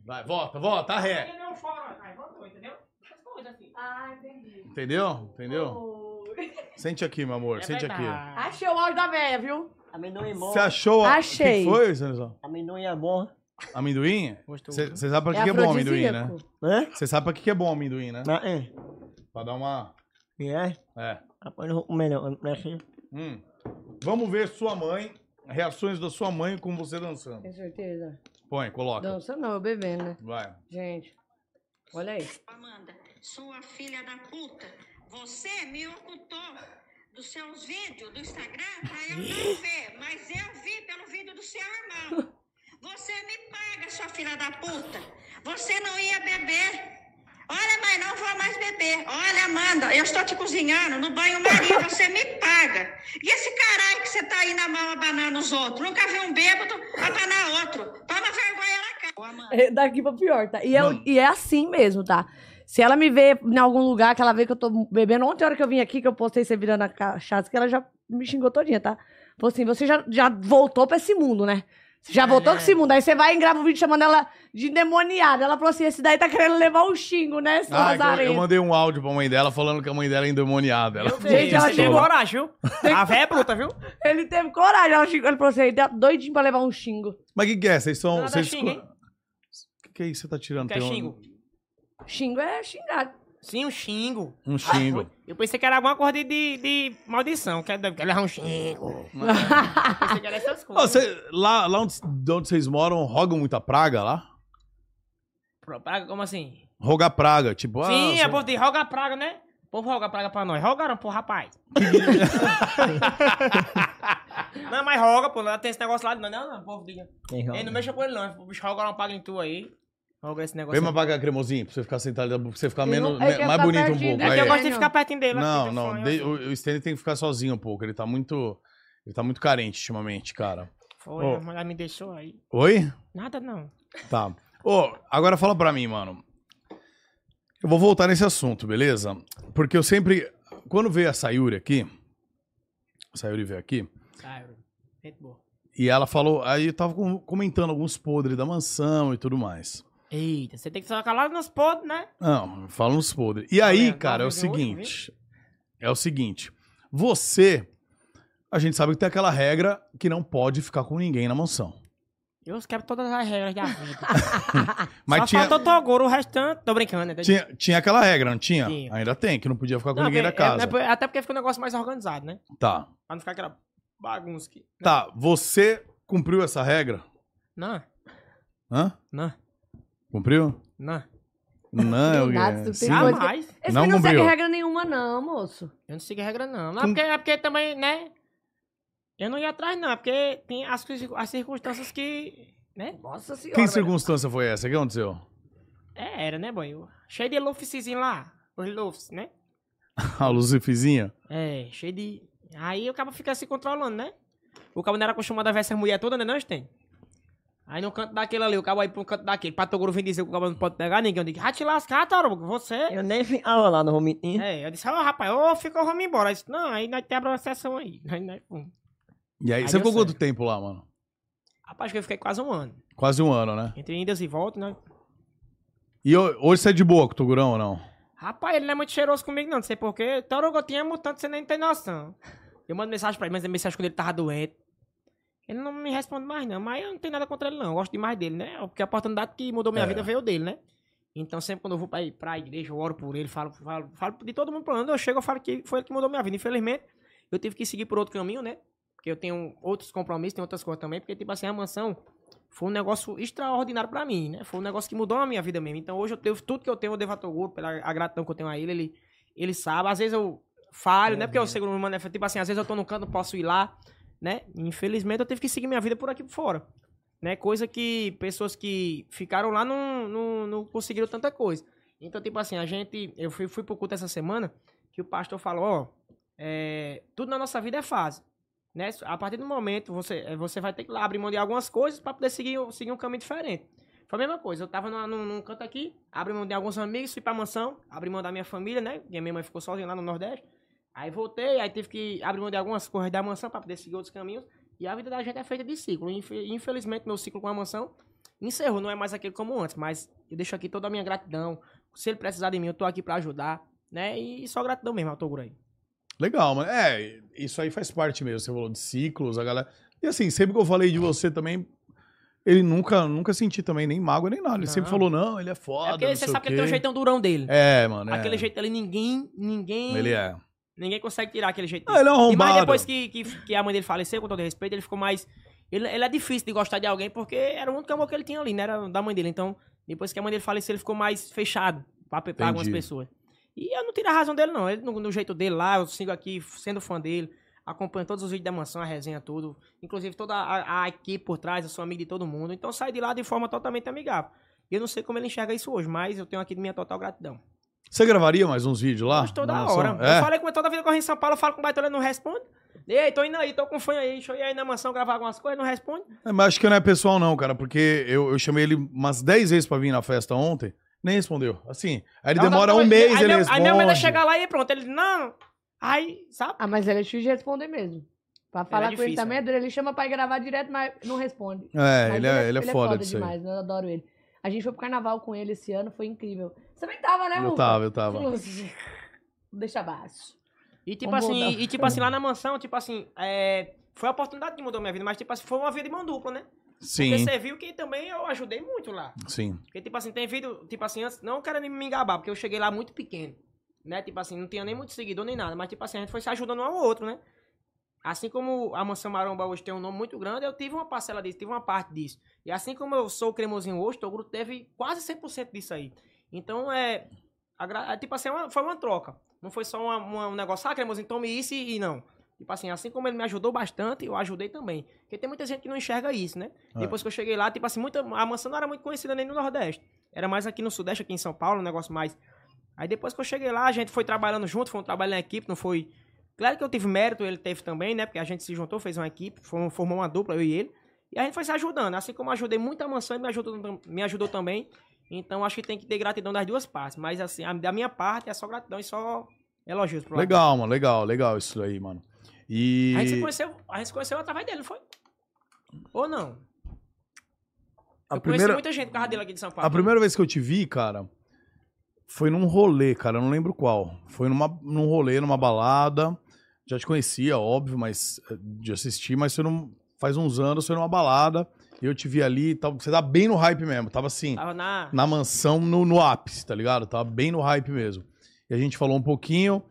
Vai, volta, volta, a ré.
Aí deu um fora. Aí voltou, entendeu? Essas coisas assim.
Ah, entendi.
Entendeu? Entendeu?
Oi.
Sente aqui, meu amor, sente aqui.
Achei o áudio da véia, viu?
Amendoim é bom.
Você achou? a-
Achei.
O que foi, Sanizão?
Amendoim é bom.
Amendoim?
Gostou.
Você sabe pra que, que é bom amendoim, né?
Hã?
Você sabe pra que, que é bom amendoim, né?
Não, é.
Pra dar uma.
E é?
É.
Rapaz, eu vou comer não. Não é assim?
Hum. Vamos ver sua mãe, reações da sua mãe com você dançando.
Tem certeza?
Põe, coloca.
Dança não, eu bebendo, né?
Vai.
Gente, olha aí.
Amanda, sua filha da puta, você me ocultou dos seus vídeos do Instagram pra eu não ver, mas eu vi pelo vídeo do seu irmão. Você me paga, sua filha da puta. Você não ia beber. Olha, mãe, não vou mais beber. Olha, Amanda, eu estou te cozinhando no banho-maria, você me paga. E esse caralho que você tá aí na mão abanando os outros? Nunca vi um bêbado abanar outro. Toma vergonha na cara. Ô, Amanda.
É, Daqui pra pior, tá? E é,
Mano.
e é assim mesmo, tá? Se ela me vê em algum lugar, que ela vê que eu tô bebendo, ontem a hora que eu vim aqui, que eu postei você virando a cachaça, que ela já me xingou todinha, tá? Falou assim, você já, já voltou pra esse mundo, né? Você já voltou com esse mundo. Aí você vai e grava um vídeo chamando ela de endemoniada. Ela falou assim, esse daí tá querendo levar o xingo, né, seu
Ah,
ah,
eu, eu mandei um áudio pra mãe dela falando que a mãe dela é endemoniada. Ela ficou
Gente, ela
pistola.
chegou-
coragem, viu? A véia é bruta, viu?
Ele teve coragem, ela xingou. Ele falou assim, ele tá doidinho pra levar um xingo.
Mas o que, que é? Vocês são.
Nada
Vocês...
xinga, hein?
O que, que é isso que você tá tirando?
Que é
Tem um-
xingo.
Xingo é xingar.
Sim, um xingo.
Um xingo.
Eu pensei que era alguma coisa de, de, de maldição. Que era, que era um xingo. Eu pensei que era essas
Ó,
coisas.
cê- lá lá onde, de onde vocês moram, roga muita praga lá?
Pro- Praga, como assim?
Roga praga, tipo... ah,
Sim, é
sei-
povo de roga praga, né? O povo roga praga pra nós. Rogaram pro rapaz. não, mas roga, pô. Não tem esse negócio lá, não. Não, não, o povo diga. Ele não mexa com ele, não. O bicho roga uma praga em tu aí. Roga esse negócio.
Vem mais
aí.
pra cá, cremosinho, pra você ficar sentado, pra você ficar
Eu
menos,
não- eu quero
mais
ficar
bonito um
pertinho
pouco.
dele.
É que eu
aí.
gosto de ficar pertinho dele.
Não,
aqui,
não,
telefone,
de-
assim.
o, o Stanley tem que ficar sozinho um pouco, ele tá muito... Ele tá muito carente ultimamente, cara.
assim. Foi,
Ô.
a mulher me deixou aí.
Oi?
Nada, não.
Tá. Ô, agora fala pra mim, mano. Eu vou voltar nesse assunto, beleza? Porque eu sempre. Quando veio a Sayuri aqui. A Sayuri veio aqui.
Cairo. Gente boa.
E ela falou. Aí eu tava com- comentando alguns podres da mansão e tudo mais.
Eita, você tem que ficar lá nos pontos, né?
Não, fala uns podres. E aí,
Olha,
cara, é o
nós vivemos hoje,
seguinte. É o seguinte. Você. A gente sabe que tem aquela regra que não pode ficar com ninguém na mansão.
Eu quero todas as regras da vida.
Mas
Só
tinha,
faltou Toguro, o restante... Tô brincando, né?
tinha, tinha aquela regra, não tinha?
Tinha.
Ainda tem, que não podia ficar com
Não,
ninguém
porque-
na casa.
é- é- até porque fica um negócio mais organizado, né?
Tá.
Pra não ficar aquela bagunça aqui.
Tá, você cumpriu essa regra?
Não,
Hã?
não,
Cumpriu?
não.
Não,
Nada,
eu-
super-
Sim.
coisa que-
Jamais.
Esse
Não
não, não segue
cumpriu.
regra nenhuma, não, moço.
Eu não sigo a regra, não. Não,
Com-
é porque, é porque também, né? Eu não ia atrás, não. É porque tem as, cir- as circunstâncias que... Né?
Nossa senhora.
Que
velho.
circunstância foi essa? O que aconteceu?
É, era, né, boy? Eu- Cheio de Luffyzinho lá. Os Luffys, né?
A Lucifizinha?
É, cheio de... Aí o cabo fica se controlando, né? O cabo não era acostumado a ver essas mulheres todas, né, não, tem Aí no canto daquele ali, o cabo aí pro canto daquele. Pra Toguro vem dizer que o cabo não pode pegar ninguém. Eu digo, vai te lascar, Tarugo, você...
Eu nem ficava lá no Romitinho.
É, eu disse, ó, rapaz, ô, ficou, vamos embora. Eu disse, não, aí nós quebra a sessão aí. Aí nós- pum.
E aí,
Aí
você
deu
ficou quanto tempo lá, mano?
Rapaz, que eu fiquei quase um ano.
Quase um ano, né?
Entre indas e voltas, né?
E ho- hoje você é de boa com o Togurão ou não?
Rapaz, ele não é muito cheiroso comigo, não, não sei porquê. Tarugo, eu tinha mutante, você nem tem noção. Eu mando mensagem pra ele, mas a mensagem quando ele tava doente. Ele não me responde mais, não. Mas eu não tenho nada contra ele, não. Eu gosto demais dele, né? Porque a oportunidade que mudou minha
É.
vida veio dele, né? Então, sempre quando eu vou pra, pra igreja, eu oro por ele, falo, falo, falo de todo mundo pra onde eu chego, eu falo que foi ele que mudou minha vida. Infelizmente, eu tive que seguir por outro caminho, né? Porque eu tenho outros compromissos, tenho outras coisas também. Porque, tipo assim, a mansão foi um negócio extraordinário pra mim, né? Foi um negócio que mudou a minha vida mesmo. Então, hoje eu tenho tudo que eu tenho, eu devo a Toguro, pela a gratidão que eu tenho a ele. Ele, ele sabe. Às vezes eu falho, né? Porque eu seguro humano, né? Tipo assim, às vezes eu tô num canto, não posso ir lá né? Infelizmente eu tive que seguir minha vida por aqui por fora. Né? Coisa que pessoas que ficaram lá não, não, não conseguiram tanta coisa. Então, tipo assim, a gente. Eu fui, fui pro culto essa semana que o pastor falou: ó, é, tudo na nossa vida é fase. Né? A partir do momento, você, eh, você vai ter que lá abrir mão de algumas coisas para poder seguir, o- seguir um caminho diferente. Foi a mesma coisa. Eu tava numa- num, num canto aqui, abri mão de alguns amigos, fui pra mansão, abri mão da minha família, né? Porque minha mãe ficou sozinha lá no Nordeste. Aí voltei, aí tive que abrir mão de algumas coisas da mansão pra poder seguir outros caminhos. E a vida da gente é feita de ciclo. Infe- Infelizmente, meu ciclo com a mansão encerrou, não é mais aquele como antes, mas eu deixo aqui toda a minha gratidão. Se ele precisar de mim, eu tô aqui pra ajudar, né? E só gratidão mesmo, Autoguro aí. É
Legal, mano. É, isso aí faz parte mesmo. Você falou de ciclos, a galera. E assim, sempre que eu falei de você também, ele nunca, nunca senti também nem mágoa nem nada. Ele
Não.
sempre falou, não, ele é foda.
é porque
não
você
sei
sabe
o
que ele tem um
quê.
jeitão durão dele.
É, mano. é.
Aquele jeito ali, ninguém, ninguém,
Ele é.
ninguém consegue tirar aquele jeito
Ah,
dele.
ele é um
e mais
arrombado.
depois que, que, que a mãe dele faleceu, com todo respeito, ele ficou mais... Ele, ele é difícil de gostar de alguém, porque era o único amor que ele tinha ali, né? Era da mãe dele. Então, depois que a mãe dele faleceu, ele ficou mais fechado pra, pra algumas
Entendi.
pessoas. E eu não tiro a razão dele, não. Ele, no, no jeito dele lá, eu sigo aqui, sendo fã dele, acompanho todos os vídeos da mansão, a resenha, tudo. Inclusive, toda a, a equipe por trás, eu sou amigo de todo mundo. Então, sai de lá de forma totalmente amigável. E eu não sei como ele enxerga isso hoje, mas eu tenho aqui minha total gratidão.
Você gravaria mais uns vídeos lá?
Mas toda
Na mansão?
hora.
É?
Eu falei com ele toda vida que eu vim em São Paulo, eu falo com o baitola, ele não responde. Ei, tô indo aí, tô com fã aí, deixa eu ir aí na mansão gravar algumas coisas, ele não responde.
É, mas acho que não é pessoal, não, cara, porque eu, eu chamei ele umas 10 vezes pra vir na festa ontem, nem respondeu. Assim, aí ele
Aí eu
demora
tava-
um mês,
aí
ele
meu-
responde.
Aí meu medo é chegar lá e pronto, ele não. Aí, sabe?
Ah, mas ele é difícil de responder mesmo. Pra falar com ele
difícil,
também, é duro. ele chama pra gravar direto, mas não responde.
É,
Mas
ele é, ele é foda disso aí.
demais, né? Eu adoro ele. A gente foi pro carnaval com ele esse ano, foi incrível. Você também tava, né,
Eu
Luca?
tava, eu tava.
Lúcio, Deixa abaixo.
E tipo
Vamos
assim,
voltar.
e tipo assim, lá na mansão, tipo assim, é, foi a oportunidade que mudou minha vida, mas tipo assim, foi uma vida de mão dupla, né? Porque
Sim,
você viu que também eu ajudei muito lá.
sim.
Porque, tipo assim, tem vídeo, tipo assim, antes, não quero nem me engabar, porque eu cheguei lá muito pequeno, né? Tipo assim, não tinha nem muito seguidor nem nada, mas, tipo assim, a gente foi se ajudando um ao outro, né? Assim como a Mansão Maromba hoje tem um nome muito grande, eu tive uma parcela disso, tive uma parte disso. E assim como eu sou o Cremosinho hoje, o grupo teve quase 100% disso aí. Então, é... agra- é, Tipo assim, uma- foi uma troca. Não foi só uma- uma- um negócio, ah, Cremosinho, tome isso e, e não. Tipo assim, assim como ele me ajudou bastante, eu ajudei também. Porque tem muita gente que não enxerga isso, né?
É.
Depois que eu cheguei lá, tipo assim, muita, a mansão não era muito conhecida nem no Nordeste. Era mais aqui no Sudeste, aqui em São Paulo, um negócio mais. Aí depois que eu cheguei lá, a gente foi trabalhando junto, foi um trabalho na equipe, não foi. Claro que eu tive mérito, ele teve também, né? Porque a gente se juntou, fez uma equipe, formou formou uma dupla, eu e ele. E a gente foi se ajudando. Assim como eu ajudei muito a mansão, ele me ajudou, tam- me ajudou também. Então acho que tem que ter gratidão das duas partes. Mas assim, a- da minha parte é só gratidão e só elogios pro lado.
Legal, mano. Legal, legal isso aí, mano. E.
A gente, se conheceu, a gente se conheceu através dele, não foi? Ou não?
A
eu conheci
primeira,
muita gente por causa dele aqui de São Paulo.
a primeira vez que eu te vi, cara, foi num rolê, cara. Eu não lembro qual. Foi numa, num rolê, numa balada. Já te conhecia, óbvio, mas eh, de assistir, mas você não. Faz uns anos, foi numa balada. E eu te vi ali e tal. Você tá bem no hype mesmo. Tava assim.
Tava na.
na mansão no, no ápice, tá ligado? Tava bem no hype mesmo. E a gente falou um pouquinho.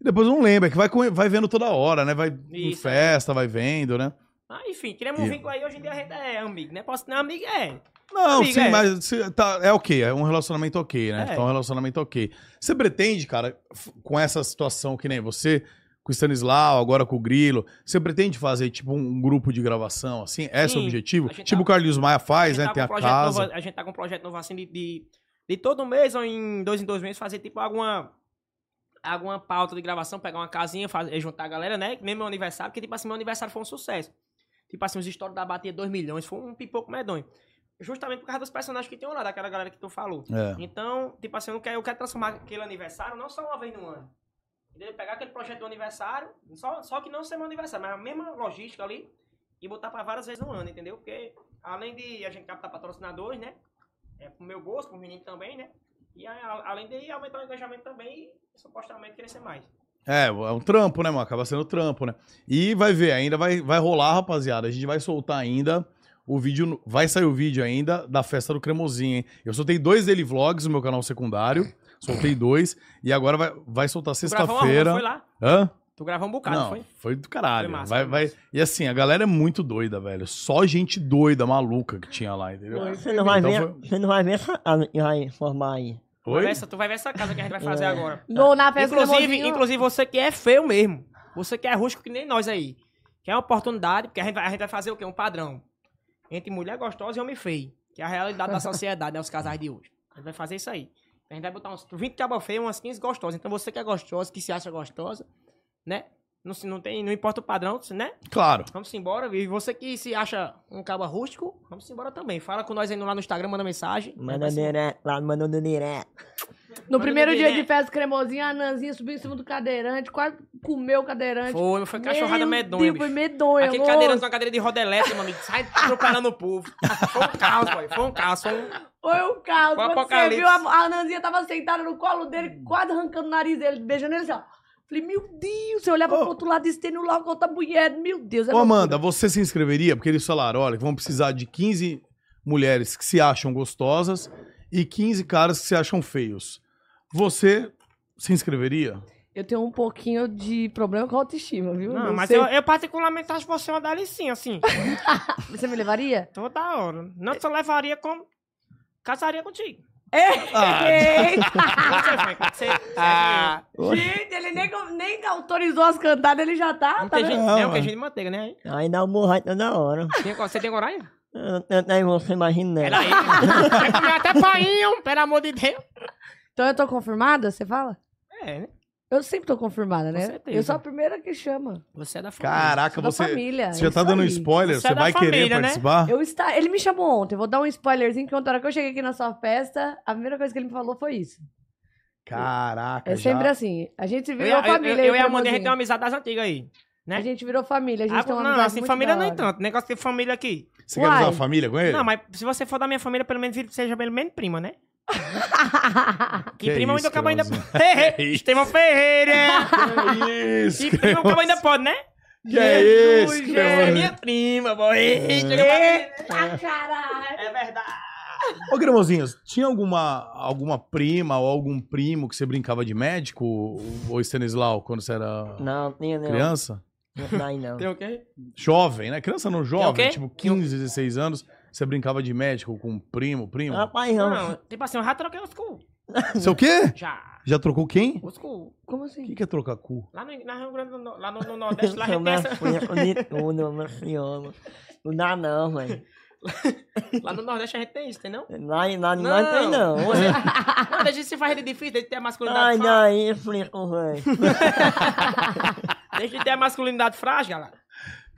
E depois não lembra, é que vai, com- vai vendo toda hora, né? Vai em
Isso, é.
festa, vai vendo, né?
Ah, enfim, criamos um
E-
vínculo aí, hoje em dia a gente é amigo, né? Posso não, amigo é.
Não,
Amiga,
sim,
é.
mas se- tá, é ok, é um relacionamento ok, né?
É.
Tá um relacionamento ok. Você pretende, cara, f- com essa situação que nem você, com o Stanislau, agora com o Grilo, você pretende fazer tipo um grupo de gravação, assim? Esse é o
Sim,
objetivo?
a gente
Tipo
tá-
o Carlinhos Maia
A
faz,
gente tá
né?
com
Tem
um
a
projeto
casa.
novo- a gente tá com um projeto novo assim de, de, de todo mês ou em dois em dois meses fazer tipo alguma. Alguma pauta de gravação, pegar uma casinha, faz- eh, juntar a galera, né? Que Nem meu aniversário, porque tipo assim, meu aniversário foi um sucesso. Tipo assim, os stories da bateria 2 milhões, foi um pipoco medonho. Justamente por causa dos personagens que tem lá, daquela galera que tu falou.
É.
Então, tipo assim, eu, não quero, eu quero transformar aquele aniversário não só uma vez no ano. Entendeu? Pegar aquele projeto do aniversário, só, só que não ser meu aniversário, mas a mesma logística ali e botar pra várias vezes no ano, entendeu? Porque além de a gente captar patrocinadores, né? É pro meu bolso, pro menino também, né? E a- a- além de aumentar o engajamento também e supostamente crescer mais.
É, é um trampo, né, mano? Acaba sendo trampo, né? E vai ver, ainda vai, vai rolar, rapaziada. A gente vai soltar ainda o vídeo. no- Vai sair o vídeo ainda da festa do Cremosinho, hein? Eu soltei dois dele vlogs no meu canal secundário. Soltei dois. E agora vai, vai soltar
Tu gravou uma
sexta-feira.
foi lá?
Hã?
Tu gravou um bocado,
Não,
foi?
foi? do caralho.
Foi massa,
vai,
foi
vai...
massa.
E assim, a galera é muito doida, velho. Só gente doida, maluca que tinha lá, entendeu?
Você não vai
Então
ver,
foi-
você não vai ver essa casa que vai formar aí.
Tu vai ver essa- tu vai ver essa casa que a gente vai
É.
fazer agora.
No, na festa
Inclusive,
do
inclusive, você que é feio mesmo. Você que é rústico que nem nós aí. Que é uma oportunidade, porque a gente vai, a gente vai fazer o quê? Um padrão. Entre mulher gostosa e homem feio. Que é a realidade da sociedade, né? Os casais de hoje. A gente vai fazer isso aí. A gente vai botar uns 20 cabos feios, umas 15 gostosas. Então você que é gostosa, que se acha gostosa, né? Não, se- não, tem, não importa o padrão, né?
Claro.
Vamos embora. E você que se acha um cabo rústico, vamos embora também. Fala com nós aí lá no Instagram, manda mensagem.
Manda direto, lá manda no direto.
No
Manda
primeiro
bebê,
dia
né?
de festa cremosinha, a Nanzinha subiu em cima do cadeirante, quase comeu o cadeirante.
Foi, foi cachorrada
Meu
medonha,
Deus, Foi
bicho.
medonha,
Aquele
moço.
cadeirante com uma cadeira de roda elétrica, meu amigo. Sai atropelando o povo. Foi um caos, boy. Foi um caos. Foi um...
Foi um caos.
Foi
Quando
apocalipse. Hum.
você viu, a, a Nanzinha tava sentada no colo dele, quase arrancando o nariz dele, beijando ele assim, ó. Falei, meu Deus, você olhava pro outro lado e estendo lá com outra mulher. Meu Deus, é
Ô,
loucura.
Amanda, você se inscreveria? Porque eles falaram, olha, que vão precisar de 15 mulheres que se acham gostosas e 15 caras que se acham feios. Você se inscreveria?
Eu tenho um pouquinho de problema com autoestima, viu?
Não, mas
sei.
eu, eu particularmente acho você uma dalicinha, assim.
Você me levaria?
Toda hora. Não só levaria como... Casaria contigo.
Ah,
Ah.
Eita!
Você, Frank, você, você é
Gente, ele nem, nem autorizou as cantadas, ele já tá.
Não
tá
tem
vendo?
jeito,
vendo?
né? O queijo de manteiga, né?
Aí dá um borracho toda hora.
Tem- Você tem coragem?
Eu não tenho você
É.
imaginando.
Peraí. Vai comer até painho, pelo amor de Deus.
Então eu tô confirmada, você fala?
É, né?
Eu sempre tô confirmada, né?
Com certeza.
Eu sou a primeira que chama.
Você é da família.
Caraca,
Sou da
você,
família.
você já
é
tá
isso
dando
aí.
spoiler?
Você
Você,
é da
vai querer
família, né?
participar?
Eu está... Ele me chamou ontem, vou dar um spoilerzinho, que ontem, a hora que eu cheguei aqui na sua festa, a primeira coisa que ele me falou foi isso.
Caraca,
É
já-
sempre assim. A gente
Eu,
virou
e a- eu-
família.
eu, eu e a
Cremosinho.
Amanda, a gente tem uma amizade das antigas aí. né?
A gente virou família, a gente
Ah,
tem uma
não,
amizade
assim,
muito
família
da
nem
hora.
tanto. Negócio de família aqui.
Você quer usar a
Uai.
família com ele?
Não, mas se você for da minha família, pelo menos seja pelo menos prima, né? Que,
Que
prima
isso,
ainda acaba ainda. É,
Creuzinho.
Estevão Ferreira!
Que isso,
Que prima acaba ainda pode, né?
que é isso, É.
É
Cremosinho?
minha prima, boy. né?
Ah, caralho!
É verdade.
Ô, Cremosinhos, tinha alguma, alguma prima ou algum primo que você brincava de médico, ou Stanislau, quando você era
Não, tinha não.
criança?
Não é daí, não.
Tem o quê?
Jovem, né? Criança não jovem,
quê?
tipo 15, 16 anos. Você brincava de médico com um primo, primo.
Ah.
Rapaz, não.
Não, tipo assim, eu já troquei os cu.
Você o quê?
Já.
Já trocou quem?
Os cu.
Como
O
assim?
que, que é trocar cu?
Lá no, na Rio Grande do Norte, lá no, no Nordeste, lá a
Eu
gente
me
tem essa,
afunho com de tudo, meu senhor. Não dá não, velho.
lá no Nordeste a gente tem isso, tem não?
Lá, lá não.
Não.
nós tem não.
Não, deixa de se fazer de difícil, deixa de ter a masculinidade
Ai,
frágil.
daí, flico, velho.
Deixa de ter a masculinidade frágil, galera.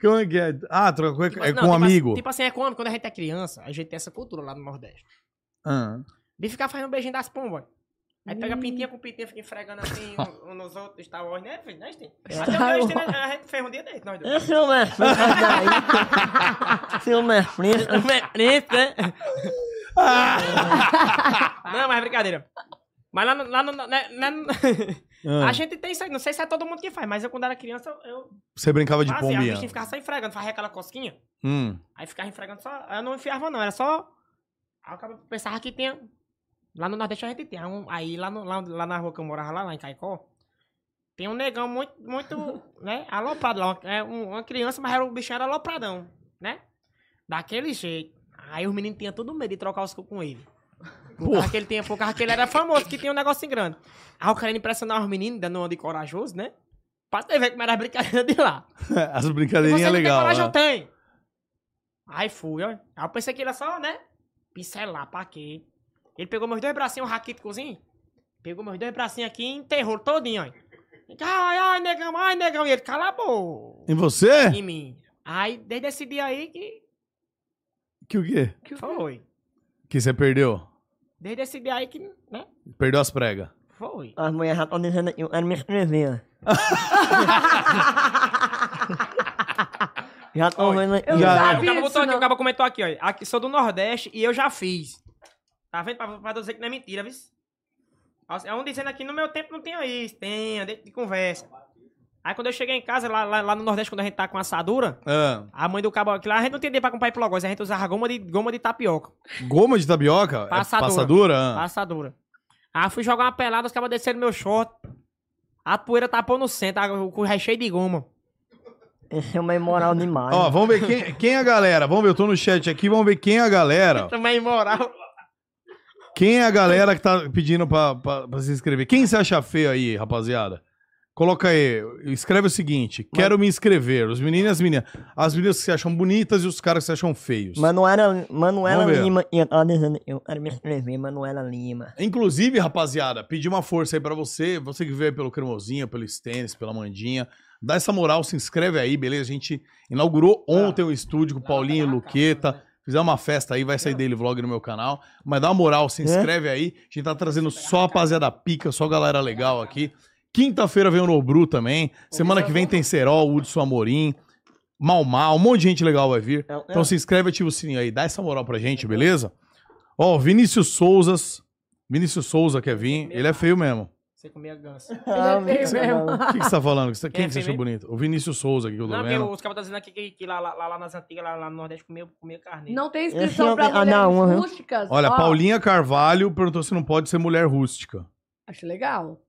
Como é que é? Ah, trocou é,
Tipo
é
assim, não,
com um
tipo assim-
amigo.
Tipo assim, é quando, quando a gente é criança, a gente tem essa cultura lá no Nordeste.
Ah.
De ficar fazendo um beijinho das pombas. Aí pega pintinha com pintinha, fica esfregando assim um, um nos outros, Star Wars, né, filho? Nós tem. Até o Deus tem, né? a gente fez um dia desse, nós dois.
Esse é o meu flico, daí. Seu meu flico.
Não, mas é brincadeira. Mas lá no... Lá no né, né,
Ah.
a gente tem isso aí, não sei se é todo mundo que faz, mas eu quando era criança, eu
Você brincava de ah.
fazia, a
pombinha.
bichinha ficava só enfregando, fazia aquela cosquinha,
Hum.
aí ficava enfregando só, aí eu não enfiava não, era só... Aí eu acabava- pensava que tinha... Lá no Nordeste a gente tem, aí um- aí lá, no- lá, lá na rua que eu morava lá, lá em Caicó, tem um negão muito, muito, né, aloprado lá, é um- uma criança, mas era, o bichinho era alopradão, né? Daquele jeito. Aí os meninos tinham todo medo de trocar os cu com ele. Por causa que ele tinha, por causa que ele era famoso, que tinha um negocinho grande. Aí o cara impressionar os meninos, dando uma de corajoso, né? Pra você ver como era a brincadeira de lá.
As
Se
brincadeirinhas
não tem
legal.
coragem,
Né?
eu tenho. Aí fui, ó. Aí eu pensei que ele era só, né? Pincelar pra quê? Ele pegou meus dois bracinhos, o raquete cozinho. Pegou meus dois bracinhos aqui e enterrou todinho, ó. Ai, ai, negão, ai, negão. E ele, cala a boca
Em você?
em mim. Aí, desde esse dia aí que
Que o quê?
Que
foi.
Que você perdeu?
Desde esse dia aí que, né?
Perdeu as pregas.
Foi.
As mulheres já estão dizendo que eu quero me inscrever. já estão Tá vendo aqui.
Eu
Já-
não
Aí o
sabia
cara
disso,
botou aqui,
não.
o cara comentou aqui, ó. Aqui, sou do Nordeste e eu já fiz. Tá vendo? Pra, pra dizer que não é mentira, viu? Ó, É um dizendo aqui, no meu tempo não tinha isso. Tenha, de, de conversa. Aí quando eu cheguei em casa, lá, lá, lá no Nordeste, quando a gente tá com assadura,
Ah,
a mãe do cabo aqui lá, a gente não tinha dinheiro pra comprar hiplogose, a gente usava goma de, goma de tapioca.
goma de tapioca?
Passadura.
É passadura? Ah.
Assadura. Aí fui jogar uma pelada, os cabos desceram meu short. A poeira tapou no centro, a- o cu recheio de goma.
Esse é o meu moral demais.
Ó, vamos ver quem, quem é a galera. Vamos ver, eu tô no chat aqui, vamos ver quem é a galera.
Também moral.
Quem é a galera que tá pedindo pra, pra- pra se inscrever? Quem se acha feio aí, rapaziada? Coloca aí, escreve o seguinte: quero me inscrever. Os meninos e as meninas. As meninas que se acham bonitas e os caras que se acham feios.
Manuela, Manuela
Vamos ver.
Lima, e ela dizendo que eu quero me inscrever, Manuela Lima.
Inclusive, rapaziada, pedir uma força aí pra você, você que veio pelo Cremosinho, pelo Stênis, pela Mandinha, dá essa moral, se inscreve aí, beleza? A gente inaugurou ontem o estúdio com o Paulinho e Luqueta, fizemos uma festa aí, vai sair dele vlog no meu canal, mas dá uma moral, se inscreve aí, a gente tá trazendo só rapaziada pica, só galera legal aqui. Quinta-feira vem o Nobru também, semana que vem tem Serol, Hudson Amorim, Mal Mal, um monte de gente legal vai vir.
Eu-
Então
eu-
se inscreve, ativa o sininho aí, dá essa moral pra gente, beleza? Ó, Vinícius Souzas. Vinícius Souza quer vir. Ele é feio mesmo.
Você comia ganso.
Ah,
Ele é feio
meu-
O que, que você tá falando? Quem,
Quem é
que você
feio
achou
mesmo?
bonito? O Vinícius Souza aqui que eu tô
Não, porque
vendo.
os caras estão dizendo aqui que, que lá, lá, lá nas antigas, lá, lá no Nordeste, comia, comia carne.
Não tem
Esse
inscrição
é
pra
o- ah,
mulheres
não, uhum.
rústicas.
Olha,
Ó,
Paulinha Carvalho perguntou se não pode ser mulher rústica.
Acho legal.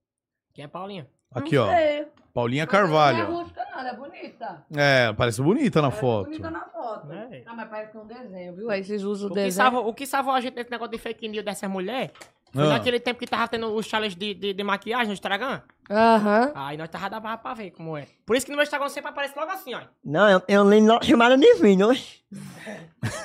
Quem é Paulinha?
Aqui,
Não
ó.
sei.
Paulinha
Não é
Carvalho.
rústica, não, ela é bonita.
É, parece bonita na
Ela é
foto.
bonita na foto.
É.
Ah, mas parece que é um desenho, viu? Aí vocês usam
O
o
que,
desenho.
salvou, o que salvou a gente nesse negócio de fake news dessas mulheres foi
Ah.
naquele tempo que tava tendo os challenge de, de, de maquiagem no Instagram.
Aham.
Aí nós tava dava pra ver como é. Por isso que no meu Instagram sempre aparece logo assim, ó.
Não, eu, eu leio logo chamada de vídeo, oxe.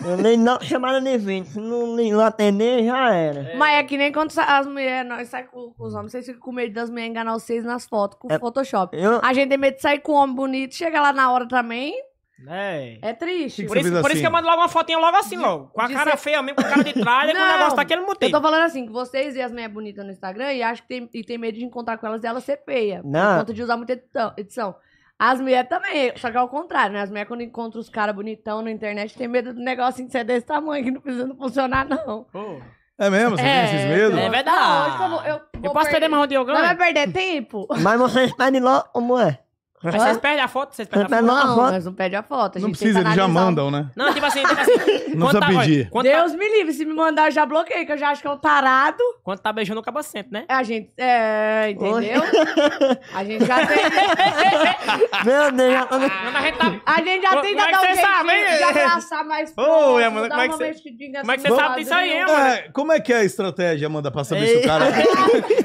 Eu leio logo chamada de vídeo. Se não leio lá atender, já era.
Mas é que nem quando sa- as mulheres, nós saímos com, com os homens, vocês ficam com medo das mulheres enganar vocês nas fotos com
É.
Photoshop.
Eu,
A gente tem medo de sair com um homem bonito, chega lá na hora também,
Né?
é triste.
Que
Por,
você
isso,
fez
por isso
assim?
que eu mando logo uma fotinha logo assim, logo. Com a
de
cara
ser-
feia mesmo, com a cara de tralha, com o
Não,
negócio daquele
Eu
motivo.
tô falando assim, que vocês e as mulheres bonitas no Instagram e acham que tem, e tem medo de encontrar com elas e ela ser feia. Por
Não.
conta de usar muita edição. edição. As mulheres também, só que é o contrário, né? As mulheres quando encontram os caras bonitão na internet, tem medo do negócio de ser desse tamanho, que não precisa não funcionar, não.
É mesmo? Você tem esses medos?
é
eu-
verdade.
Não, hoje eu vou- eu
Eu,
vou
posso perder mais onde eu
Não vai
ganho?
perder tempo?
mas você está de lá, como é?
Mas vocês perdem a foto? Vocês perdem a foto?
Não,
Não,
foto.
mas não pede a foto. A
Não
gente tem
precisa,
que
eles já
analisar.
mandam, né?
Não, tipo assim. tipo assim, quando
Não precisa
tá- olha,
pedir.
Quando,
Deus me livre, se me mandar eu já bloqueio, que eu já acho que é um tarado.
Tá, quando tá beijando o cabo sempre, né?
É, A gente, é, entendeu? A gente já tem...
Meu Deus, já tô no...
Quando a gente tá.
A gente já
Como-
tenta
como é que
dar um
você
jeitinho
sabe, hein?
de abraçar mais
Ô,
próximo,
Amanda,
dar
como é que
uma
você-
mexidinha
como é que
assim
você
no
sabe disso aí,
quadril.
hein, Amanda?
É, como é que é a estratégia, Amanda, pra saber se o cara.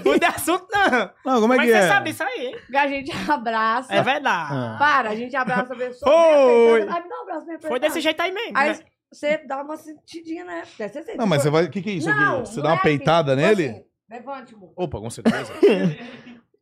Não tem assunto, não.
Não, como é
Como é
que
que você
é? Ah.
sabe disso aí, hein?
Que a gente abraça.
É verdade.
Para, a gente abraça a pessoa.
Foi.
me apertando. Ai, me dá um abraço, me aperta.
Foi desse jeito aí mesmo.
Aí
né?
você dá uma sentidinha, né? Deve ser
Não, mas você vai. O que, que é isso
Não,
aqui? Você
não
dá uma
é
peitada
assim.
nele?
Assim, levante o buco.
Opa, com certeza.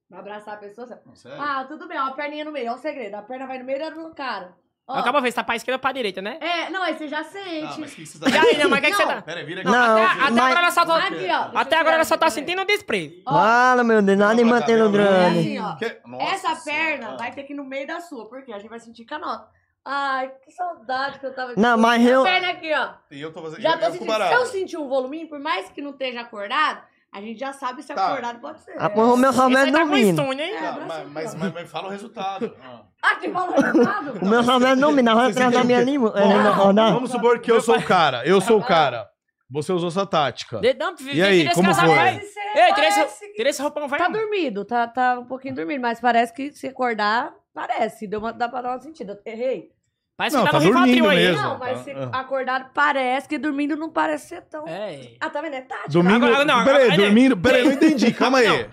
Vai abraçar a pessoa. Sabe?
Não, sério.
Ah, tudo bem, ó, a perninha no meio. É um segredo. A perna vai no meio da do cara. Ó,
Acaba vendo se tá pra esquerda ou pra direita, né?
É, não, aí você já sente.
o que que você tá
E aí, não, mas o que, é que você
Não.
tá.
Pera, vira
Não,
Até, até
mas-
agora ela só tá.
Aqui, ó. deixa
Até
eu
agora ela
tirar
só tá
aqui,
sentindo o desprezo.
Ó,
Fala, meu Deus, nada
Vamos pra
mantendo o
tabela,
é
né?
drone.
assim, ó.
Que- Nossa
Essa
senhora,
perna
cara.
vai ter que ir no meio da sua, porque a gente vai sentir com a nossa. Ai, que saudade que eu tava.
Não, mas eu-
A perna aqui, ó.
E eu tô fazendo.
Já
eu-
tô
eu fico
sentindo. Se
barato.
eu sentir um voluminho, por mais que não esteja acordado, a gente já sabe se
Tá.
acordado pode ser.
Ah, porra, o meu
é
Esse aí
Romero
tá com
dormindo.
estúdio, hein?
Tá,
abraça
mas,
aqui,
mas,
ó.
mas- mas fala o resultado. Ah.
Ah, que valorizado!
O meu Romero dormindo, vai atrás da minha língua. É,
Bom,
não, não.
tá Vamos supor que eu sou o cara. Eu sou o cara. Você usou essa tática.
Dedão,
E aí, como foi?
vai.
Parece ser-
Ei, tira
parece
esse,
que
tira esse roupão, vai.
Tá
mano.
dormido, tá, tá um pouquinho dormido, mas parece que se acordar, parece. Deu uma, dá pra dar uma sentida. Eu Errei.
Parece
Não,
que tá,
tá
no Rifatril
dormindo
aí.
mesmo.
Não, mas
tá.
se
Ah.
acordado parece que dormindo não parece ser tão.
É.
Ah, tá vendo? É tática.
Domingo.
Agora- não, agora-
peraí,
olha aí.
dormindo. Peraí, não entendi. Calma aí.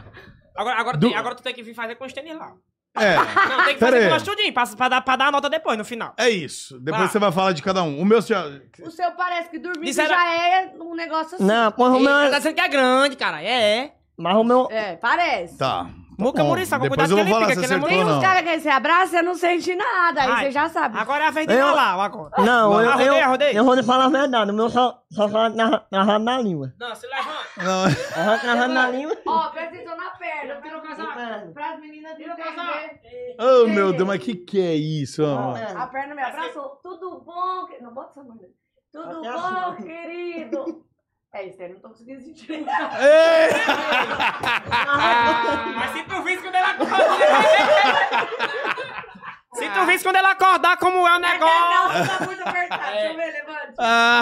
Agora, agora,
Du-
tu- agora tu tem que vir fazer com os tênis lá.
É.
Não, tem que
Pera
fazer
aí.
com o tudinho, pra, pra, dar, pra dar a nota depois, no final.
É isso. Depois
Tá.
você vai falar de cada um. O meu já.
O seu parece que dormindo
Isso era-
já é um negócio assim.
Não, porra, o
Ela tá
meu.
dizendo que é grande, cara. É, é.
Mas o meu.
É, parece.
Tá.
Muca
bom.
Muriçá, com
Depois
cuidado
eu
que
vou
ele
falar
fica,
se
que ele é
acertou
Tem
ou
muito...
uns
Então, não.
caras que você abraça você não sente nada. Aí
Ai.
você já sabe.
Agora é a vez de
Eu-
enrolar, ó, agora.
Não, eu.
Ah, rodei,
eu-
rodei.
Eu vou lhe falar a verdade. O meu só só fala na- narrado na língua.
Não, se levanta.
Não,
Narrado narrado na língua.
Ó, presta atenção na perna. Pelo
casaco.
Pras meninas do
Oh, meu Deus, mas que que é isso? amor?
A perna me abraçou. Tudo bom? que- Não bota essa mão. dele. Tudo
Até
bom,
assim.
querido? É isso aí, não tô conseguindo sentir.
Ei!
Mas se tu visse quando ela acordar... se tu visse quando ela acordar como é o
A calça
negócio...
tá muito apertada. Deixa eu ver, levante.
Ah,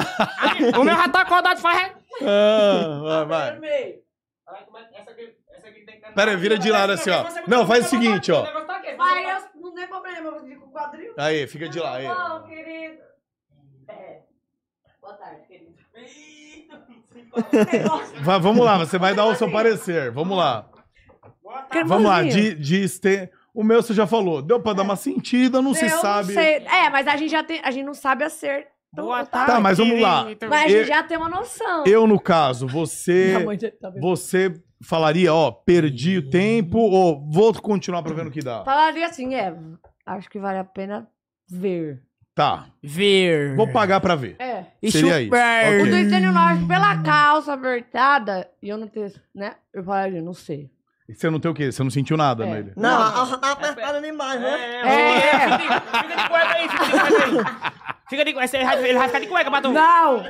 o meu já tá acordado, faz...
ah, vai,
No
vai.
meio.
Pera aí, vira de lado assim, ó. Não, faz o seguinte, ó.
Vai, eu não tem problema, eu fico com o quadril.
Aí, fica de lá. Aí.
Tudo bom, querido? É. Boa tarde, querido.
Vai, vamos lá, você vai dar o seu parecer. Vamos lá. Vamos lá, de, de este- O meu você já falou. Deu pra dar uma sentida, não se
Eu
sabe.
sei. É, mas a gente já tem. A gente não sabe acertar.
Boa
Tá, mas vamos lá.
querido.
Mas a gente
Eu-
já tem uma noção.
Eu, no caso, você.
Minha mãe já tá vendo.
Você falaria, ó, perdi o tempo, ou vou continuar pra ver no que dá.
Falaria assim, é. Acho que vale a pena ver.
Tá.
Ver.
Vou pagar pra ver.
É.
E
Seria isso.
chupar.
O
Ok.
do Estênio Norte, pela calça apertada, e eu não ter, né? Eu falaria, não sei.
E Você não tem o quê? Você não sentiu nada
É.
nele?
Não, ela só tá apertada demais, né?
É,
É.
Fica de cueca aí, fica de cueca aí. Fica de cueca. esse aí vai- Ele vai ficar de cueca, Batu.
Não!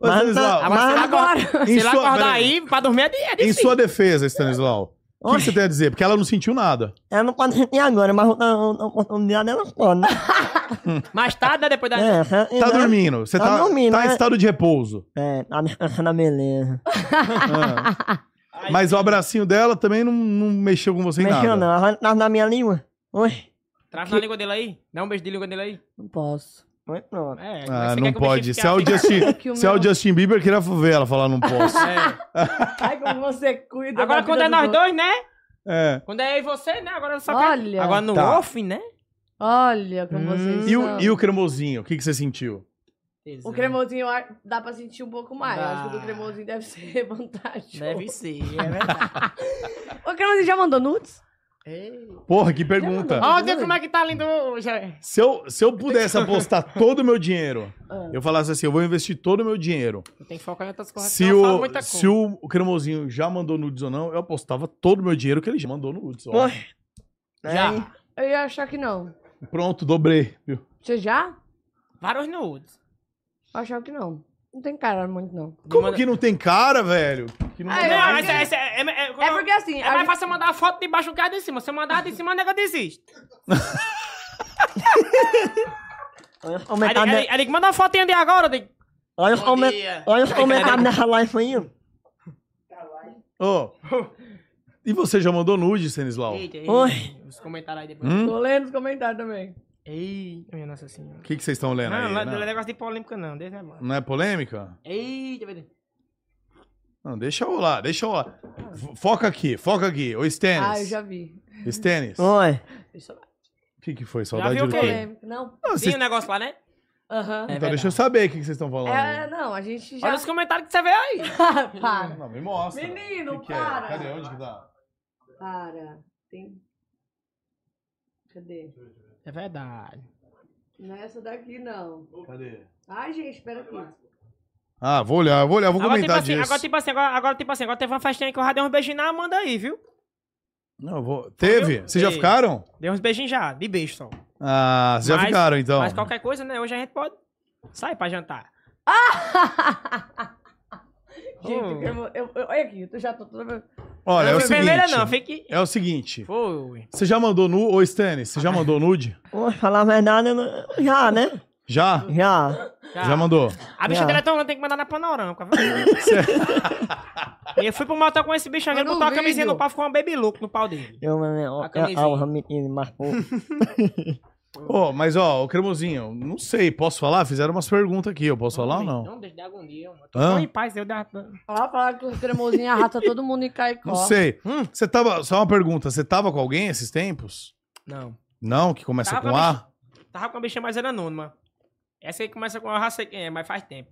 Mas
Stanislau,
tá- mas-
Agora!
em
Se ele
sua-
acordar
peraí.
aí, pra dormir é de, é de
em
sim.
sua defesa, Stanislau, o que que você tem a dizer? Porque ela não sentiu nada.
Ela não pode sentir agora, mas não, não, oportunidade ela pode, né?
Mais tarde, né? Depois da...
É, essa-
Tá
né?
dormindo. Você tá,
Tá dormindo,
tá em
né?
estado de repouso.
É, tá descansando a beleza.
Ah. Mas o abracinho dela também não, não mexeu com você em nada.
Mexeu não, ela tá na minha língua. Oi,
Trava na língua dele aí. Dá um beijo de língua dele aí.
Não posso.
oi, pronto.
É, como é que
Ah,
você quer
não
que o bichinho
pode.
fique
Se é o
assim?
Justin,
Que o
se é o
meu-
Justin Bieber, queria ver ela falar, não posso.
É.
Ai, como você cuida.
Agora
da
quando
vida
é
dos
nós
outros.
dois, né?
É.
Quando é eu e você, né? Agora só que...
Olha.
Agora no
Tá.
off, né?
Olha como
Hum.
vocês
E
são.
o, e o cremosinho, o que, que você sentiu?
O cremosinho eu acho- dá pra sentir um pouco mais. Eu
Dá.
Acho que o do cremosinho deve ser vantagem.
Deve ser, é verdade.
O cremosinho já mandou nudes?
Porra, que pergunta.
Olha como é que tá lindo hoje.
Se eu, se eu pudesse apostar todo o meu dinheiro,
Ah.
eu falasse assim, eu vou investir todo o meu dinheiro.
Tem que focar em outras coisas.
Se
senão eu falo
o,
muita
se
coisa.
o cremosinho já mandou nudes ou não, eu apostava todo o meu dinheiro que ele já mandou nudes. ó.
Oi.
Já.
Aí,
Eu ia achar que não.
Pronto, dobrei. viu?
Você já?
Vários nudes.
Eu achava que não. Não tem cara muito, não.
Como que não tem cara, velho? Que não
Ah,
tem
eu
Não,
cara.
acho
essa- essa- é, é- é-
É porque assim.
é
a
mais
gente-
fácil mandar a foto de baixo do cara de cima. Você mandar a de cima, o nego desiste.
Olha é os
Aí,
tá
comentários.
aí,
de-
aí, ele manda uma fotinha de agora. De...
tá Olha os
Bom
comen-
dia.
olha é os comentários dessa live aí.
Ó. E você já mandou nude, Senislau? O
Eita,
Oi.
eita. Os comentários aí depois.
Hum?
Tô lendo os comentários também.
Eita, minha nossa senhora.
que que vocês estão lendo
Não,
aí?
não, não é
né?
negócio de polêmica, não. Desde é bom.
Não é polêmica?
Eita, meu Deus.
Não, deixa eu lá, deixa eu lá. F- Foca aqui, foca aqui. Ô,
É
Stennis.
Ah, eu já vi.
Stennis. O
Oi.
que, que foi? Saudade
viu
do
o
quê?
quê?
Polêmico. Não.
Não, vocês-
Tem um negócio lá, né?
Aham.
então deixa eu saber o que, que vocês estão falando.
É, não, a gente já.
Olha os comentários que você vê aí.
para,
Não, me mostra.
Menino,
O que que
para.
É? Cadê? Onde que tá?
para. Tem. Cadê?
É verdade.
Não é essa daqui, não.
Cadê?
Ai, gente, espera aqui.
Ah, vou olhar, vou olhar, vou
Agora tipo,
comentar
assim,
disso.
agora, tipo assim, agora, agora, tipo assim, agora teve uma festinha aí que eu já dei uns beijinhos na Amanda aí, viu?
Não, eu vou... Teve? Vocês já
Ei.
ficaram?
Dei uns beijinhos já, de beijo só.
Ah, vocês já
Mas-
ficaram, então.
Mas qualquer coisa, né? Hoje a gente pode sair pra jantar. Hum.
Gente, eu, vou- eu- eu- olha aqui, eu tô- já tô toda.
Olha, é o
não, vermelha
seguinte.
não, fique...
É o seguinte.
Foi.
Você já mandou nude? Ô, Stannis, você já mandou nude?
Oi, falar a verdade, eu não- já, né?
Já?
Já.
Já mandou?
A bicha
Já.
dela é tão grande, tem que mandar na panorama. cara. eu fui pro motel com esse bicho aqui, ele
Manda um
botou uma camisinha
vídeo.
no pau, ficou um baby look no pau dele.
Eu, né? ó,
A
eu-
camisinha.
Ah, o Ramitini marcou.
Ô, mas ó, o Cremosinho, não sei, posso falar? Fizeram umas perguntas aqui, eu posso falar ou não?
Não, deixa de agonia, mano.
Hã?
Tô em paz, eu da...
Fala, fala que o cremosinho arrasta todo mundo em caicó.
Não sei. Você tava, só uma pergunta, você tava com alguém esses tempos?
Não.
Não, que começa
Tava,
com A?
Tava com uma bicha, mas era anônima. Essa aí começa com... Eu já sei quem é, mas faz tempo.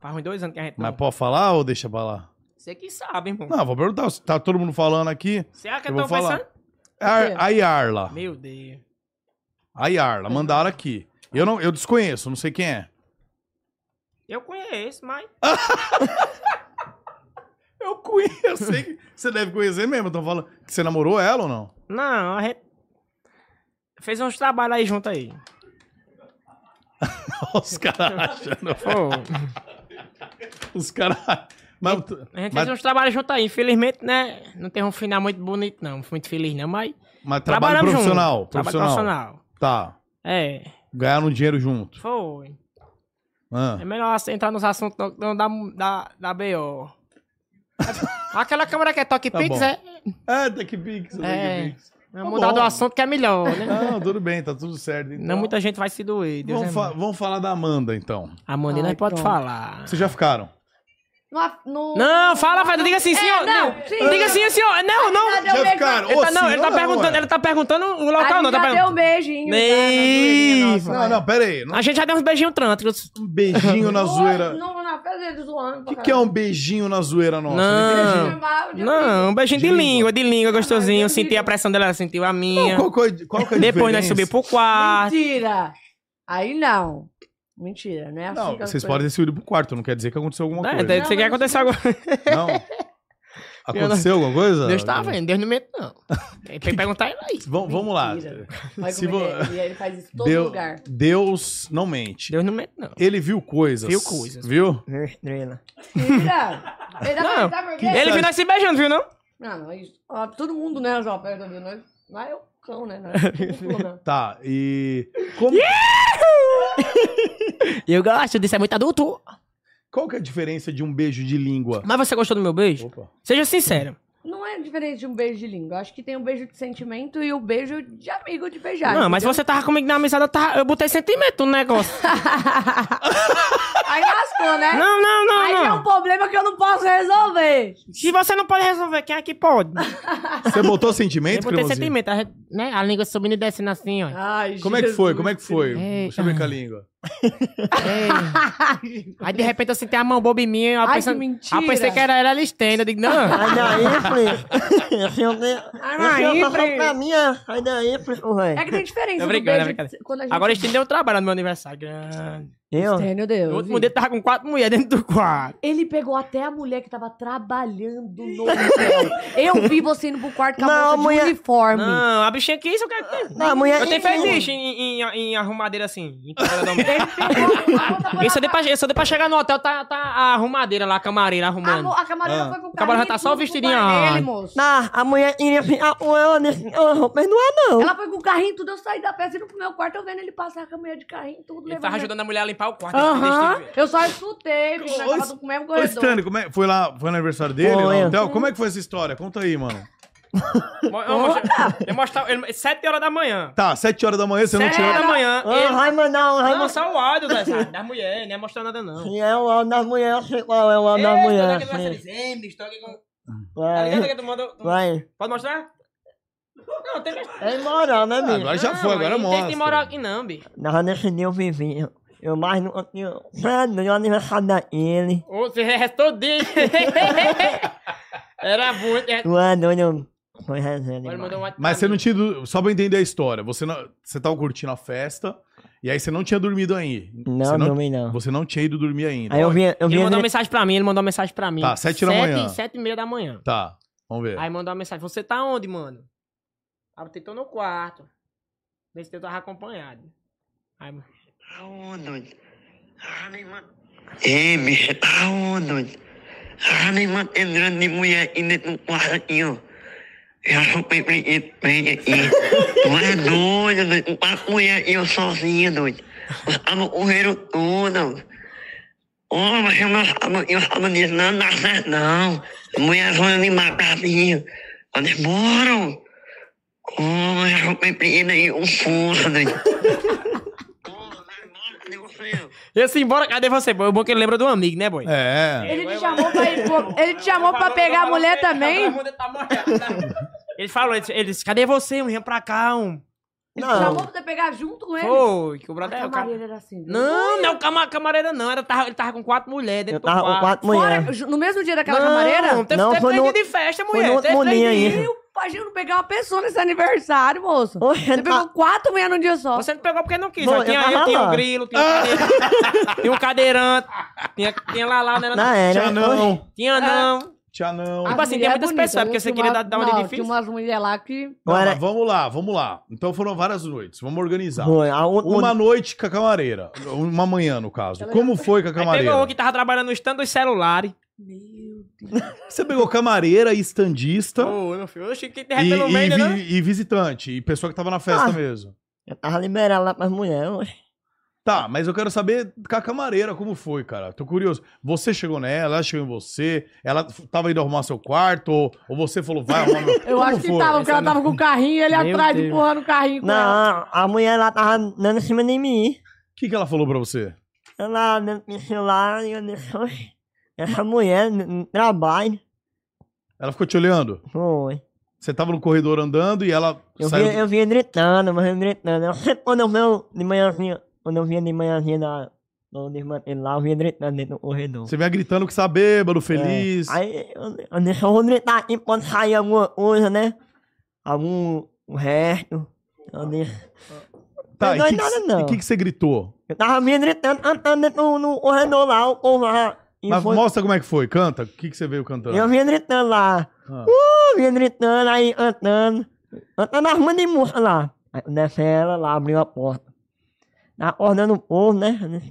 Faz uns dois anos que a gente
Mas
não...
pode falar ou deixa pra lá?
Você que sabe, irmão.
Não, vou perguntar, se tá todo mundo falando aqui.
Será que
Eu
eu
vou
tô
falar.
pensando?
Ar- A Yarla,
Meu Deus.
a Yarla, mandaram aqui. Eu, não, eu desconheço, não sei quem é.
Eu conheço, mas...
Eu conheço, eu sei que você deve conhecer mesmo, estão falando. Que você namorou ela ou não?
Não, a gente... Fez uns trabalhos aí junto aí.
Os caras achando,
Pô...
os caras... Mas,
A gente
mas-
fez uns trabalhos junto aí. Infelizmente, né? Não teve um final muito bonito, não. Muito feliz, não. Mas
mas trabalho
trabalhamos
profissional,
junto.
profissional.
Trabalho profissional.
Tá,
É,
ganharam dinheiro junto.
foi.
Ah.
É melhor assim, entrar nos assuntos não, não da, da, da BO. Aquela câmera que é toque
Tá
pix,
bom.
é?
Ah, TechPix,
É.
TechPix.
Não mudar
Tá bom.
do assunto que é melhor, né?
Não, tudo bem, tá tudo certo. Então.
Não, muita gente vai se doer. Deus
vamos,
é
fa-
mais.
vamos falar da Amanda, então.
Amanda,
Ai,
não pode
pronto.
falar.
Vocês já ficaram?
No, af- no...
Não, fala, velho. Diga assim, senhor.
É, não,
não,
sim.
diga assim, senhor. Não, não.
Deu
já
mesmo.
ficaram? é
Ele
Ô,
tá, não, ele tá
senhora,
perguntando,
ué.
ele tá perguntando o
a
local,
gente
não. Tá
já deu um
perguntando. Ei,
beijinho. já, na zoeirinha nossa,
Não, não, pera aí. Não- é
A gente já deu uns beijinhos trânticos.
Um beijinho na
Oi,
zoeira.
Não, na festa dele zoando.
O que, que é um beijinho na zoeira nossa?
Não.
é
entendi.
Não, um beijinho de,
De língua.
língua, de língua, gostosinho.
Ah,
Eu
de
senti
língua.
a pressão dela, ela sentiu a minha.
Qual, que é- qual que é a
Depois nós
diferença?
subimos pro quarto.
Mentira. Aí não. Mentira, não é assim
Não,
que as
vocês
coisas-
podem ter subido pro quarto, não quer dizer que aconteceu alguma
É,
coisa.
daí você quer acontecer agora.
Não. Aconteceu alguma coisa?
Deus tá vendo, Deus não mente, não. Tem que perguntar ele aí.
Vamos, vamos lá.
Mentira. Olha
Se
como
vo-
ele é, E ele faz isso em todo
Deu-
lugar.
Deus não mente.
Deus não mente, não.
Ele viu coisas.
Viu coisas.
Viu?
Meu estrela.
Mentira. Ele dá pra
Não,
sabe por quê?
Ele viu nós se beijando, viu, não?
Não, não, é isso. Ó, todo mundo, né, João? Perto viu nós. Lá é o cão, né? Nós somos o cão, né?
Tá, e. Como...
Eu gosto disso, é muito adulto.
Qual que é a diferença de um beijo de língua?
Mas você gostou do meu beijo?
Opa.
Seja sincero.
Não é diferente de um beijo de língua. Acho que tem o beijo de sentimento e o beijo de amigo de beijar.
não, mas você tava comigo na amizade, eu, tava- eu botei sentimento no negócio.
Aí lascou, né?
não, não,
Aí
não,
é um
não.
problema que eu não posso resolver.
Se você não pode resolver, quem é que pode?
Você botou
Eu
sentimento,
botei
Cremosinho?
sentimento, a, gente- né? a língua subindo e descendo assim, ó.
Ai,
Como é que foi? Como é que foi?
Eita.
Deixa eu ver com a língua.
Ei. Aí de repente eu senti a mão boba em mim. Eu
Ai,
pensando,
que mentira.
Eu pensei que era ela listendo. Eu digo, não.
Aí daí, Fris. Esse eu tenho. Esse
aí,
eu
Fris.
tenho pra mim, é. Aí daí, Fris, o velho.
É que tem diferença
É
do
brincadeira,
beijo
é brincadeira.
quando a gente...
Agora estendeu o trabalho no meu aniversário. Grande.
Assim Eu?
Stênio
No
Deus.
último dia tava com quatro mulheres dentro do quarto.
Ele pegou até a mulher que tava trabalhando no hotel. Eu vi você indo pro quarto com a
Não,
moça de
mulher-
uniforme.
Não, a bichinha que isso eu quero.
Não, a
É,
mulher- assim,
Eu tenho
então.
Ih,
fetiche em, em, em arrumadeira assim. em toalha da mulher.
Ele pegou a outra foi
Isso é
lá-
de pra, isso é de pra chegar no hotel, tá, tá a arrumadeira lá, a camareira
a, mo-
arrumando.
a camareira foi com o
A camareira já tá só o vestidinho,
Dele,
ai.
moço.
Não, a mulher iria assim, ah, ficar com ela nesse roupa, mas não é não.
Ela foi com o carrinho e tudo, eu saí da festa e não pro meu quarto, eu vendo ele passar a caminha de carrinho e tudo.
Ele
levando
tava
ele.
ajudando a mulher a limpar o quarto.
Aham,
Deixa eu ver.
eu só escutei, bicho,
Ô,
nós tava com o mesmo
Ô,
corredor.
Stani, como é- foi lá, foi no aniversário dele,
Foi.
lá no hotel? Como é que foi essa história? Conta aí, mano.
Mo- Eu mostrar- eu mostrar- ele- é Sete horas da manhã.
Tá, 7 horas da manhã, você não
Sete
tirou...
horas da manhã.
Ah,
Ele
vai mandar, vai
vai
mandar.
mostrar o áudio das, das mulheres, não é mostrar nada não.
Sim, é o homem das mulheres, sei qual é o homem das mulheres. sim.
Tá ligado
Vai,
que tu manda- tu-
vai.
Pode mostrar? Não, tem que.
É imoral, né,
Ah,
bicho?
agora já
Não,
foi, agora
aí Não tem
mostra.
que moral aqui não, bicho.
Nós nesse dia eu vivi. Eu mais não tinha. Mano, eu aniversário daquele.
Ô, Você é todinho. Era muito. é-
Tu é doido. eu- Foi resenha
Agora mandou
demais.
um WhatsApp
Mas você não
pra
tinha. ido- Só pra entender a história, você, não, você tava curtindo a festa e aí você não tinha dormido aí.
um-
você
Não,
não,
dormi não.
Você não tinha ido dormir ainda.
Aí eu vi,
mim.
eu vi.
Ele mandou uma mensagem pra mim, ele mandou uma mensagem pra mim.
Tá, sete da manhã.
Sete e meia da manhã.
Tá, vamos ver.
Aí mandou uma mensagem, você tá onde, mano? Aí eu falei, tô no quarto. Vê se eu tava acompanhado. Aí, mano,
Aonde? Ah, nem ma- Ei, bicha, aonde? Ah, nem ma- entrando de mulher ainda no quartinho. Já sou bem preguiçoso, bem aqui. Tu é doido, doido. Quatro mulheres e eu sozinha, doido. Os cabos correram tudo. Ô, mas eu não sabia, eu sabia disso, não, não dá certo, não. A mulher vai me matar, filho. Eles moram. Ô, mas eu sou bem preguiçoso aí, um força, doido. Porra, mas mano, negócio.
E assim, bora, cadê você? boy? O bom que ele lembra do amigo, né, boy?
É.
Ele te chamou pra ir pro- Ele te chamou pra pegar a mulher também?
Ele falou, ele, ele disse, cadê você? Um vem pra cá, um.
Ele te
Não.
chamou pra você pegar junto com ele?
Foi, que É, o
a
brother... o cara-
camareira era assim. viu?
Não, não é o cama, camareira, não. Era, tava, ele tava com quatro mulheres
Eu
dentro
tava
do
com
quarto.
quatro
Fora,
mulheres.
ju- no mesmo dia daquela
não,
camareira?
Não, teve
Não,
teve
foi
três
no-
dias de festa,
foi
mulher.
no outro
teve três
molinho aí.
dias.
Eu imagino não pegar uma pessoa nesse aniversário, moço.
Oxe,
Você pegou
tá-
quatro mulheres num dia só.
Você não pegou porque não quis.
Bom,
ó.
eu
Tinha
tava
eu, tinha
lá.
um grilo, tinha um cadeirante, tinha um cadeirante, tinha, tinha lá lá, né?
Não, era.
Tia não.
Tinha não.
Tia não.
As
tipo assim, tem
mulheres
muitas
bonitas,
pessoas,
viu?
porque você
Tinha
queria
uma-
dar- dar onde
não,
é difícil.
Tinha umas mulheres lá que...
Não,
Agora-
mas vamos lá, vamos lá. Então foram várias noites. Vamos organizar.
Foi, a outra.
Uma noite com a camareira. Uma manhã, no caso. Como foi com a
Aí pegou
camareira?
um que tava trabalhando no stand dos celulares.
Você pegou camareira, e estandista
Ô, meu filho, oxe, que
Então? e,
derrete no
e
Hum, meio, né?
vi-
não?
e visitante. E pessoa que tava na festa
Ah.
mesmo.
Eu tava liberado lá pras mulheres. oxe.
Tá, mas eu quero saber com a camareira como foi, cara. Tô curioso. Você chegou nela, ela chegou em você, ela f- tava indo arrumar seu quarto, ou, ou você falou, vai arrumar meu
Eu
Como
acho que
foi?
tava, porque ela tava com o carrinho e ele
Meu
atrás
Deus.
empurrando o carrinho com ela.
Não, a mulher lá tava dando em cima de mim.
O que, que ela falou pra você?
Ela dentro do celular e eu disse, "Oxe, essa mulher n- n- trabalha.
Ela ficou te olhando?
Foi.
Você tava no corredor andando e ela
Eu
saiu.
vinha, eu vinha gritando, mas eu gritando. Eu sempre quando eu venho de manhãzinha, quando eu vinha de manhãzinha na, no desmantelo lá, eu vinha gritando dentro do corredor.
Você vinha gritando que você tá bêbado,
É.
feliz.
Aí eu, eu disse, eu vou gritar tá aqui quando sair alguma coisa, né? Algum um resto. Eu disse,
tá, e
não
o
é
que, que,
nada,
cê-
não.
e que, que você gritou?
eu tava vinha gritando, cantando dentro do no corredor lá, o povo lá. E
Mas
foi-
mostra como é que foi, canta. O que, que você veio cantando?
eu vinha gritando lá.
Ah.
Uh, vinha gritando, aí cantando. Cantando as mãos de moça lá. Aí desce ela lá, abriu a porta. Tá acordando o povo, né?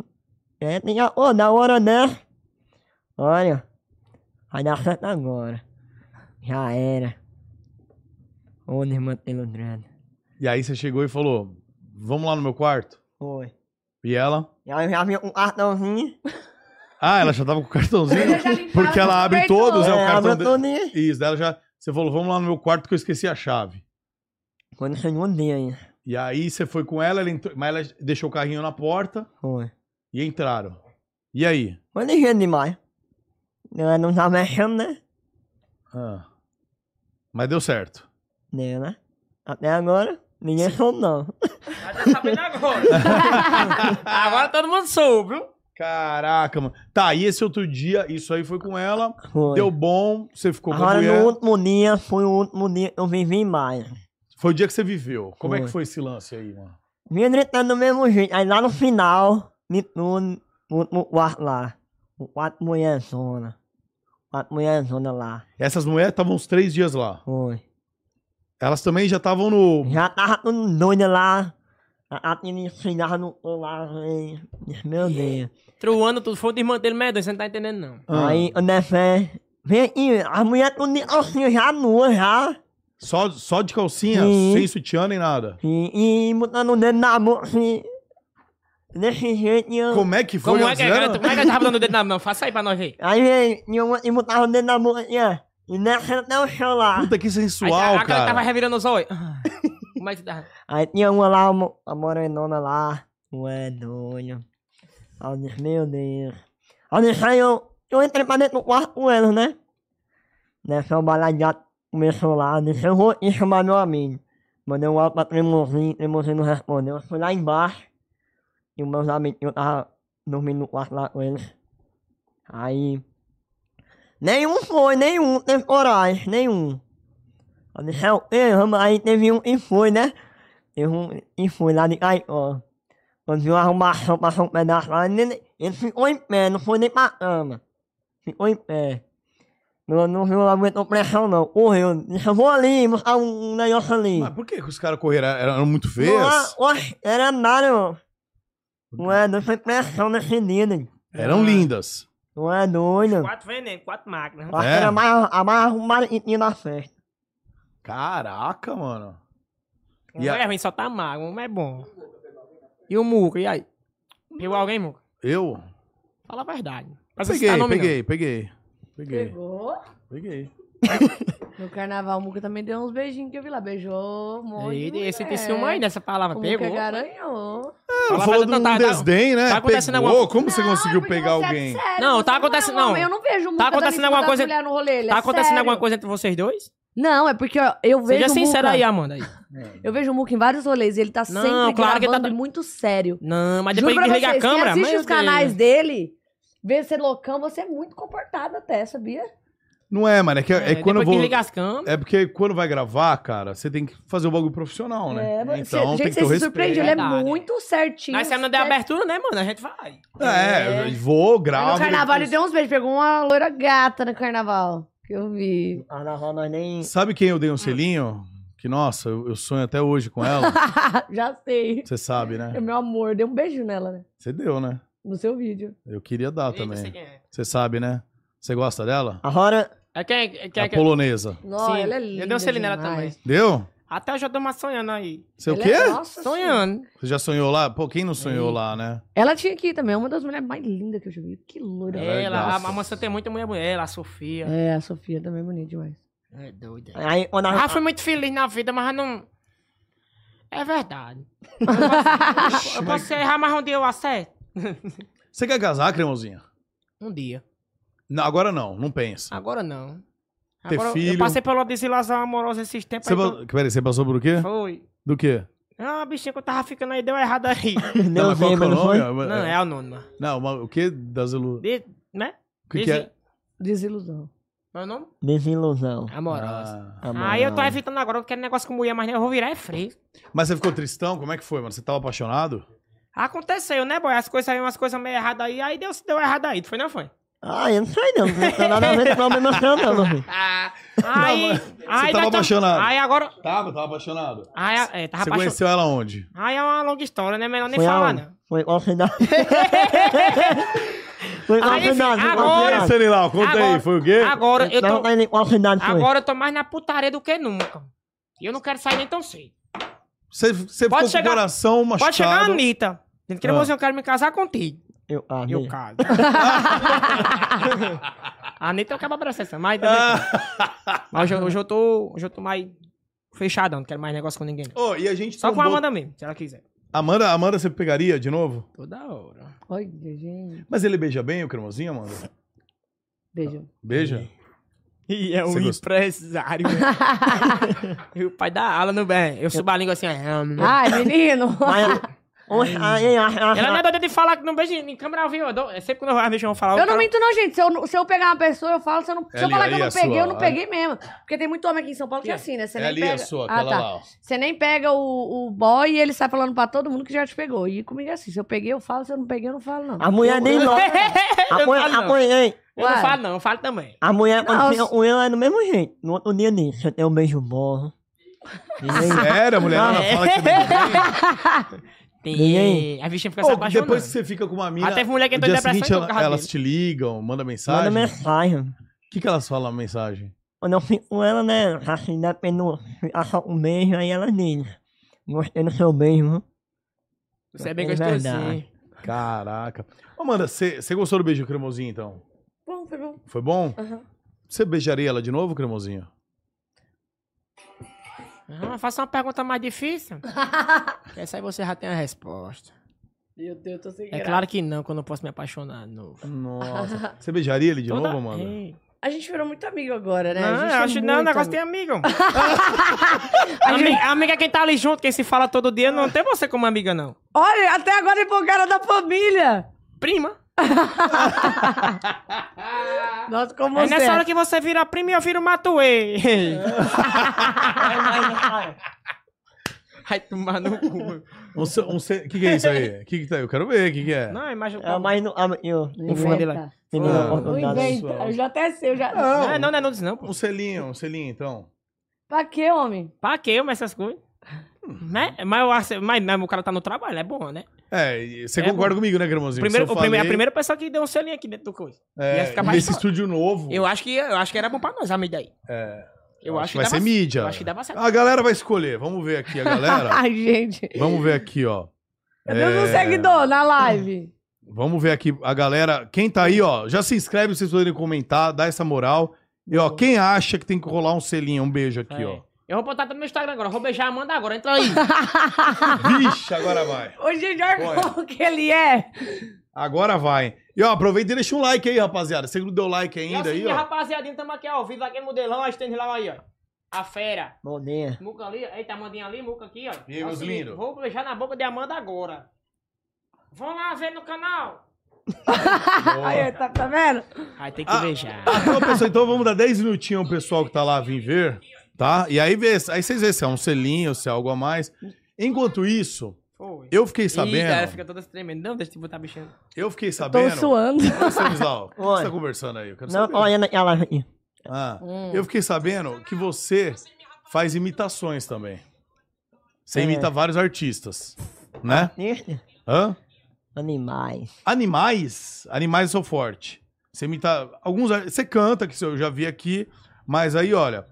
É, tem que acordar a hora dessa. Olha, vai dar certo agora. Já era. Ô, desmantelo grande.
E aí você chegou e falou: Vamos lá no meu quarto?
Foi.
E ela?
E aí eu já vinha com um cartãozinho.
Ah, ela já tava com o cartãozinho?
Eu já limpava
porque ela
com
abre
cartão.
todos, é o
É,
cartão
abriu
dela.
todinho.
Isso, daí ela já. Você falou, vamos lá no meu quarto que eu esqueci a chave.
Quando chegou um dia aí.
E aí você foi com ela, ela entrou- mas ela deixou o carrinho na porta
Foi. e
e entraram. E aí?
Foi ligeiro demais. Ela não tá mexendo, né?
Ah. Mas deu certo.
Deu, né? Até agora, ninguém soube não.
Mas tá sabendo agora. agora todo mundo soube, viu?
Caraca, mano. Tá, e esse outro dia, isso aí foi com ela,
Foi.
deu bom, você ficou com a
agora
mulher.
no último dia, foi o último dia que eu vivi mais.
Foi o dia que você viveu. Como é que
Foi.
foi esse lance aí, mano?
tá Vinha gritando do mesmo jeito. Aí lá no final, Nituno, último quarto lá. O Quatro mulher zona. Quatro mulher zona lá.
Essas mulheres estavam uns três dias lá.
Foi.
Elas também já estavam no.
Já tava tudo doida lá. A Atina ensinava no colo lá, velho. Meu Deus.
Truando tudo, foi o irmão dele medonho, você não tá entendendo, não.
Ah,
Aí, o Nefé. Vem aqui, a mulher tudo de calcinha já nua já.
só, só de calcinha,
Sim.
sem sutiã nem nada.
E, e botando o dedo na boca assim. Desse jeito. e eu-
Como é que foi?
Como é, que,
elas
é,
eram?
como é que eu tava dando o dedo na mão? Faça aí pra nós ver.
Aí vem, e eu e botava o dedo na boca assim, ó. E nessa até o chão lá.
Puta que
Aí,
sensual,
a, aquela que
cara.
tava revirando os olhos. Como é que tá?
Aí tinha uma lá, uma, a morenona lá. Ué, doido. Aí eu disse, meu Deus. Aí eu disse, aí eu, eu entrei pra dentro do quarto com elas, né? Nessa o baladiato começou lá. Eu disse, eu vou ir chamar meu amigo. Mandei um áudio pra Tremozinho, Tremozinho não respondeu. Eu fui lá embaixo. E os meus amigos, eu tava dormindo no quarto lá com eles. Aí... Nenhum foi, nenhum teve coragem, nenhum. Eu disse, "É eu, eu, aí teve um e foi, né? Eu não- e fui lá de Caicó. Quando viu a arrumação, passou um pedaço lá, ele, ele ficou em pé, não foi nem pra cama. Ficou em pé. Não, não viu, não aguentou pressão não, correu. Disse, eu vou ali, buscar um, um negócio ali.
Mas por que que os caras correram? Eram eram muito
Não era-
feias?
oxe, era nada, mano. Não é doido, foi pressão nesse dia, né?
Eram lindas.
Não é doido.
Quatro venenos, quatro máquinas. né?
Acho
É.
que era a mais, a mais arrumada que tinha na festa.
Caraca, mano.
Um
E a-
é ruim, só tá magro, um é bom. E o Muca, e aí? Pegou alguém, Muca?
Eu?
Fala a verdade. Mas você
Peguei,
tá nome,
peguei, peguei. Peguei,
Pegou.
peguei.
No carnaval, o Muca também deu uns beijinhos que eu vi lá. Beijou
não.
um monte de
Eita, esse tem
mulher.
ciúme aí nessa palavra,
O Muca
pegou.
garanhou.
Ah,
Fala a
falou de um
verdade, tá- tá-
desdém, né?
tá acontecendo
Pegou.
alguma-
Como você
Não,
conseguiu
porque
pegar
você é
alguém?
sério,
Não,
você
tá
é um
acontecendo-
homem,
não. Tá
Eu não vejo muito
acontecendo alguma coisa-
mulher no rolê, ele é
Tá acontecendo
sério.
alguma coisa entre vocês dois?
Não, é porque ó, eu vejo
Seja
o é.
sincera
Muca.
aí, Amanda. Aí.
Eu vejo o Muca em vários rolês e ele tá
Não,
sempre
claro que ele
gravando
tá-
e muito sério.
Não, mas
Juro
depois
pra
que liga a
vocês,
câmera.
quem assiste
meu
os canais
Deus.
dele, vê ser loucão, você é muito comportado até, sabia?
Não é, mano. É, que, é,
É,
quando eu
depois que
vou.
liga as câmeras.
É porque quando vai gravar, cara, você tem que fazer o bagulho profissional, né?
É, mas
então
cê-
tem
gente,
que ter o
você
respeito.
se surpreende, ele é
Verdade.
muito certinho.
Nós saímos da
certo.
abertura, né, mano? A gente vai.
É, eu vou, gravo.
No carnaval ele
depois-
deu uns beijos, pegou uma loira gata no carnaval, que eu vi.
No carnaval nós nem...
Sabe quem eu dei um
Ah.
selinho? Que, nossa, eu, eu sonho até hoje com ela.
Ah, Já sei.
Você sabe,
É
né?
meu amor, deu um beijo nela, né?
Você deu, né?
No seu vídeo.
Eu queria dar
Eita, sei
também.
quem é.
Você sabe, né? Você gosta dela?
Agora,
É quem? É quem?
A
É quem?
polonesa.
Nossa,
Sim,
ela é
eu dei
linda.
um selinho nela
demais.
Deu?
Até hoje eu tô mais sonhando aí.
Você o
Ela
quê?
É, nossa, senhora.
Sonhando.
Você já sonhou lá? Pô, quem não sonhou lá, né?
Ela tinha aqui também, é uma das mulheres mais lindas que eu já vi. Que loira.
Ela é
Ela, a,
graça.
a moça tem muita mulher mulher, ela, a Sofia.
É, a Sofia também é bonita demais.
É doida.
aí quando
tá
a...
Ah, fui muito feliz na vida, mas eu não. É verdade. Eu posso errar, mas um dia eu acerto.
Você quer casar, Cremãozinha?
Um dia.
Não, agora não, não pensa.
Agora não.
Ter
Agora eu-
filho.
Eu passei pela desilusão amorosa esses tempos.
Você,
aí
pa- Peraí, você passou por o quê?
eu- Foi.
Do quê?
Ah, bichinha que eu tava ficando aí, deu errado aí.
Não, mas qual que é o nome?
não, é anônima.
Não, mas o quê? Das ilusões.
De, né?
O que, que é?
Desilusão.
Meu nome?
Desilusão.
Amorosa.
Ah.
aí eu tô evitando agora, eu quero negócio com mulher, mas eu vou virar é freio.
Mas você ficou tristão? Como é que foi, mano? Você tava apaixonado?
Aconteceu, né, boy? As coisas aí, umas coisas meio erradas aí, aí deu, deu errado aí, foi, não foi?
Ah, eu não sei não, não tem nada a ver com problema seu não, meu filho.
Ah, aí, aí,
tava
nós tamo-
apaixonado.
Aí agora,
Tava, tava apaixonado.
aí, é, tava
Você
apaixonado.
conheceu ela onde?
Aí é uma longa história, né? Melhor nem
Foi
falar,
aonde?
não.
Foi qual cidade? Foi qual
Aí, enfim,
cidade? Foi qual
agora-
E aí,
cidade?
Serilau, conta aí,
Agora-
foi o quê?
Agora eu
Não,
tô,
mas qual cidade foi?
agora eu tô mais na putaria do que nunca. E eu não quero sair nem tão cedo.
Você, você ficou
Pode
com o
chegar-
coração machucado.
Pode chegar a Anitta. Dizendo que
Tá Ah.
você eu quero me casar contigo.
Eu, ah,
Eu
meu.
caso. a Anitta é eu quero abraçar essa, mas também.
Ah.
Mas hoje, eu- hoje eu tô. Hoje eu tô mais fechadão, não quero mais negócio com ninguém. não.
Ô, e a gente
Só com a
trombou-
Amanda mesmo, se ela quiser.
Amanda, Amanda, você pegaria de novo?
Toda hora.
Olha, gente.
Mas ele beija bem o cremosinho, Amanda?
Beijo.
Beija?
E é
um né?
empresário. e o pai da ala no bem. Eu subo a língua assim, ó.
Ai, menino.
Mas, Oxe, aí, ah, ah,
Ela não é
ah.
doida de falar que não beija em câmera ao vivo. eu dou- é sempre quando as bichas vão falar. o
Eu não
cara-
minto, não, gente. Se eu, se eu pegar uma pessoa, eu falo. Se eu, não, se eu
Ali-
falar que eu
ali
não
a
peguei,
sua,
eu não
ali.
peguei mesmo. Porque tem muito homem aqui em São Paulo que é assim, né? Você
É
nem
ali
pega...
a sua,
Ah,
aquela
tá.
lá, ó.
Você nem pega o, o boy e ele sai falando pra todo mundo que já te pegou. E comigo é assim. Se eu peguei, eu falo. Se eu não peguei, eu não falo, não.
A mulher nem nota. A
É, Eu não
mulher,
falo,
a
não.
mulher, hein?
Eu não
Ué.
falo, não. Eu falo também.
A mulher, quando
Nossa.
fica com ela, é do mesmo jeito. No outro dia, nem. Você tem um beijo bom. Ninguém,
É Sério, a mulher ela
é.
fala que você
Ninguém.
Tem. As bichinhas ficam se
Ô,
apaixonando.
depois que você fica com uma mina.
Ah, teve mulher que
no
entrou em
dia
depressão
seguinte,
então, por
ela-
causa
elas
dele.
te ligam, mandam
manda
mensagem. O
mensagem.
que, que elas falam na mensagem?
Quando eu fico com ela, né? Assim, dependendo, fica só um beijo, aí ela diz. Gostei do seu beijo. viu?
Você é bem
É
gostosinho.
verdade.
Caraca. Ô, Amanda, você você gostou do beijo cremosinho, então?
Bom, foi bom.
Foi bom?
Aham.
Você beijaria ela de novo, cremosinho?
Ah, faça uma pergunta mais difícil. Porque essa aí você já tem a resposta.
Meu Deus, eu tô sem
É
graça.
claro que não, que eu não posso me apaixonar de novo.
Nossa. Você beijaria ele de
Toda-
novo, Amanda?
Ei.
A gente virou muito amigo agora, né? a
Não,
gente
eu
tá
acho não, o
muito
negócio tem
amigo.
amigo. Ami- Amiga é quem tá ali junto, quem se fala todo dia, não tem você como amiga, não.
Olha, até agora ele foi o cara da família.
Prima.
Nossa, como
É
você...
nessa hora que você vira prima e eu viro Matuê. Ai, tomar no cu.
O que, que é isso aí? que, que tá aí? Eu quero ver, o que, que é?
Não, imagina.
É, mas não. ah, Eu.
Não
fundo
inventa.
dele.
Eu não
Ah.
gosto
Não
nada.
inventa. Eu já até sei, eu já...
Não, não, não é nudes, não, pô.
Um selinho, um selinho, então.
Pra quê, homem?
Pra que eu, mas essas coisas? Né? Mas, eu acho- mas, mas o cara tá no trabalho, é bom, né?
É, e você
É
concorda comigo, né, cremosinho?
Primeiro,
Se eu
o primeiro-
falei,
a primeira pessoa que deu um selinho aqui dentro do coisa.
é,
ia ficar mais
nesse
só-
estúdio novo.
Eu acho que, eu acho que era bom pra nós, a mídia aí.
É,
Eu acho, que
vai
dava-
ser mídia.
Eu acho que dava certo.
A galera vai escolher. Vamos ver aqui a galera.
Ai, gente.
Vamos ver aqui, ó.
Eu Deus
É,
um seguidor na live.
Vamos ver aqui a galera. Quem tá aí, ó, já se inscreve pra vocês poderem comentar, dá essa moral. E, ó, quem acha que tem que rolar um selinho, um beijo aqui,
É.
ó.
Eu vou botar no meu Instagram agora, eu vou beijar a Amanda agora, entra aí.
Vixe, agora vai.
Ô, gente, olha como que ele é.
Agora vai. E, ó, aproveita e deixa um like aí, rapaziada. Você que não deu like
E é o
ainda aí,
seguinte,
ó.
rapaziadinha, tamo aqui ao vivo, aquele modelão, a estende lá aí, ó. A fera.
Bom dia.
Muca ali, eita, Amandinha ali, Muca aqui, ó.
E aí,
É o
meus
seguinte,
lindos?
Vou beijar na boca de Amanda agora. Vão lá ver no canal.
Aí, tá, tá vendo?
Aí tem que
Ah.
beijar.
Então, pessoal, então vamos dar 10 minutinhos ao pessoal que tá lá vir ver, tá? E aí, vê, aí vocês vê se é um selinho, se é algo a mais. Enquanto isso,
Foi.
eu fiquei
Ih, cara,
sabendo.
fica toda tremendo. Não, deixa eu botar bichando.
Eu fiquei
Tô
sabendo.
suando.
Ô, Stanislau, o que
Oi.
você tá conversando aí? Eu quero
Não,
saber.
olha naquela.
Ah,
Hum.
Eu fiquei sabendo que você faz imitações também. Você
É.
imita vários artistas, né?
Isso?
Hã?
Animais.
Animais, animais eu sou forte. Você imita alguns, ar- você canta que eu já vi aqui, mas aí olha,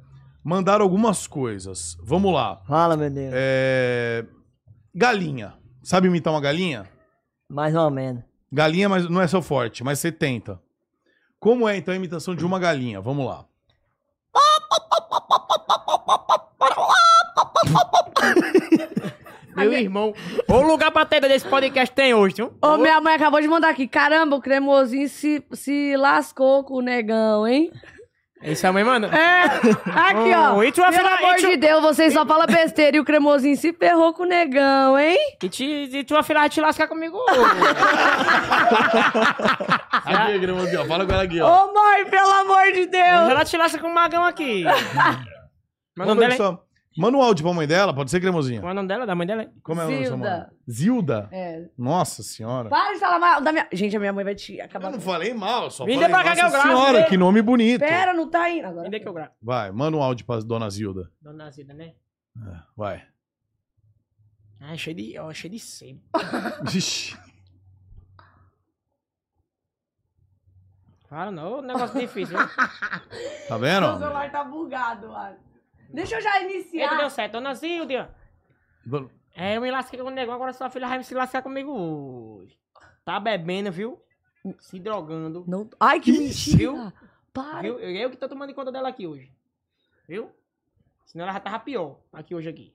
mandaram algumas coisas. Vamos lá.
Fala, meu Deus.
É, Galinha. Sabe imitar uma galinha?
Mais ou menos.
Galinha, mas não é seu forte, mas você tenta. Como é então a imitação de uma galinha? Vamos lá.
Meu irmão, o lugar pra ter desse podcast tem hoje, viu?
Ô, minha mãe acabou de mandar aqui. Caramba, o cremosinho se, se lascou com o negão, hein?
É Isso é mãe, mano.
É. Aqui, ó.
Hum,
Oh, e tu vai
Pelo
falar- e
amor
tu-
de Deus, vocês só falam besteira e o cremosinho se ferrou com o negão, hein?
E, te, e tua filha vai te lascar comigo. Ah,
Aqui, Grimaldi, ó, fala com ela aqui,
Ô, mãe, pelo amor de Deus.
Ela te lasca com o magão aqui. Mas o nome
Manda,
dela é...
só- manda um áudio pra mãe dela, pode ser, Cremosinha?
Qual é o nome dela? Da mãe dela é?
Como é o nome dessa
Zilda.
mãe? Zilda?
É.
Nossa senhora.
Para de falar mal da minha... Gente, a minha mãe vai te acabar...
Eu não falei mal, só
Me
falei
dê pra cá que eu
nossa
gravo,
senhora,
me dê.
que nome bonito.
Pera, não tá indo agora.
Onde é que eu gravo?
Vai, manda um áudio pra dona Zilda.
Dona Zida, né?
Vai.
Ah, cheio de... Ó, cheio de sebo.
Ixi.
Fala não, ô, negócio difícil, viu?
Tá vendo?
Meu celular tá bugado, mano. Deixa eu já
Eita, deu
iniciar.
certo. Dona Zilda,
Do-
é, eu me lasquei com o negão, agora sua filha vai se lascar comigo hoje. Tá bebendo, viu? Se drogando.
Não... Ai, que
Ixi.
mentira. Para.
Viu? Eu, eu que tô tomando conta dela aqui hoje. Viu? Senão ela já tava pior aqui hoje aqui.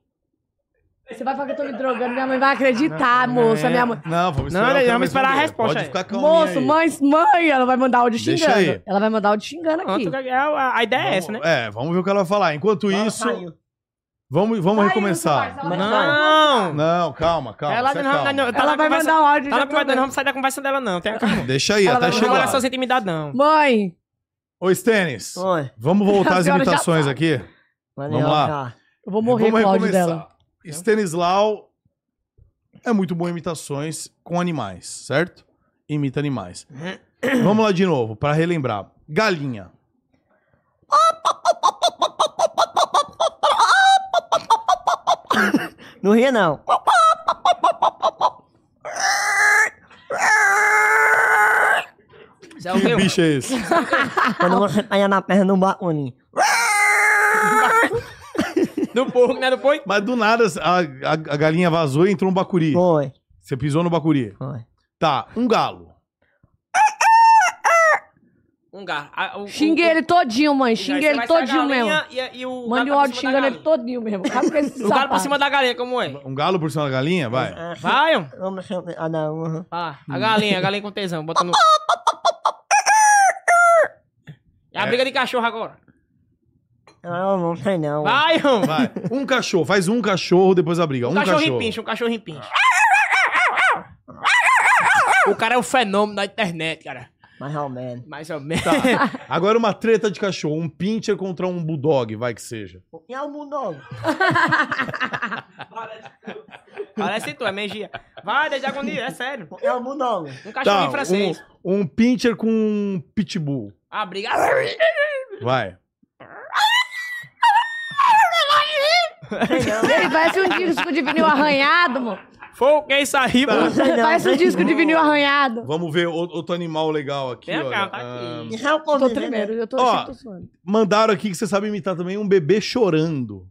Você vai falar que eu tô me drogando, minha mãe vai acreditar, moça. Minha mãe...
Não, vamos
Não,
esperar.
não,
o cara
vamos
mais
esperar a
responder.
resposta
Pode
aí.
ficar né? calminha
Moço,
aí.
mãe, mãe, ela vai mandar áudio
Deixa
xingando.
aí.
Ela vai mandar áudio xingando aqui.
Pronto, é, a, a ideia é essa, né?
Vamos- É, vamos ver o que ela vai falar. Enquanto
Fala,
isso,
saiu.
Vamos, vamos
Vai,
recomeçar.
Lúcio Barros, ela vai-
Não!
Não, calma, calma.
Ela,
se
não, não,
acalma.
não, tá
Ela
na
vai
conversa-
mandar um
Tá
áudio
na
já
conversa, não
também.
vamos sair da conversa dela, não. Tenha calma.
Deixa aí,
Não
Ela
até
vai
vamos olhar
chegar.
suas intimidades, não.
Mãe,
Ô, Stênis,
Oi,
vamos voltar
A
às
senhora já
imitações
sabe.
aqui?
valeu,
Vamos lá.
cara.
eu vou morrer
Vamos
com o áudio
recomeçar.
dela.
Stanislau é muito bom em imitações com animais, certo? Imita animais. Vamos lá de novo, para relembrar. Galinha.
Não ria, não.
Zé
Que
Alveu.
bicho é esse?
Quando você pega na perna do bacuni.
Do porco, né? Do porco.
Mas do nada a, a- a galinha vazou e entrou um bacuri.
Foi,
Você pisou no bacuri.
foi.
Tá, um galo.
Um gar. Ah, o- o-
Xinguei ele todinho, mãe. Xinguei
Aí você
ele
vai sair a
todinho mesmo.
galinha E, e o
Mande um
galo pra
áudio
cima da
xingando
galinha.
ele todinho mesmo. Acaba com esse
O galo pra
sapato.
cima da galinha, como é?
Um galo por cima da galinha? Vai.
Ah,
Vai, homem.
Vamos sentar. Ah, não. aham.
Ah, a galinha, a galinha com tesão, botando. É a briga de cachorro agora.
Eu não sei, não.
Vai, homem.
Vai. Um cachorro, faz um cachorro, depois a briga.
Um
Um
cachorro,
cachorro.
pincha, um cachorro pincha. O cara é um fenômeno da internet, cara.
Mais ou menos.
Mais ou menos.
Agora uma treta de cachorro. Um pincher contra um bulldog, vai que seja.
E é o Bulldog?
Parece tu, é megia. Vai, desde agonia, é sério.
E é o Bulldog?
Um cachorrinho
tá,
francês.
Um, um pincher com um pitbull.
A briga.
Vai.
Ele parece um disco de vinil arranhado, mano.
Foi o que isso aí,
Tá.
mano.
Parece um disco de vinil arranhado.
Vamos ver ou- outro animal legal aqui.
Vem cá,
olha.
tá aqui.
Ah,
Isso é o
Tô
Covid, né?
tremendo, eu tô,
Ó.
eu tô suando.
mandaram aqui que você sabe imitar também um bebê chorando.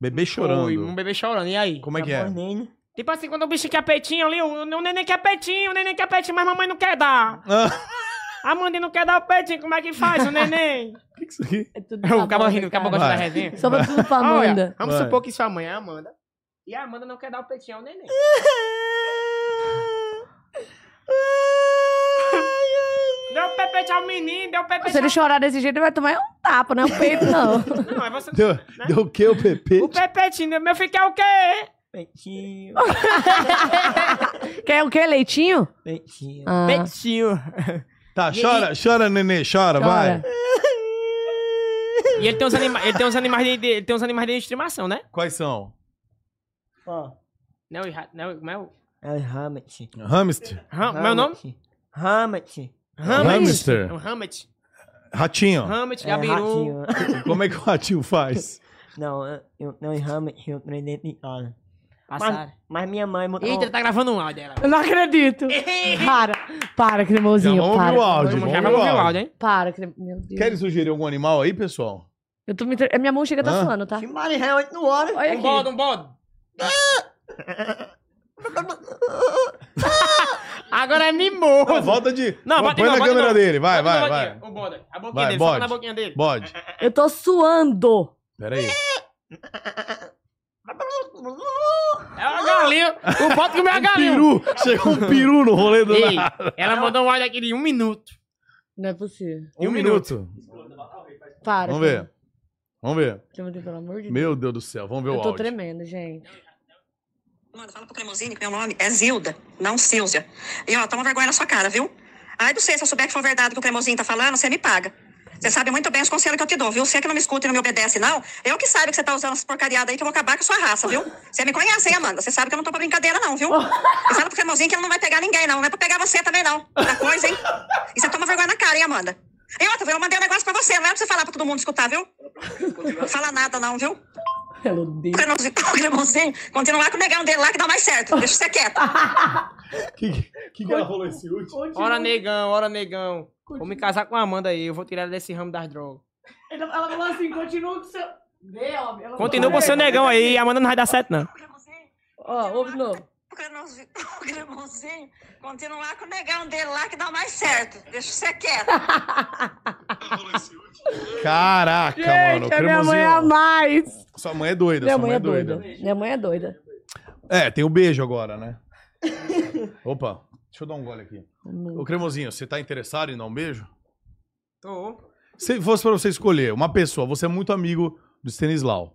Bebê chorando.
Oi, um bebê chorando, e aí?
Como é que é?
Japonês, né?
Tipo assim, quando o bicho quer peitinho ali, o, o neném quer peitinho, o neném quer peitinho, mas mamãe não quer dar.
Ah,
A mãe não quer dar o peitinho, como é que faz o neném?
que que é isso aqui?
É tudo
o
sabota,
cabo rindo, o cabo
cara.
gosta da
Vai.
resenha.
Sobretudo pra
Olha,
Amanda.
vamos
Vai.
supor que sua mãe é a Amanda. E a Amanda não quer dar o peitinho ao neném. Deu o pepete ao menino, deu o
Se
pepete
ele
ao...
chorar desse jeito, ele vai tomar um tapa, não é um peito, não.
Não, é você...
Deu,
Né?
deu o que o bebê?
O pepetinho, meu filho quer o quê?
Peitinho,
Ah!
Quer o quê? Leitinho?
peitinho.
Ah.
Peitinho.
Tá, chora, chora, nenê, chora, vai.
E ele tem uns, anima... ele tem uns animais de... de- Ele tem uns animais de estimação, né?
Quais são?
Ó,
Não, e ra- não, como é o...
é o Hammett.
Hamster.
Ram... Meu é nome?
Hammett.
Hamster.
É um Hamlet.
Ratinho.
Hamlet,
É,
Gabiru.
ratinho.
Como é que o ratinho faz?
Não, eu- eu não em Hammett, eu treinei dentro de casa.
Passaram.
Mas minha mãe mudou.
Eita, ele tá gravando um áudio, ela.
Eu não acredito. Para, para,
Já
cremosinho,
vamos ouvir o
para.
áudio.
Vamos
Vamos
já
ouvir o áudio.
hein?
Para, crem... meu Deus.
Querem sugerir algum animal aí, pessoal?
Eu tô me... tre- Minha mão chega tá
Hã?
suando, tá?
Que marido é 8 horas.
Olha
Um
aqui.
bode, um bode. Agora é mimoso.
Não, volta de.
Não,
Põe
bota
na
não, bota
câmera
não.
dele, vai,
Bota
vai,
na
vai.
boquinha, O bode. A boquinha
Vai,
dele,
bode.
foca na boquinha dele.
Bode.
Eu tô suando.
Pera aí.
É uma galinha. O bode comeu a galinha.
Um Peru! Chegou um peru no rolê do
Ei,
nada.
ela mandou um áudio aqui de um minuto.
Não é possível.
Um, minuto.
Para.
Vamos ver. Vamos ver.
Cremosinho, Pelo amor de Deus.
Meu Deus do céu, vamos ver
Eu
o
tô
áudio.
tremendo, gente.
Mano, fala pro Cremosini que meu nome é Zilda, não Silvia. E ó, toma vergonha na sua cara, viu? Ai do você, se eu souber que for verdade o que o Cremosinho tá falando, você me paga. Você sabe muito bem os conselhos que eu te dou, viu? Você que não me escuta e não me obedece, não. Eu que sabe que você tá usando essas porcariadas aí que eu vou acabar com a sua raça, viu? Você me conhece, hein, Amanda? Você sabe que eu não tô pra brincadeira, não, viu? E fala pro Cremosinho que ele não vai pegar ninguém, não. Não é pra pegar você também, não. Outra coisa, hein? E você toma vergonha na cara, hein, Amanda? E outra, viu? eu mandei um negócio pra você, não é pra você falar pra todo mundo escutar, viu? Não fala nada, não, viu?
Pelo Deus.
Cremosinho, cremosinho, continuar com o negão dele lá que dá mais certo. Deixa você quieta.
Que, que que rolou esse último?
Ora, negão, ora, negão. Vou me casar com a Amanda aí. Eu vou tirar ela desse ramo das drogas.
Ela falou assim, continua com seu... Vê, homem.
Continua
assim,
com o seu negão aí. A Amanda não vai dar certo, não.
Ó, ouve de novo.
Cremosinho, cremosinho, continuar com o negão dele lá que dá mais certo. Deixa você quieta.
Caraca, mano.
Gente, minha mãe é a
Cremosinho.
mais.
Sua mãe é doida,
Minha
sua
mãe é doida. Minha mãe é doida.
É, tem o beijo agora, né? Opa, deixa eu dar um gole aqui. Ô, Cremosinho, você tá interessado em dar um beijo?
Tô.
Se fosse pra você escolher uma pessoa, você é muito amigo do Stanislau.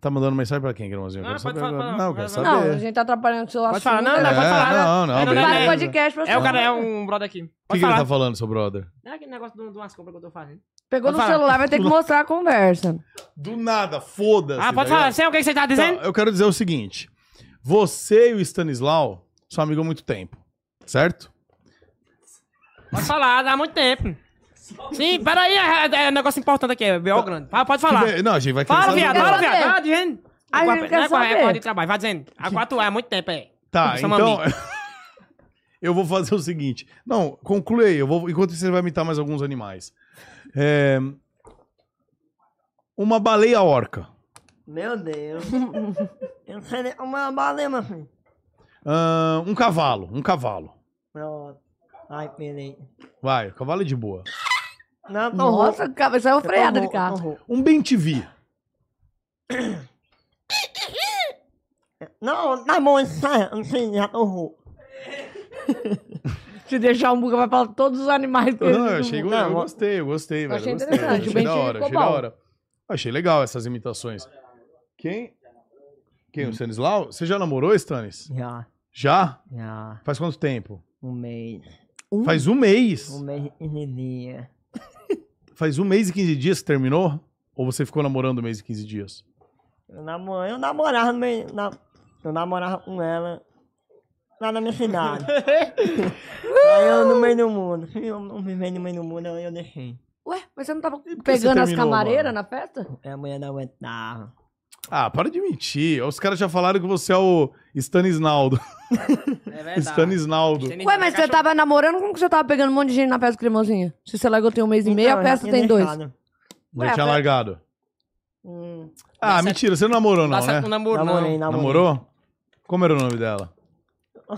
Tá mandando mensagem pra quem, Grãozinho? Eu
Não,
quero
Ah, pode
saber
falar,
agora.
pode
Não,
falar,
eu quero
pode
saber.
falar.
Não, a gente tá atrapalhando com o seu
Pode
assunto.
falar, não,
É,
não, pode falar.
não, não,
É,
beleza.
Para o
não, não.
podcast pra
É o
você.
cara, é um brother aqui.
O que,
Pode
que ele
falar.
tá falando, seu brother?
Não é aquele negócio de umas compras que eu tô fazendo.
Pegou
Pode
no
falar.
celular, vai ter que mostrar a conversa.
Do nada, foda-se.
Ah, pode
tá
falar,
ligado?
sei o que que você tá dizendo?
Tá, eu quero dizer o seguinte. Você e o Stanislau são amigos há muito tempo, certo?
Pode falar, dá muito tempo. Sim, peraí, é, é, é um negócio importante aqui, é BO grande. Ah, pode falar.
Que ve- Não, a gente vai querer
Fala,
saber.
viado,
Quero
fala, viado.
saber.
Tá dizendo?
Aí
Agora-
eu quero
não, agora é
saber.
hora de trabalho, vai dizendo. A 4 é muito tempo, é.
Tá,
Somos
então... eu vou fazer o seguinte. Não, conclui aí. Eu vou... Enquanto isso, ele vai imitar mais alguns animais. É, Uma baleia orca.
Meu Deus. eu não sei nem como é a baleia, meu filho.
Ahn, um cavalo, um cavalo.
Pronto. Ai, peraí.
Vai, o cavalo é de boa.
Não, tô
Nossa, o cara, isso é uma
Tá
rouco.
freada
Tô
de
rouco,
carro.
tô rouco.
Um bentivi.
Não, tá bom, encerra. Enfim, já tô rouco.
Se deixar um buga, vai pra todos os animais. que
Ah,
eles-
eu achei, eu,
Não,
gostei, eu gostei, velho.
achei
eu gostei,
interessante, o
Achei
Ben
da
Chiri
hora,
ficou
achei da
bom.
hora. Achei legal essas imitações. Quem? Quem? O Stanislau? Você já namorou, Stanis?
Já,
Já?
já.
Faz quanto tempo?
Um mês.
Faz um mês.
Um mês e quinze dias.
Faz um mês e 15 dias que terminou? Ou você ficou namorando um mês e 15 dias?
Eu, namor... eu namorava no meio. Na... Eu namorava com ela lá na minha cidade. Aí eu no meio do mundo. Se Eu não vivei no meio do mundo, eu eu deixei.
Ué, mas você não tava
por que você
pegando as
terminou, mano?
camareiras na festa?
Minha É mulher não aguentava.
Ah, para de mentir. Os caras já falaram que você é o Stanisnaldo.
É
Stanisnaldo.
Ué, mas você tá- tava namorando, como que você tava pegando um monte de gente na festa cremosinha? Se você largou tem um
Então,
mês e meio, a festa tem dois.
Já
Ué,
tinha
foi-
largado.
Hum,
Ah, mentira, você não namorou não,
Passa
né?
Tá com namoro, não.
namorei, namorei.
Namorou? Como era o nome dela?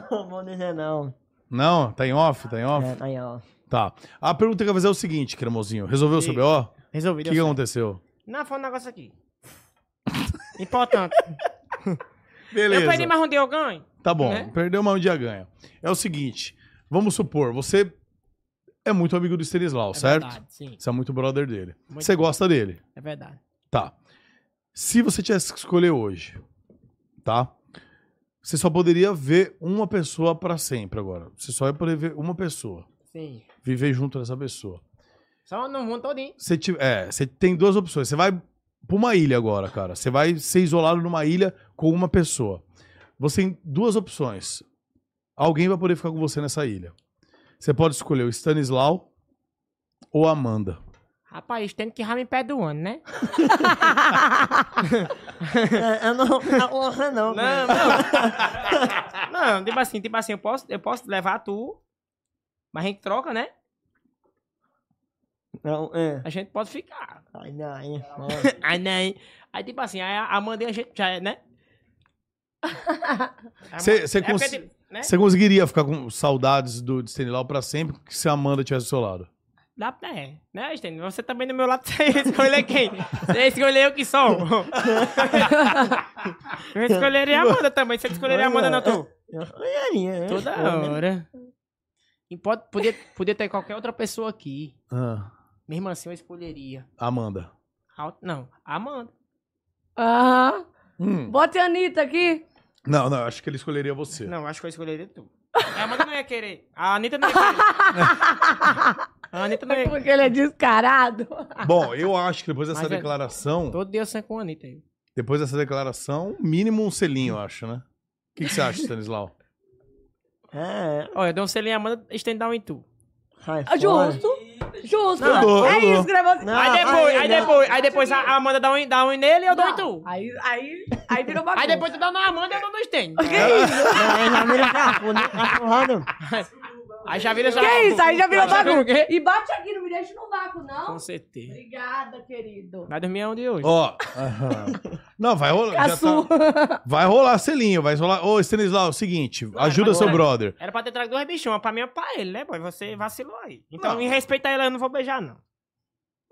Não vou dizer não.
Não? Tá em off? Tá em off?
É, aí, ó.
Tá. A pergunta que eu ia fazer é o seguinte, Cremosinho. Resolveu o seu BO? O
Resolvi. deu
que,
É,
que
certo.
aconteceu?
Não, foi um negócio aqui. Importante. Eu perdi
Beleza.
mais um dia, eu ganho.
Tá bom.
né?
Perdeu, mas um dia ganha. É o seguinte. Vamos supor, você é muito amigo do Stanislau, certo?
Verdade, sim,
Você é muito brother dele.
Muito.
Você gosta dele.
é verdade.
Tá. Se você tivesse que escolher hoje, tá? Você só poderia ver uma pessoa pra sempre agora. Você só ia poder ver uma pessoa.
Sim.
Viver junto dessa pessoa.
Só no mundo todinho.
Você ti- é, você tem duas opções. Você vai pra uma ilha agora, cara. Você vai ser isolado numa ilha com uma pessoa. Você tem duas opções. Alguém vai poder ficar com você nessa ilha. Você pode escolher o Stanislau ou a Amanda.
Rapaz, tendo que rame pé do ano, né?
É, eu não vou ficar com você, não.
Não, não. não, tipo assim, tipo assim, eu posso, eu posso levar tu, mas a gente troca, né?
Não, é.
A gente pode ficar.
Ai, não, aí, ó.
Aí, né? Aí, tipo assim, aí a a Amanda e a gente já, é, né?
Cê- cê
É porque,
cons-
tipo, né?
Você conseguiria ficar com saudades do de Stanislau pra sempre se a Amanda estivesse do seu lado?
Dá pra é. Né, Estênio? Você também do meu lado, você escolher quem? Você escolher eu que sou. eu escolheria a Amanda também. Você escolheria a Amanda, não, tu?
Eu olharia, né?
Toda hora. E pode, podia, podia ter qualquer outra pessoa aqui.
Ah,
Mesmo assim, eu escolheria.
Amanda.
A outra- Não, a Amanda.
Aham.
Hum.
Bota a Anitta aqui.
Não, não, eu acho que ele escolheria você.
Não, acho que eu escolheria tu. A Amanda não ia querer. A Anitta não ia querer. a Anitta não ia querer.
Porque ele é descarado.
Bom, eu acho que depois dessa
Mas é-
declaração.
Todo dia eu saio com a Anitta. aí.
Depois dessa declaração, mínimo um selinho, eu acho, né? O que, que você acha, Stanislau?
É,
Olha, eu dei um selinho a Amanda, estendeu um em tu.
sai fora.
Ah, Justo. Justo.
Eu dou,
é
eu dou.
isso, gravou.
Ah,
Não,
Aí depois,
é
aí
não.
depois, aí depois a a Amanda dá um, em- dá um em nele e eu dou em tu.
Aí, aí, aí virou bagunça.
Aí depois tu dá na Amanda e eu dou no Sten.
Não, eu É, já me ligaram, né? Tá porrada.
Aí já vira já.
Que isso? Aí já virou
Aí já vira o
bagunça.
quê?
E bate aqui, não me deixa no vácuo, não.
Com certeza.
Obrigada, querido.
Vai dormir onde hoje?
Ó. aham. Não, vai rolar. já
Caçu.
tá- vai rolar selinho, vai rolar. Ô, Stanislau, é o seguinte, ajuda
mas
seu
agora-
brother.
Era pra ter trago duas bichas, uma pra mim e uma pra ele, né, boy? Você vacilou aí. Então,
Não.
em respeito a ela, eu não vou beijar, não.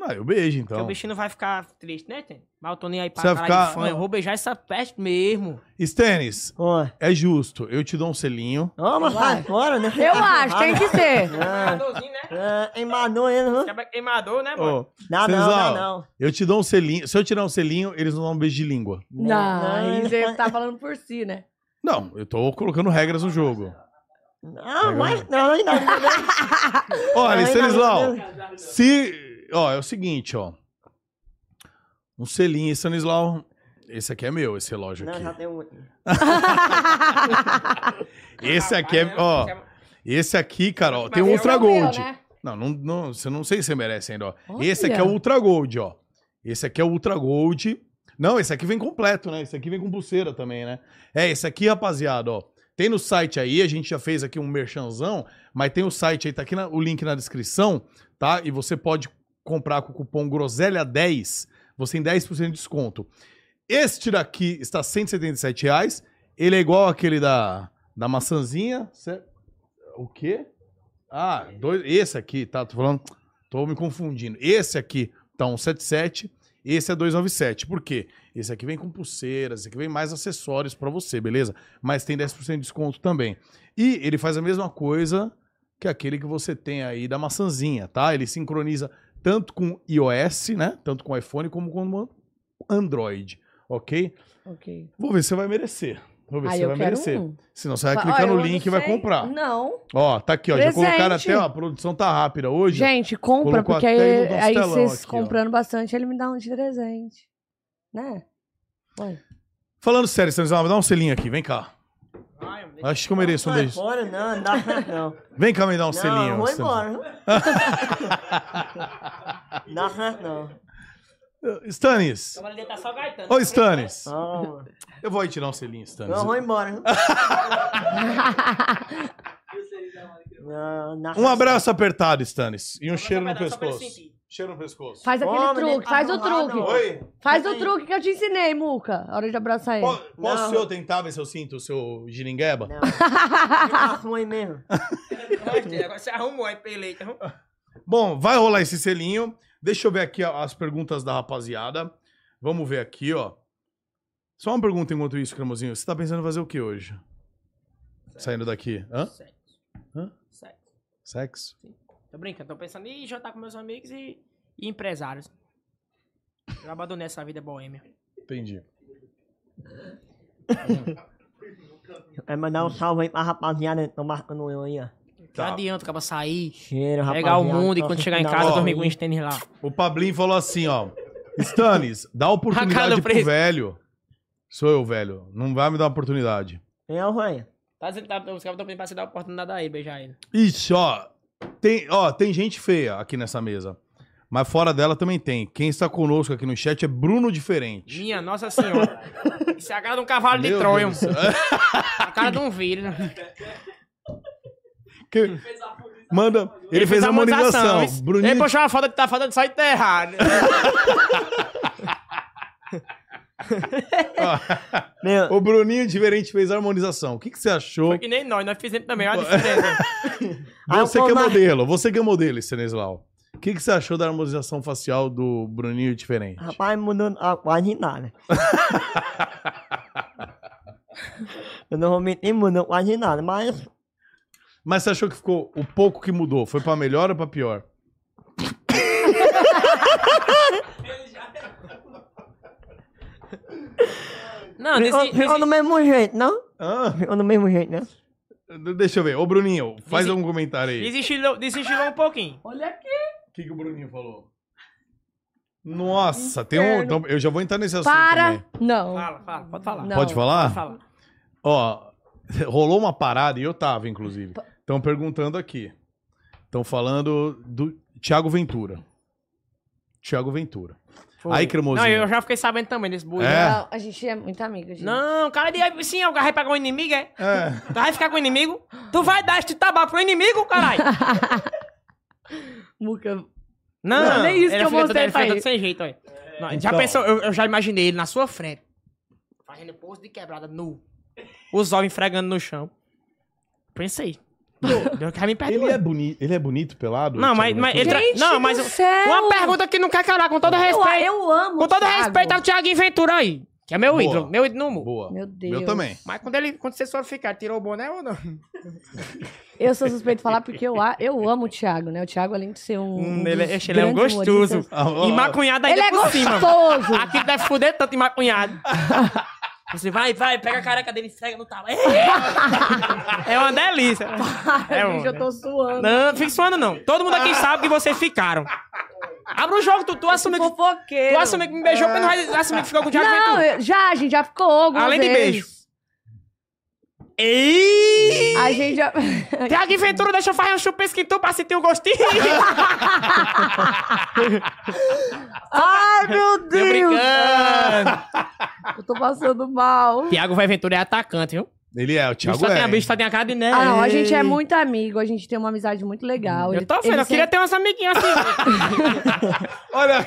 Ah, eu beijo,
Porque o
então.
bichinho não vai ficar triste, né, Tênis? Mas eu tô nem aí pra
Você vai
caralho
ficar-
de fã. Eu vou beijar essa peste mesmo.
Stênis,
Ó,
é justo. Eu te dou um selinho.
ó, mas sai fora, né?
Eu acho, tem que ser.
Ah,
Queimadorzinho, né?
ah, emanou ele, hã?
Quebra queimador, né, mano?
Ó,
Dá não, dá
Cezal,
não.
eu te dou um selinho. Se eu tirar um selinho, eles não dão um beijo de língua.
não,
Não,
ele
você
foi-
tá falando por si, né?
Não, eu tô colocando regras no jogo.
Não, mas não, ainda não.
Olha,
Ai,
Stanislau,
não,
se. Ó, é o seguinte, ó. Um selinho, Stanislau. Esse aqui é meu, esse relógio
Não, já
aqui.
tem um.
Esse aqui é. Ó, esse aqui, cara, ó, tem
né? Mas
um
esse
Ultra
é o meu,
Gold.
né?
Não, não, não, você não sei se você merece ainda, ó.
Olha.
Esse aqui é o Ultra Gold, ó. Esse aqui é o Ultra Gold. Não, esse aqui vem completo, né? Esse aqui vem com pulseira também, né? É, esse aqui, rapaziada, ó. Tem no site aí, a gente já fez aqui um merchanzão, mas tem o site aí, tá aqui na- o link na descrição, tá? E você pode comprar com o cupom Groselha10, você tem 10% de desconto. Este daqui está R$ 177 reais. Ele é igual aquele da, da maçãzinha. cê- O quê? Ah,
É.
dois, esse aqui, tá? Tô falando. Tô me confundindo. Esse aqui tá 177, esse é 297. Por quê? Esse aqui vem com pulseiras, esse aqui vem mais acessórios pra você, beleza? Mas tem 10% de desconto também. E ele faz a mesma coisa que aquele que você tem aí da maçãzinha, tá? Ele sincroniza tanto com iOS, né? Tanto com iPhone como com Android, ok?
Ok.
Vou ver se você vai merecer. Vou ver se
Aí
você
eu
vai
quero
merecer.
um.
Senão você vai
Ó,
clicar
eu
no
não
link e vai
sei-
comprar.
Não.
Ó, tá aqui, ó.
Presente.
Já colocaram até, ó. A produção tá rápida hoje.
Gente, compra,
Colocou
porque
até
aí,
um
aí
pastelão
vocês
aqui, ó.
comprando bastante, ele me dá um de presente. Né? Oi.
Falando sério, Stanislau, me dá um selinho aqui, vem cá.
Ai, meu Deus.
Acho que eu mereço um
Sai
beijo.
fora, não, não dá não.
Vem cá me dar um
não,
selinho.
eu vou
Stanislau.
embora. viu? Dá certo, não.
Stanis.
Agora ele tá só gaitando.
Ô, Stanis.
Não,
Eu vou aí tirar um selinho, Stanis.
eu Ah. vou embora. viu? Não, dá
Um
certo.
abraço apertado, Stanis. E um
Só
cheiro no
pra dar, só pra ele
pescoço.
sentir.
Cheiro no pescoço.
Faz aquele
Homem,
truque,
tá
faz o
arrumado.
truque.
Oi?
Faz o truque que eu te ensinei, Muca. Hora de abraçar ele.
Po- Posso
Não.
eu tentar ver se eu sinto o seu giringueba?
Não. Eu faço um aí mesmo.
Agora você arrumou aí, peleita. Arrumou.
Bom, vai rolar esse selinho. Deixa eu ver aqui ó, as perguntas da rapaziada. Vamos ver aqui, ó. Só uma pergunta enquanto isso, Cremozinho. Você tá pensando em fazer o que hoje? Saindo daqui. Hã?
Sexo.
Hã?
Sexo.
Sexo?
Tô brincando, tô pensando em jantar com meus amigos e, e empresários. Eu abandonei essa vida boêmia.
Entendi.
Vai mandar um salve aí pra rapaziada que tô marcando eu aí, ó.
Tá.
Não adianta, acaba sair,
Cheiro, rapaziada.
pegar o mundo e
Nossa,
quando chegar em
que
casa
da-
dormir com o tênis lá.
O Pablinho falou assim, ó. Stanis, dá
A cara
oportunidade
do
pro
preto.
velho. Sou eu, velho. Não vai me dar oportunidade.
Eu, velho.
Tá dizendo que tá- os caras estão pedindo pra você dar oportunidade aí, beijar ele.
Ixi, ó. Tem, ó, tem gente feia aqui nessa mesa. Mas fora dela também tem. Quem está conosco aqui no chat é Bruno Diferente.
Minha nossa senhora. Isso é a cara de um cavalo de
Meu
Troia.
Deus do
mano.
céu.
A cara de um vírus.
Que- Manda. Ele, fez a harmonização.
Ele
Bruninho.
postou uma foto que tá falando só enterrado.
Meu,
O Bruninho Diferente fez a harmonização. O que, que você achou?
Foi que nem nós, nós fizemos também, olha a diferença.
Ah, eu
Você
vou
que é
na-
modelo. Você que é modelo, Stanislau. O que, que você achou da harmonização facial do Bruninho Diferente?
Rapaz, mudou ah, quase nada. eu não vou mentir, mudou quase nada, mas
Mas você achou que ficou o pouco que mudou? Foi pra melhor ou pra pior?
Não,
ficou,
nesse,
ficou do
nesse,
mesmo jeito, não?
Hã?
Ficou do mesmo jeito, né?
deixa eu ver. Ô, Bruninho, faz
Desi-
algum comentário aí.
desestilou, desestilou um pouquinho.
Olha aqui.
O que, que o Bruninho falou? Nossa, tem um. então, eu já vou entrar nesse assunto.
Para.
também.
Não.
Fala, fala, pode falar.
Não.
Pode falar?
Pode falar.
Ó, rolou uma parada e eu tava, inclusive. Estão perguntando aqui. Estão falando do Thiago Ventura. Thiago Ventura. Aí,
Não,
cremosinho.
eu já fiquei sabendo também desse burro.
É.
Não, a gente é muito amigo, gente.
Não, cara é de. Sim, o cara vai pegar um inimigo, é?
É.
Tu vai ficar com o inimigo? Tu vai dar este tabaco pro inimigo, caralho?
Muca.
Não,
Não, nem isso
ele
que eu
fica todo-
mostrei
ele
pra
fica
ele.
todo sem jeito, olha. Não, Já
Então.
pensou, eu, eu já imaginei ele na sua frente. Fazendo posto de quebrada nu. Os olhos enfregando no chão. Pensei. Deus quer me
Ele é,
perdoar.
boni... ele é bonito pelado?
Não,
Thiago
mas, mas
né?
Leifert?
ele tra-
Gente
Não,
do
mas eu-
céu!
uma pergunta que não quer calar, com todo
Eu,
respeito.
eu amo.
Com
o
todo
Thiago.
respeito ao Thiaguinho Ventura aí, que é meu
Boa.
ídolo, meu ídolo no mundo.
Boa.
Meu Deus.
Meu também.
Mas quando ele, quando vocês foram ficar, tirou o boné ou não?
Eu sou suspeito de falar porque eu, a- eu amo o Thiago, né? O Thiago, além de ser um.
Hum,
um
ele é-
dos
ele é um
grandes
gostoso.
humoristas-
Ah, ó,
E macunhado ainda
Ele é
por cima.
gostoso.
Aqui deve fuder tanto em macunhado.
Você vai, vai, pega a careca dele, esfrega no talo.
É uma delícia. É
Bicho, eu
uma.
tô suando.
Não, não fica suando, não. Todo mundo aqui sabe que vocês ficaram. Abre o jogo, tu, tu assume que.
Fofoqueiro.
Tu assume que me beijou, mas não vai assumir que ficou com o Thiago
Não,
Ventura.
eu- já, a gente já ficou algumas
Além de
vezes.
beijo. Ei!
A gente já...
Tiago Ventura, deixa eu fazer um chupisco em tu pra sentir o gostinho.
Ai, meu
Tô
Deus!
brincando.
Eu tô passando mal.
Tiago vai Ventura é atacante, viu?
Ele é, o
Bicho
Thiago
só, tem a,
é.
bicho só tem a cara de neve.
Ah, não, a gente é muito amigo, a gente tem uma amizade muito legal.
Eu
Ele-
tô vendo,
ele
eu queria ter umas amiguinhas assim.
Olha,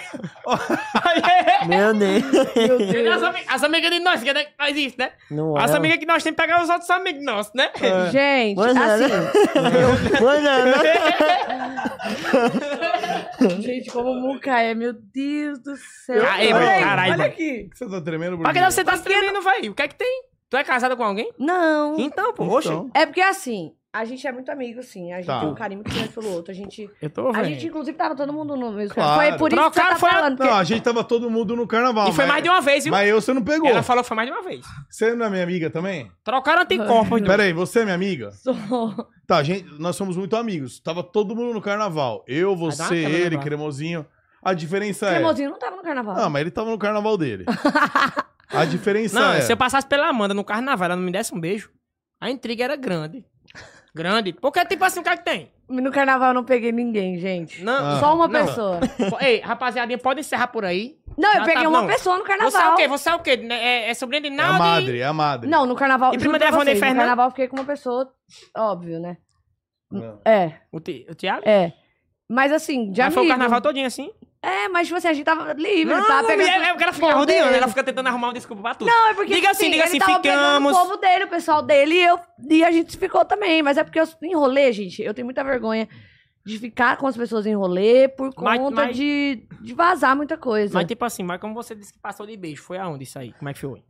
é.
Meu Deus.
Meu Deus.
As, ami- as amigas de nós, que é- faz isso, né?
Não é.
As amigas que nós temos que pegar os outros amigos nossos, né?
Gente,
Pois é,
assim,
né? Pois é, né?
gente, como o Muca é, meu Deus do céu.
Aí,
Olha aí.
caralho.
olha
mano.
aqui. Você tá tremendo,
Pra que
Bruno?
você tá se tremendo, vai? O que é que tem? Tu é casada com alguém?
Não.
Então, pô, oxe.
Então.
É porque assim, a gente é muito amigo, sim. A gente
Tá.
tem um carinho muito grande pelo outro. A gente,
Eu tô
a gente inclusive, tava todo mundo no mesmo
Claro.
Foi por isso que
Trocaram,
você
foi
tá
a-
falando.
Não,
porque-
a gente tava todo mundo no carnaval.
E foi
mas-
mais de uma vez, viu?
Mas eu, você não pegou.
Ela falou que foi mais de uma vez.
Você não é minha amiga também?
Trocaram anticorpos.
Pera aí, você é minha amiga?
Sou-
Tá, gente, nós somos muito amigos. Tava todo mundo no carnaval. Eu,
dá
você,
uma quebra
ele,
no braço.
Cremosinho. A diferença é...
Cremosinho não tava no carnaval.
Ah, mas ele tava no carnaval dele. A diferença
Não,
é...
se eu passasse pela Amanda no carnaval, ela não me desse um beijo. A intriga era grande. Grande. Porque, tipo assim, o que é que tem?
No carnaval eu não peguei ninguém, gente.
Ah.
Não.
Só uma
Não.
pessoa.
Pô, Ei, rapaziadinha, pode encerrar por aí.
Não, eu
Ah,
peguei
tá,
uma
não.
pessoa no carnaval.
Você é o quê? Você é o quê? Né, É, é sobrinha de
É a
nada
madre, é a madre.
Não, no carnaval.
E
juro
prima
pra
da Ivone
vocês, No
Fernanda?
carnaval eu fiquei com uma pessoa, óbvio, né?
Não.
É,
O, Ti- o Thiago?
é. Mas assim, de
Já foi o
amigo.
carnaval todinho assim?
É, mas tipo assim, a gente tava livre,
não,
tava pegando...
é, é porque ela fica
Bom,
rodeando,
dele.
ela fica tentando arrumar uma desculpa pra tudo.
Não, é porque
Diga
tipo
assim, diga
ele
assim,
tava pegando o
ficamos.
povo dele, o pessoal dele, e, eu, e a gente ficou também. Mas é porque eu enrolei, gente. Eu tenho muita vergonha de ficar com as pessoas em rolê por
Mas-
conta
mas-
De, de vazar muita coisa.
Mas tipo assim, mas como você disse que passou de beijo, foi aonde isso aí? Como é que foi?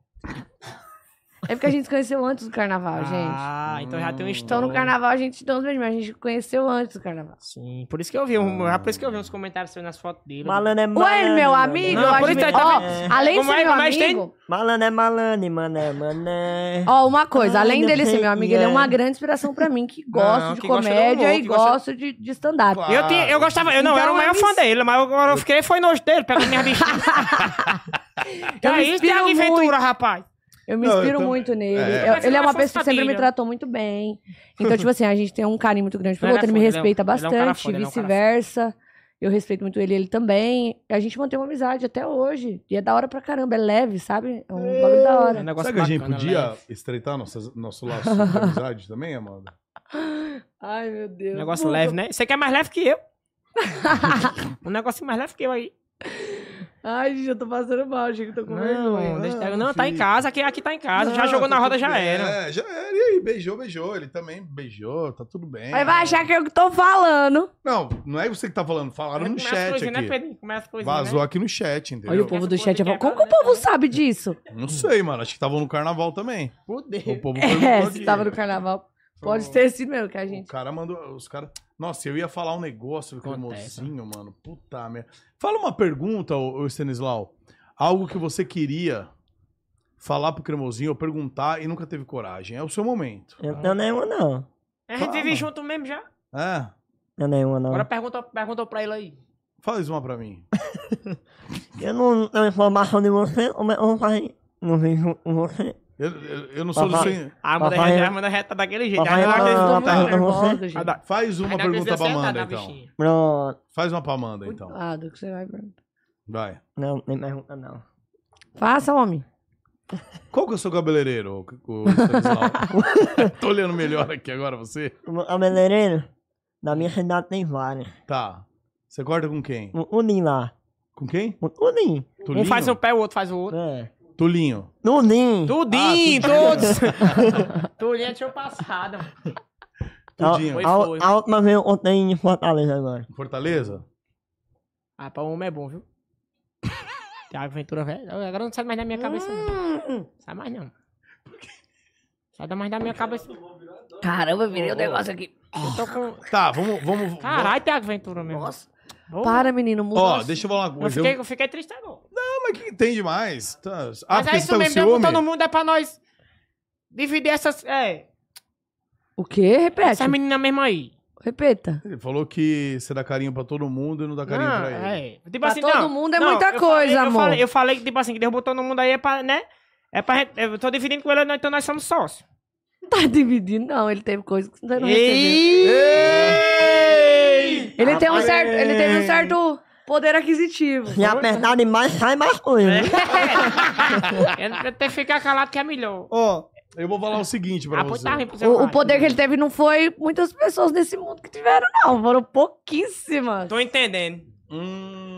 É porque a gente se conheceu antes do carnaval, gente.
Ah, então já tem um
Então no carnaval a gente deu uns beijos, mas a gente conheceu antes do carnaval.
Sim, por isso que eu vi, um,
Ah.
já por isso que eu vi uns comentários seus nas fotos dele.
Malandro é
Ou
malandro. né?
ele, meu
mano.
amigo,
Não,
eu
por isso
tá
admiro-
aí
ó,
também-
além de
Como
ser
é-
meu
como é que tem?
amigo,
Malandro é malandro, mané, mané.
ó, uma coisa,
Ai,
além
meu
dele ser
Deus,
meu amigo, ele é
é.
uma grande inspiração pra mim, que gosto
Não,
de
que gosta do
comédia
humor,
e
que gosta-
gosto de, de stand-up.
Claro.
Eu, tinha, eu gostava, eu não
Então
era o maior
eles-
fã dele, mas agora eu fiquei foi nojo dele, pegando minha bichinha.
Eu
é
me
isso,
inspiro
Thiago
muito.
Ventura, rapaz. É um
Eu me
Não, eu
inspiro
também.
muito nele.
É.
Eu-
Mas
ele é
nós
uma
somos
pessoa que sempre me
família.
tratou muito bem. Então, tipo assim, a gente tem um carinho muito grande pelo
Ele Hum. é
outro, ele me
foda, ele é um-
respeita
ele é um cara
bastante,
foda, ele é um cara
vice-versa. Eu respeito muito ele, ele também. A gente mantém uma amizade até hoje. E é da hora pra caramba, é leve, sabe? É um bagulho da
É um
hora.
negócio
Será que a gente
bacana, né?
podia
leve.
estreitar nossas, nosso laço de amizade também, Amanda?
Ai, meu Deus.
Negócio
Nunca-
leve, né? Você quer mais leve que eu. um negócio mais leve que eu aí.
Ai, gente, eu tô passando mal, gente, eu tô com vergonha.
Não, deixa-
não,
não, tá em
filho.
casa, aqui, aqui tá em casa. já
Não,
jogou
tá
na roda,
tudo
já
bem.
era.
É, já era. E aí, beijou, beijou. Ele também beijou, tá tudo bem.
Aí vai achar que eu que tô falando.
Não, não é você que tá falando. Falaram
Aí
no
começa as
chat
coisinhas, né,
aqui.
Pedrinho? Começa as coisinhas,
Vazou
né?
aqui no chat,
Olha o
entendeu?
povo do
Essa
chat.
coisa
Como
que é
que o
errada,
povo sabe disso?
Não sei, mano. Acho que estavam no carnaval também. O povo
É,
perguntou
se
aqui.
tava no carnaval. Pode ter sido mesmo que a
O
gente.
cara mandou. Os cara... Nossa, eu ia falar um negócio com o
Acontece.
mozinho, mano. Puta merda. Fala uma pergunta, ô, ô Stanislau. Algo que você queria falar pro Cremosinho ou perguntar e nunca teve coragem. É o seu momento.
Eu não tenho nenhuma, não.
A gente vive
Fala.
junto mesmo já.
É.
Não tenho nenhuma, não.
Agora pergunta, pergunta pra ele aí.
Faz uma pra mim.
Eu não tenho informação de você, como é que eu vou fazer? Não vim junto com você.
Eu, eu, eu não sou do
Papai.
seu.
A Amanda
Papai-
é-
já, a Amanda já tá daquele jeito.
Papai-
Aí não
Ah,
acredito.
Tô muito
tá.
nervosa, gente.
Faz uma
Aí não
é pergunta
acredito
pra
acertar
Amanda,
na
então.
bichinha.
Pronto.
Faz uma pra Amanda, então.
Ah, do que você vai perguntar.
Vai.
Não, nem pergunta, não.
Faça, homem.
Qual que é o seu cabeleireiro, o, o Stanislau? Tô olhando melhor aqui agora você.
O meu cabeleireiro, na minha cidade tem vários.
Tá. Você corta com quem?
O Unim lá.
Com quem?
O Unim.
Tulinho?
Um faz um pé, o outro faz o outro.
É.
Tulinho.
Unim.
Ah,
Tudinho,
tudinho.
todos. Tudinho é tio passado.
Tudinho.
Foi,
A, a-
foi.
a última vez eu contei em Fortaleza agora.
Fortaleza?
Ah, pra homem é bom, viu? Tiago Ventura, velho. Agora não sai mais da minha cabeça, não.
Hum,
Sai mais, não. Sai mais da minha cabeça. Eu
caramba, virei o negócio aqui.
tô com...
Tá, vamos. vamos
Caralho, Tiago Ventura, meu.
Nossa.
Boa.
Para, menino, muda.
Ó,
o
deixa eu falar uma
Eu
coisa.
fiquei, eu fiquei triste agora.
Ah, mas o que tem demais? Tá. Ah,
Mas é
porque você
isso
tá no
mesmo, mesmo
ciúme?
todo mundo é pra nós dividir essas... É,
assunto. O quê? Repete.
essas meninas mesmo aí.
Repeta.
Ele falou que você dá carinho pra todo mundo e não dá carinho
Não,
pra ele.
é. Tipo
Pra todo mundo é muita
eu
coisa,
falei,
amor.
Eu falei, eu falei que, tipo assim, que Deus botou no mundo aí é pra, né? É pra gente- Eu tô dividindo com ele, nós- então nós somos sócios.
Não tá dividindo, não. Ele teve coisa que você não recebeu.
Ei!
Ele, tem um certo, ele teve um certo poder aquisitivo.
Se apertar demais, sai mais coisa. né?
Eu não- eu tenho que ficar calado que é melhor.
Ó, eu vou falar o seguinte pra você.
Apontar ruim pro seu
O, o
lado.
poder que ele teve não foi muitas pessoas nesse mundo que tiveram, não. Foram pouquíssimas.
Tô entendendo.
Hum.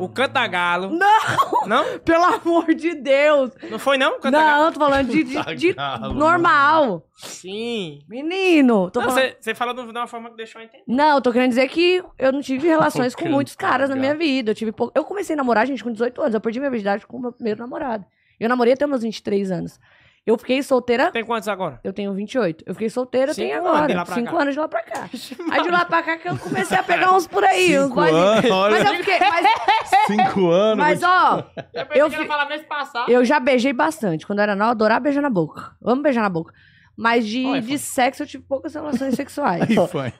O Cantagalo.
Não!
Não?
Pelo amor de Deus!
Não foi, não? Tá Cantagalo?
Não, tô falando de, de, de
Cagalo,
normal.
Sim.
Menino, tô
Não,
falando-
você você falou de uma forma que deixou eu entender.
Não, tô querendo dizer que eu não tive relações com
Cantagalo.
muitos
Tá
caras na minha vida. Eu tive pouco. Eu comecei a namorar, gente, com 18 anos. Eu perdi minha virgindade com o meu primeiro namorado. Eu namorei até meus 23 anos. Eu fiquei solteira.
Tem quantos agora?
Eu tenho 28. Eu fiquei solteira,
Cinco
tem
anos de
agora.
lá pra
Cinco
cá.
anos de lá pra cá. Aí de lá pra cá que eu comecei a pegar uns por aí, uns
Cinco
bolinhos.
anos,
Mas
olha,
eu fiquei. Mas,
cinco anos.
mas, ó,
Eu pensei
Eu
que
fi-
ela falava mês passado.
eu já beijei bastante. Quando eu era nova, eu adorava beijar na boca. Eu amo beijar na boca. Mas de,
Olha,
de sexo eu tive poucas relações sexuais.
Aí foi.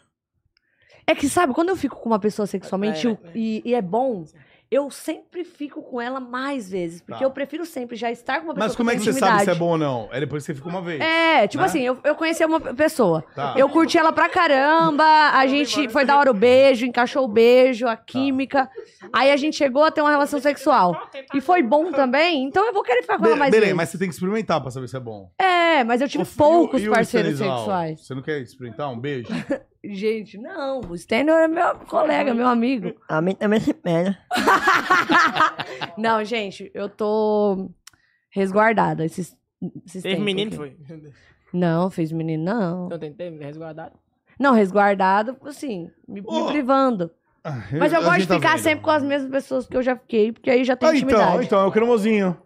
É que, sabe, quando eu fico com uma pessoa sexualmente
É,
eu- E, e é bom, eu sempre fico com ela mais vezes. Porque
Tá.
eu prefiro sempre já estar com uma pessoa
Mas como é que você sabe se é bom ou não? É depois que você fica uma vez.
É, tipo
né?
assim, eu, eu conheci uma pessoa.
Tá.
Eu curti ela pra caramba, a gente foi da hora o beijo, encaixou o beijo,
Tá.
a química. Aí a gente chegou a ter uma relação sexual.
tá,
E foi bom também, então eu vou querer ficar com ela
Be-
mais
Beleza,
vezes.
mas você tem que experimentar pra saber se é bom.
É, mas eu tive
O- e o-
poucos
e o
parceiros
Stanislau?
sexuais.
Você não quer experimentar um beijo?
Gente, não, o Stenor é meu colega, meu amigo.
A mim também se pega.
Não, gente, eu tô resguardada. Esses, esses
Teve
tempos
menino,
aqui.
foi?
Não, fez menino, não.
Então
Não tentei me resguardar.
Não, resguardado, assim, me, me
Ô,
privando. Mas eu
Oh! A
gosto de
gente tá
ficar
vendo.
sempre com as mesmas pessoas que eu já fiquei, porque aí já tem
Ah, então,
intimidade.
então, é o cremosinho.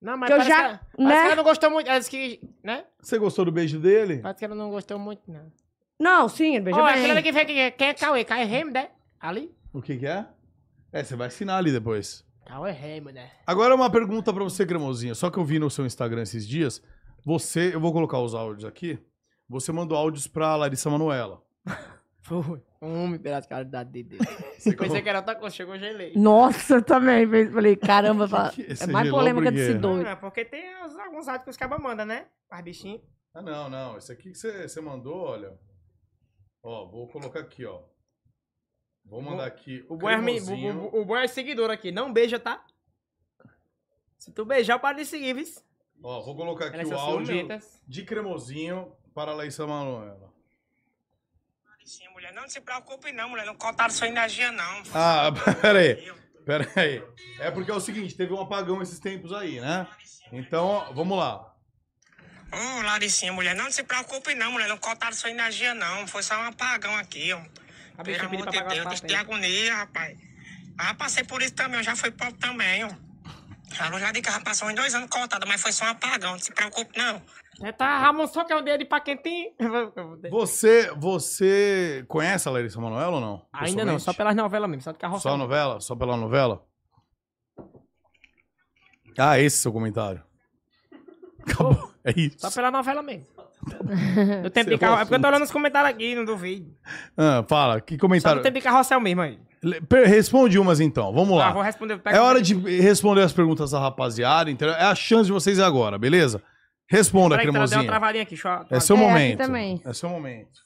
Não, mas
Porque eu
parece
já,
que ela- parece que
né?
ela não gostou muito. Ela disse que, né?
Você gostou do beijo dele?
Parece que ela não gostou muito, não.
Não, sim, ele beija
Ó,
bem.
aquela que vem aqui, quem é Cauê? Cauê Remo, né? Ali?
O que que é? É, você vai assinar ali depois.
Cauê Remo, né?
Agora uma pergunta pra você, Cremosinho. Só que eu vi no seu Instagram esses dias. Você, eu vou colocar os áudios aqui. Você mandou áudios pra Larissa Manoela.
Foi. Um homem pela caridade de Deus. Pensei que era outra coisa, chegou, gelei.
Nossa, eu também. Falei, caramba, fala-
que-
é
você
mais
gelou
polêmica
por quê?
desse
Não,
doido.
é porque tem os- alguns atos que os cabas mandam, né? Mas bichinho.
Ah, não, não. Esse aqui que você, você mandou, olha. Ó, vou colocar aqui, ó. Vou mandar aqui.
O bom, é, mi-
Cremosinho.
o- o- o bom é seguidor aqui. Não beija, tá? Se tu beijar, para de seguir, é viu?
Ó, vou colocar aqui
é
Elas
o
são
tá
áudio
ciumentas.
de Cremosinho para Larissa Manoela.
Sim, mulher, não se preocupe não, mulher. Não cortaram sua energia, não.
Ah, peraí. Peraí. É porque é o seguinte, teve um apagão esses tempos aí, né? Então, ó, vamos lá.
Ô, Laricinha, mulher, não se preocupe não, mulher. Não cortaram sua energia, não. Foi só um apagão aqui, ó.
A
Pelo
bicha pediu
amor
pra
de
pagar os
Deus,
papéis.
bicho de agonia, rapaz. Ah, passei por isso também, eu já fui pobre também, ó. A luz lá de casa passou uns dois anos cortada, mas foi só um apagão, não se preocupe não.
Já tá, Ramon, só que é um dedo pra quem tem.
Você, você conhece a Larissa Manoela ou não?
Ainda não, só
Pessoalmente?
pelas novelas mesmo, só de carroça.
Só a novela? Só pela novela? Ah, esse é seu comentário. Acabou. É isso.
Só pela novela mesmo. Eu tempo de
Encerrou o
carroça. É porque eu tô olhando os comentários aqui, não duvido.
Ah, fala, que
Só no
comentário?
tempo de carrossel mesmo aí.
Le- per- Responde umas então, vamos
Ah,
lá.
vou responder. pega
É
o-
hora
um-
de responder as perguntas da rapaziada, entendeu? É a chance de vocês agora, beleza? Responda,
Peraí que ela deu uma
cremosinho.
travadinha aqui, deixa eu...
É seu
É, aqui
momento.
também.
É seu momento.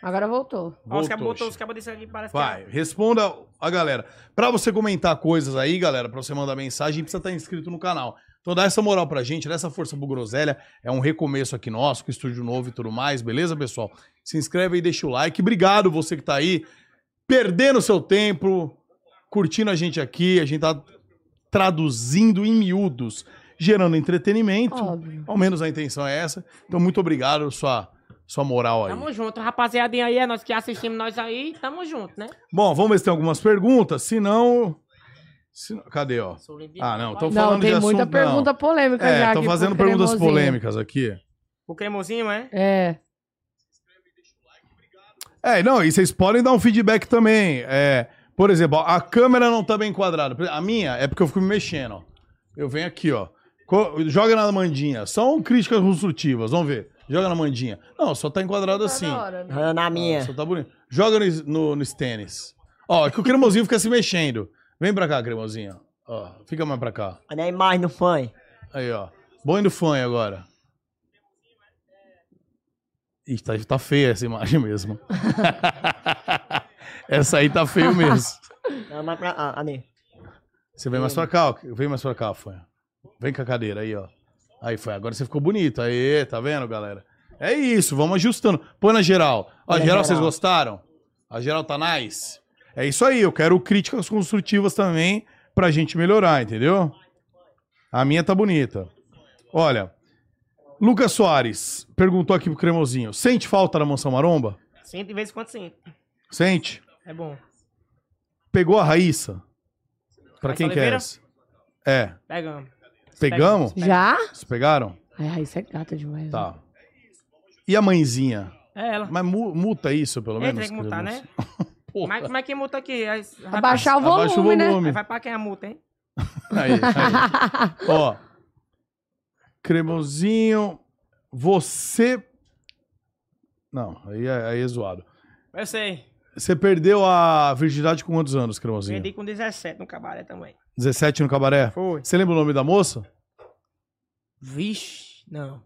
Agora voltou.
Ó, os cabos
Voltou,
botou, os
Chico.
cabos desse aqui, parece
é-
Vai, responda a galera. Pra você comentar coisas aí, galera, pra você mandar mensagem, precisa estar inscrito no canal. Então dá essa moral pra gente, dá essa força pro Groselha. É um recomeço aqui nosso, com estúdio novo e tudo mais, beleza, pessoal? Se inscreve aí, deixa o like. Obrigado você que tá aí, perdendo seu tempo, curtindo a gente aqui. A gente tá traduzindo em miúdos, gerando entretenimento.
Óbvio.
Ao menos a intenção é essa. Então, muito obrigado, sua sua moral aí.
Tamo junto, rapaziadinha aí, é nós que assistimos nós aí, tamo junto, né?
Bom, vamos ver se tem algumas perguntas. Se não. se não- Cadê, ó?
Sou limpinho.
Ah, não. Estão
Não,
falando
tem
de assunto.
muita pergunta polêmica
não. É,
já.
estão
aqui
fazendo
pro
perguntas
cremosinho.
polêmicas aqui.
O cremosinho, é?
É.
É, não, e vocês podem dar um feedback também. É, por exemplo, ó, a câmera não tá bem enquadrada. Por exemplo, A minha é porque eu fico me mexendo, ó. Eu venho aqui, ó. Co- Joga na mandinha. São críticas construtivas, vamos ver. Joga na mandinha. Não, só tá enquadrado assim.
Tá da hora, né?
Ah, Na minha.
Ah, só tá bonito. Joga no, no, nos tênis. Ó, é que o cremosinho fica se mexendo. Vem pra cá, cremosinho. Ó, fica mais pra cá.
Olha a imagem do fã.
Aí, ó. Bom do fã agora. Ih, tá, tá feia essa imagem mesmo. essa aí tá feio mesmo.
Não, mas pra cá, ali.
Você vem mais pra cá, ó. Vem mais pra cá, Fanha. Vem com a cadeira aí, ó. Aí, foi. Agora você ficou bonito. Aí, tá vendo, galera? É isso, vamos ajustando. Põe na geral. Ó,
Põe na
geral, vocês
geral.
gostaram? A geral tá nice? É isso aí, eu quero críticas construtivas também pra gente melhorar, entendeu? A minha tá bonita. Olha, Lucas Soares perguntou aqui pro Cremosinho. Sente falta da Mansão Maromba?
Sim, de vez em quando sim.
Sente?
É bom.
Pegou a Raíssa? Pra
Raíssa
quem que é
Oliveira?
essa? É,
Pegamos.
pegamos?
Já?
Vocês pegaram?
Uhum.
Ai, ai, isso é gata demais. né?
Tá. E a mãezinha?
É ela.
Mas mu- multa isso, pelo
É,
menos?
tem que multar, né?
queremos. Porra.
Mas como é que multa aqui? Aí, vai-
Abaixar o volume,
Abaixa
né?
aí vai pra quem a multa, hein?
Aí, aí. Ó. Cremosinho, você... Não, aí é, aí é zoado.
Eu sei.
Você perdeu a virgindade com quantos anos, Cremosinho?
Vendi com 17 no cabaré também.
17 no cabaré?
Foi.
Você lembra o nome da moça?
Vixe, não.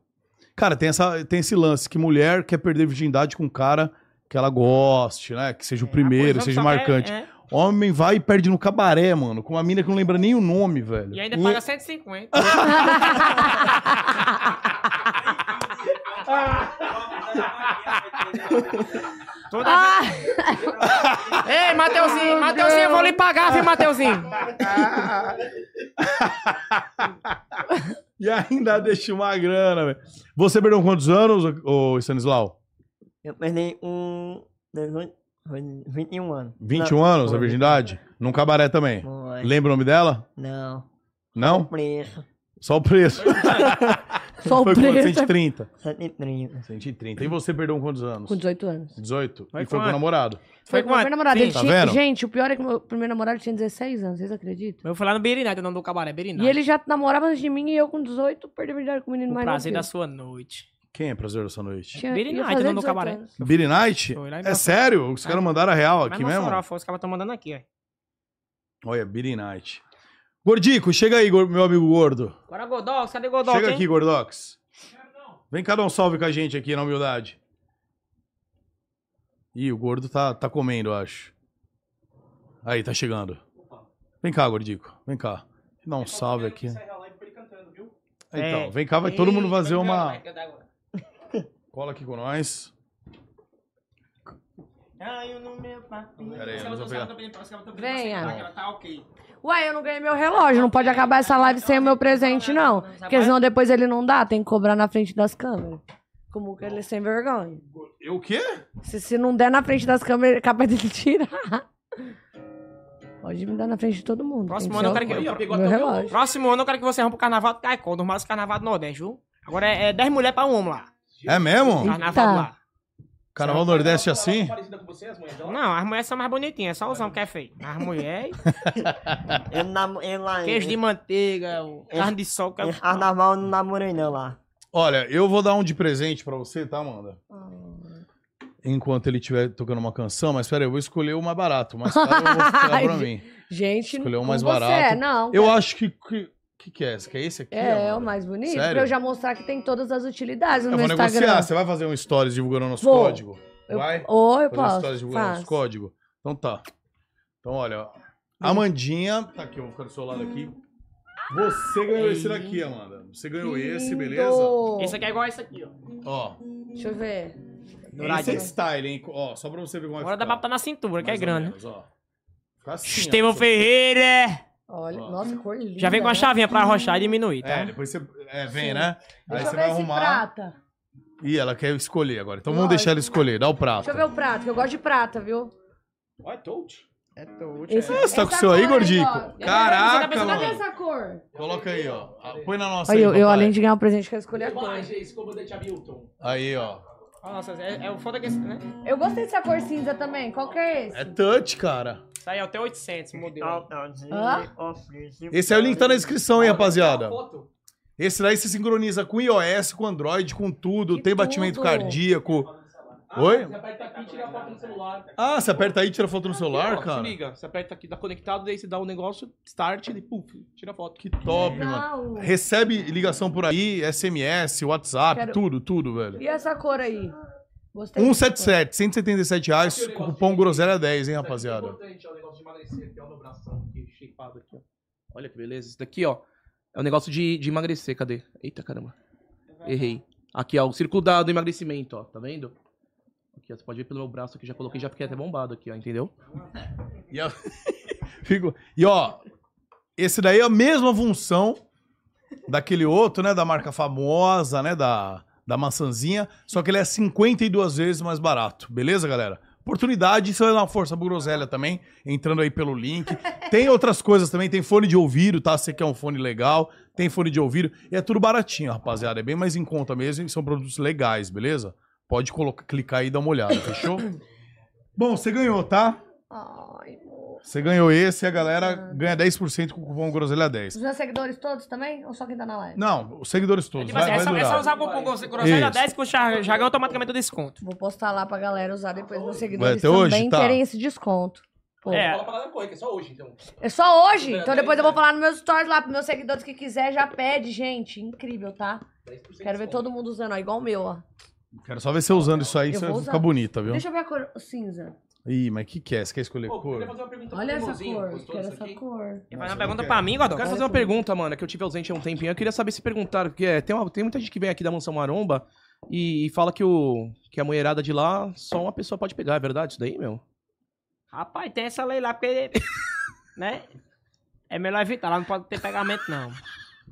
Cara, tem, essa, tem esse lance que mulher quer perder virgindade com um cara que ela goste, né? Que seja o primeiro,
Pois vamos
seja
só- é,
marcante.
é.
Homem vai e perde no cabaré, mano. Com uma mina que não lembra nem o nome, velho.
E ainda paga 150. Toda
Ah,
vez- Ei, Mateuzinho, Mateuzinho, eu vou lhe pagar, viu, Mateuzinho?
E ainda deixa uma grana, velho. Você perdeu quantos anos, ô ô Stanislau?
Eu perdi um. 18, foi 21 anos.
21
Não,
anos, a
foi. um
virgindade? Num cabaré também.
Foi.
Lembra o nome dela?
Não.
Não?
Preço.
Só o preço.
só o
Foi quanto?
preço.
130.
130.
130. E você perdeu quantos anos?
Com 18 anos.
18.
Foi
e foi com o
quanto?
namorado.
Foi com o meu
quanto?
namorado.
Sim.
Ele
Tá
tinha...
vendo?
Gente, o pior é que meu primeiro namorado tinha 16 anos, vocês acreditam?
Eu fui lá no Berinada, o nome do cabaré, Berinada.
E ele já namorava antes de mim e eu com 18 perdi a virgindade com o menino
O
mais
prazer
novo.
da sua noite.
Quem é prazer dessa noite?
Tinha-
Billy
ia
Knight,
fazer
dono do
18
tá cabaré.
anos.
Billy Night?
Foi lá em
É
Mossoró.
sério? Os caras mandaram a real aqui
Mas
mesmo?
Mossoró, foi os caras estão mandando aqui, ó.
Olha, Billy Night. Gordico, chega aí, gor- meu amigo gordo.
Agora Godox, cadê Godox,
Chega
hein?
aqui, Gordox. Vem cá dar um salve com a gente aqui, na humildade. Ih, o gordo tá, tá comendo, eu acho. Aí, tá chegando. Vem cá, gordico. Vem cá. Dá um salve aqui. Então, vem cá, vai todo mundo fazer uma. Cola aqui com nós. Pera aí, vamos pegar.
é
Venha.
Tá ok.
Uai, eu não ganhei meu relógio. Não pode acabar essa live sem o meu presente, não. Porque senão depois ele não dá, tem que cobrar na frente das câmeras. Como que ele é sem vergonha.
Eu o quê?
Se, se não der na frente das câmeras, é capaz dele tirar. Pode me dar na frente de todo mundo.
Próximo
Tem
ano eu quero
ser
que-
o-
Ih, ó, pegou
meu
até o meu
relógio.
Próximo ano eu quero que é você arruma pro carnaval do Caicó, dos mais carnaval do Nordeste, viu? Agora é, é 10 mulheres pra um homem lá.
É mesmo?
Carnaval
Eita.
lá.
Carnaval Nordeste é assim?
Parecida com você, as mães
então.
dela?
Não, as mulheres são mais bonitinhas, só usam que é feio. As mulheres,
Eu não namo- eu lá.
queijo de manteiga, o carne de sol, que é
Em carnaval eu não namorei não lá.
Olha, eu vou dar um de presente pra você, tá, Amanda? Enquanto ele estiver tocando uma canção, mas peraí, eu vou escolher o mais barato. O mais caro eu vou ficar pra mim.
Gente,
Escolheu o
com
mais
você,
barato.
não.
Eu acho que. que... que que é esse? Que é esse aqui?
é, é o
Amanda?
mais bonito.
Sério?
Pra eu já mostrar que tem todas as utilidades
Eu
no
vou
meu Instagram.
negociar. Você vai fazer um stories divulgando nosso
Vou.
código?
Eu-
Vai?
Ou eu
fazer um stories
posso.
divulgando nosso
faço.
código? Então tá. Então olha,
Hum.
ó. Amandinha. Tá aqui, eu vou ficar do seu lado aqui. Você ganhou esse daqui, Amanda. Você ganhou esse, beleza?
Lindo.
Esse aqui é igual esse aqui, ó.
Ó.
Deixa eu ver.
Esse é style, hein? Ó, só pra você ver como é
né? Agora dá pra botar na cintura, que é grande.
Fica assim, ó.
Estevão Ferreira!
Olha,
Ó.
nossa, cor linda.
Já vem com a
né?
chavinha pra arrochar e diminuir, tá?
É, depois você. É, vem, né? Aí
Deixa
você
eu ver
vai
esse
arrumar.
prata.
Ih, ela quer escolher agora. Então vamos deixar ela escolher. Dá o prato.
Deixa eu ver o prato, que eu gosto de prata, viu?
Olha, told.
É told.
Esse,
Ah, você tá com o seu aí,
cor
Gordico?
ó. Eu quero ver se
Caraca,
tá pensando-
mano.
Cadê essa cor?
Coloca aí, ó. Ah, Põe na nossa
Aí,
aí,
eu, eu,
papai.
além de ganhar um presente, quero escolher a cor.
Imagem, comandante Hamilton.
Aí, ó.
Nossa, é, é o foda que esse, né?
Eu gostei dessa cor cinza também. Qual que é esse?
É touch, cara.
Isso aí é até 800, modelo.
Esse aí é o link que tá na descrição, hein, rapaziada.
Foto.
Esse daí se sincroniza com iOS, com Android, com tudo.
Que
Tem batimento
tudo.
cardíaco. Oi?
Você aperta aqui e tira a foto no celular.
Ah, você aperta aí e tira foto no
Ó,
celular,
se
cara.
liga, você aperta aqui, dá conectado, daí você dá o negócio, start, ele puf, tira a foto.
Que top, mano.
Não.
Recebe ligação por aí, SMS, WhatsApp,
Quero-
tudo, tudo, velho.
E essa cor aí? Gostei. dessa cor.
177, 177 reais, com cupom groselha 10, hein, Então, rapaziada.
é importante, ó, o negócio de emagrecer aqui, ó, no bração aqui, shapeado aqui, ó. Olha que beleza, isso daqui, ó, é o negócio de, de emagrecer, cadê? Eita, caramba, errei. Aqui, ó, o círculo da- do emagrecimento, ó, tá vendo? Aqui, ó, você pode ver pelo meu braço aqui, já coloquei, já fiquei até bombado aqui, ó, entendeu?
E, ó, Fico- e, ó, esse daí é a mesma função daquele outro, né, da marca famosa, né, da, da maçãzinha, só que ele é 52 vezes mais barato, beleza, galera? Oportunidade, você vai dar uma força pro groselha também, entrando aí pelo link. Tem outras coisas também, tem fone de ouvido, tá? Se você quer um fone legal, tem fone de ouvido. E é tudo baratinho, rapaziada, é bem mais em conta mesmo e são produtos legais, beleza? Pode colocar, clicar aí e dar uma olhada, fechou? Bom, você ganhou, tá?
Ai, amor.
Você ganhou esse e a galera
Ah.
ganha 10% com o cupom Groselha 10.
Os meus seguidores todos também? Ou só quem tá na live?
Não, os seguidores todos.
Tipo
vai,
assim, é
vai
só- é só
durar.
usar o cupom Groselha
Isso.
10 que o Char- já ganha automaticamente o desconto.
Vou postar lá pra galera usar depois. Meus seguidores
até
também
hoje? Tá.
querem esse desconto. Pô.
É.
Fala pra galera correr, que é só hoje, então.
É só hoje? Então depois eu vou falar nos meus stories lá pros meus seguidores que quiser, já pede, gente. Incrível, tá?
10%
Quero ver todo mundo usando, ó, igual o meu, ó.
Quero só ver você usando isso aí,
Eu
você
vou
vai
usar.
ficar bonita, viu?
Deixa eu ver a cor cinza.
Ih, mas o que, que é? Você quer escolher
Pô, eu queria
cor?
fazer uma pergunta pro
Olha essa
irmãozinho,
cor.
Tá gostou
Quero
disso
essa
aqui?
cor.
Vai fazer uma pergunta pra mim, Godó?
Eu quero fazer uma pergunta, mano, que eu tive ausente há um tempinho. Eu queria saber se perguntaram, porque é, tem, uma- tem muita gente que vem aqui da Mansão Maromba e, fala que, o, que a mulherada de lá só uma pessoa pode pegar. É verdade isso daí, meu?
Rapaz, tem essa lei lá, porque. né? É melhor evitar, lá não pode ter pegamento, não.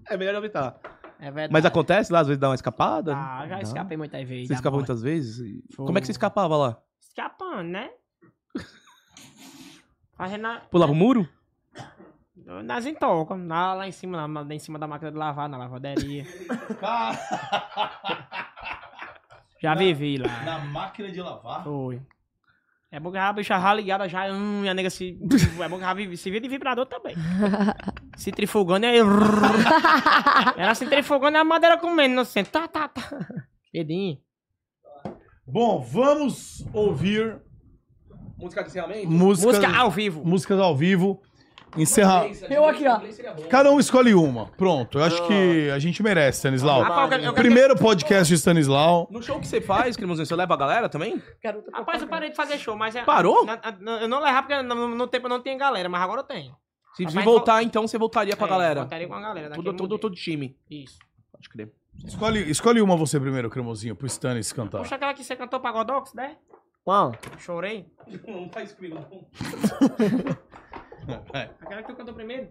É melhor evitar.
É verdade.
Mas acontece lá, às vezes dá uma escapada?
Ah, já
Dá.
escapei muitas vezes. da
Você escapou
morte.
muitas vezes? E-
Foi. um-
Como é que você escapava lá?
Escapando, né? Fazendo na-
Pulava o muro?
nas intocas, na- lá em cima, lá, lá em cima da máquina de lavar, na lavanderia. Já vivi lá.
Na máquina de lavar?
Foi. É bom que a bicha já ligada já, hum, e a nega se. É bom que a vi- se vira de vibrador também. se trifugando e aí. Ela se trifugando e a madeira comendo no centro. Tá, tá, tá. Pedinho.
Bom, vamos ouvir
Música de encerramento?
músicas,
Música ao vivo.
músicas ao vivo. Encerrar.
Eu aqui, ó.
Cada um escolhe uma. Pronto, eu acho que a gente merece, Stanislau.
Ah, pá, eu quero- eu quero-
Primeiro podcast de Stanislau.
No show que você faz, Cremosinho, você leva a galera também?
Garota,
Rapaz, eu parei de fazer show, mas. é-
Parou?
Na- na- eu não levava porque no, no tempo eu não tinha galera, mas agora eu tenho.
Se
Rapaz,
voltar, então você voltaria com a
É,
galera.
voltaria com a galera. daqui
Todo,
eu
todo,
mudei.
todo time.
Isso.
Pode crer.
Escolhe, escolhe uma você primeiro, Cremosinho, pro Stanis cantar.
Puxa aquela que você cantou pra Godox, né?
Qual?
Chorei.
Não faz comigo, não.
Aquela que tu cantou primeiro.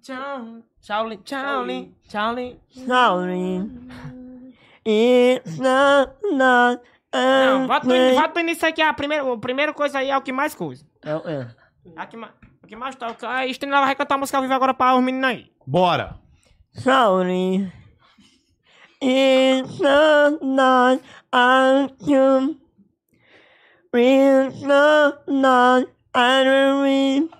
Tchau. Tchau, Lin. Tchau, Lin. Tchau, Lin.
Sorry. It's not, not
Não,
a
volta no,
thing.
volta no início aqui. A primeira, a primeira coisa aí é o que mais coisa.
É o quê?
A que mais, o que mais toca. A Estrela vai cantar a música ao vivo agora para os meninos aí.
Bora!
Sorry. It's not, not a thing. It's not, not a thing.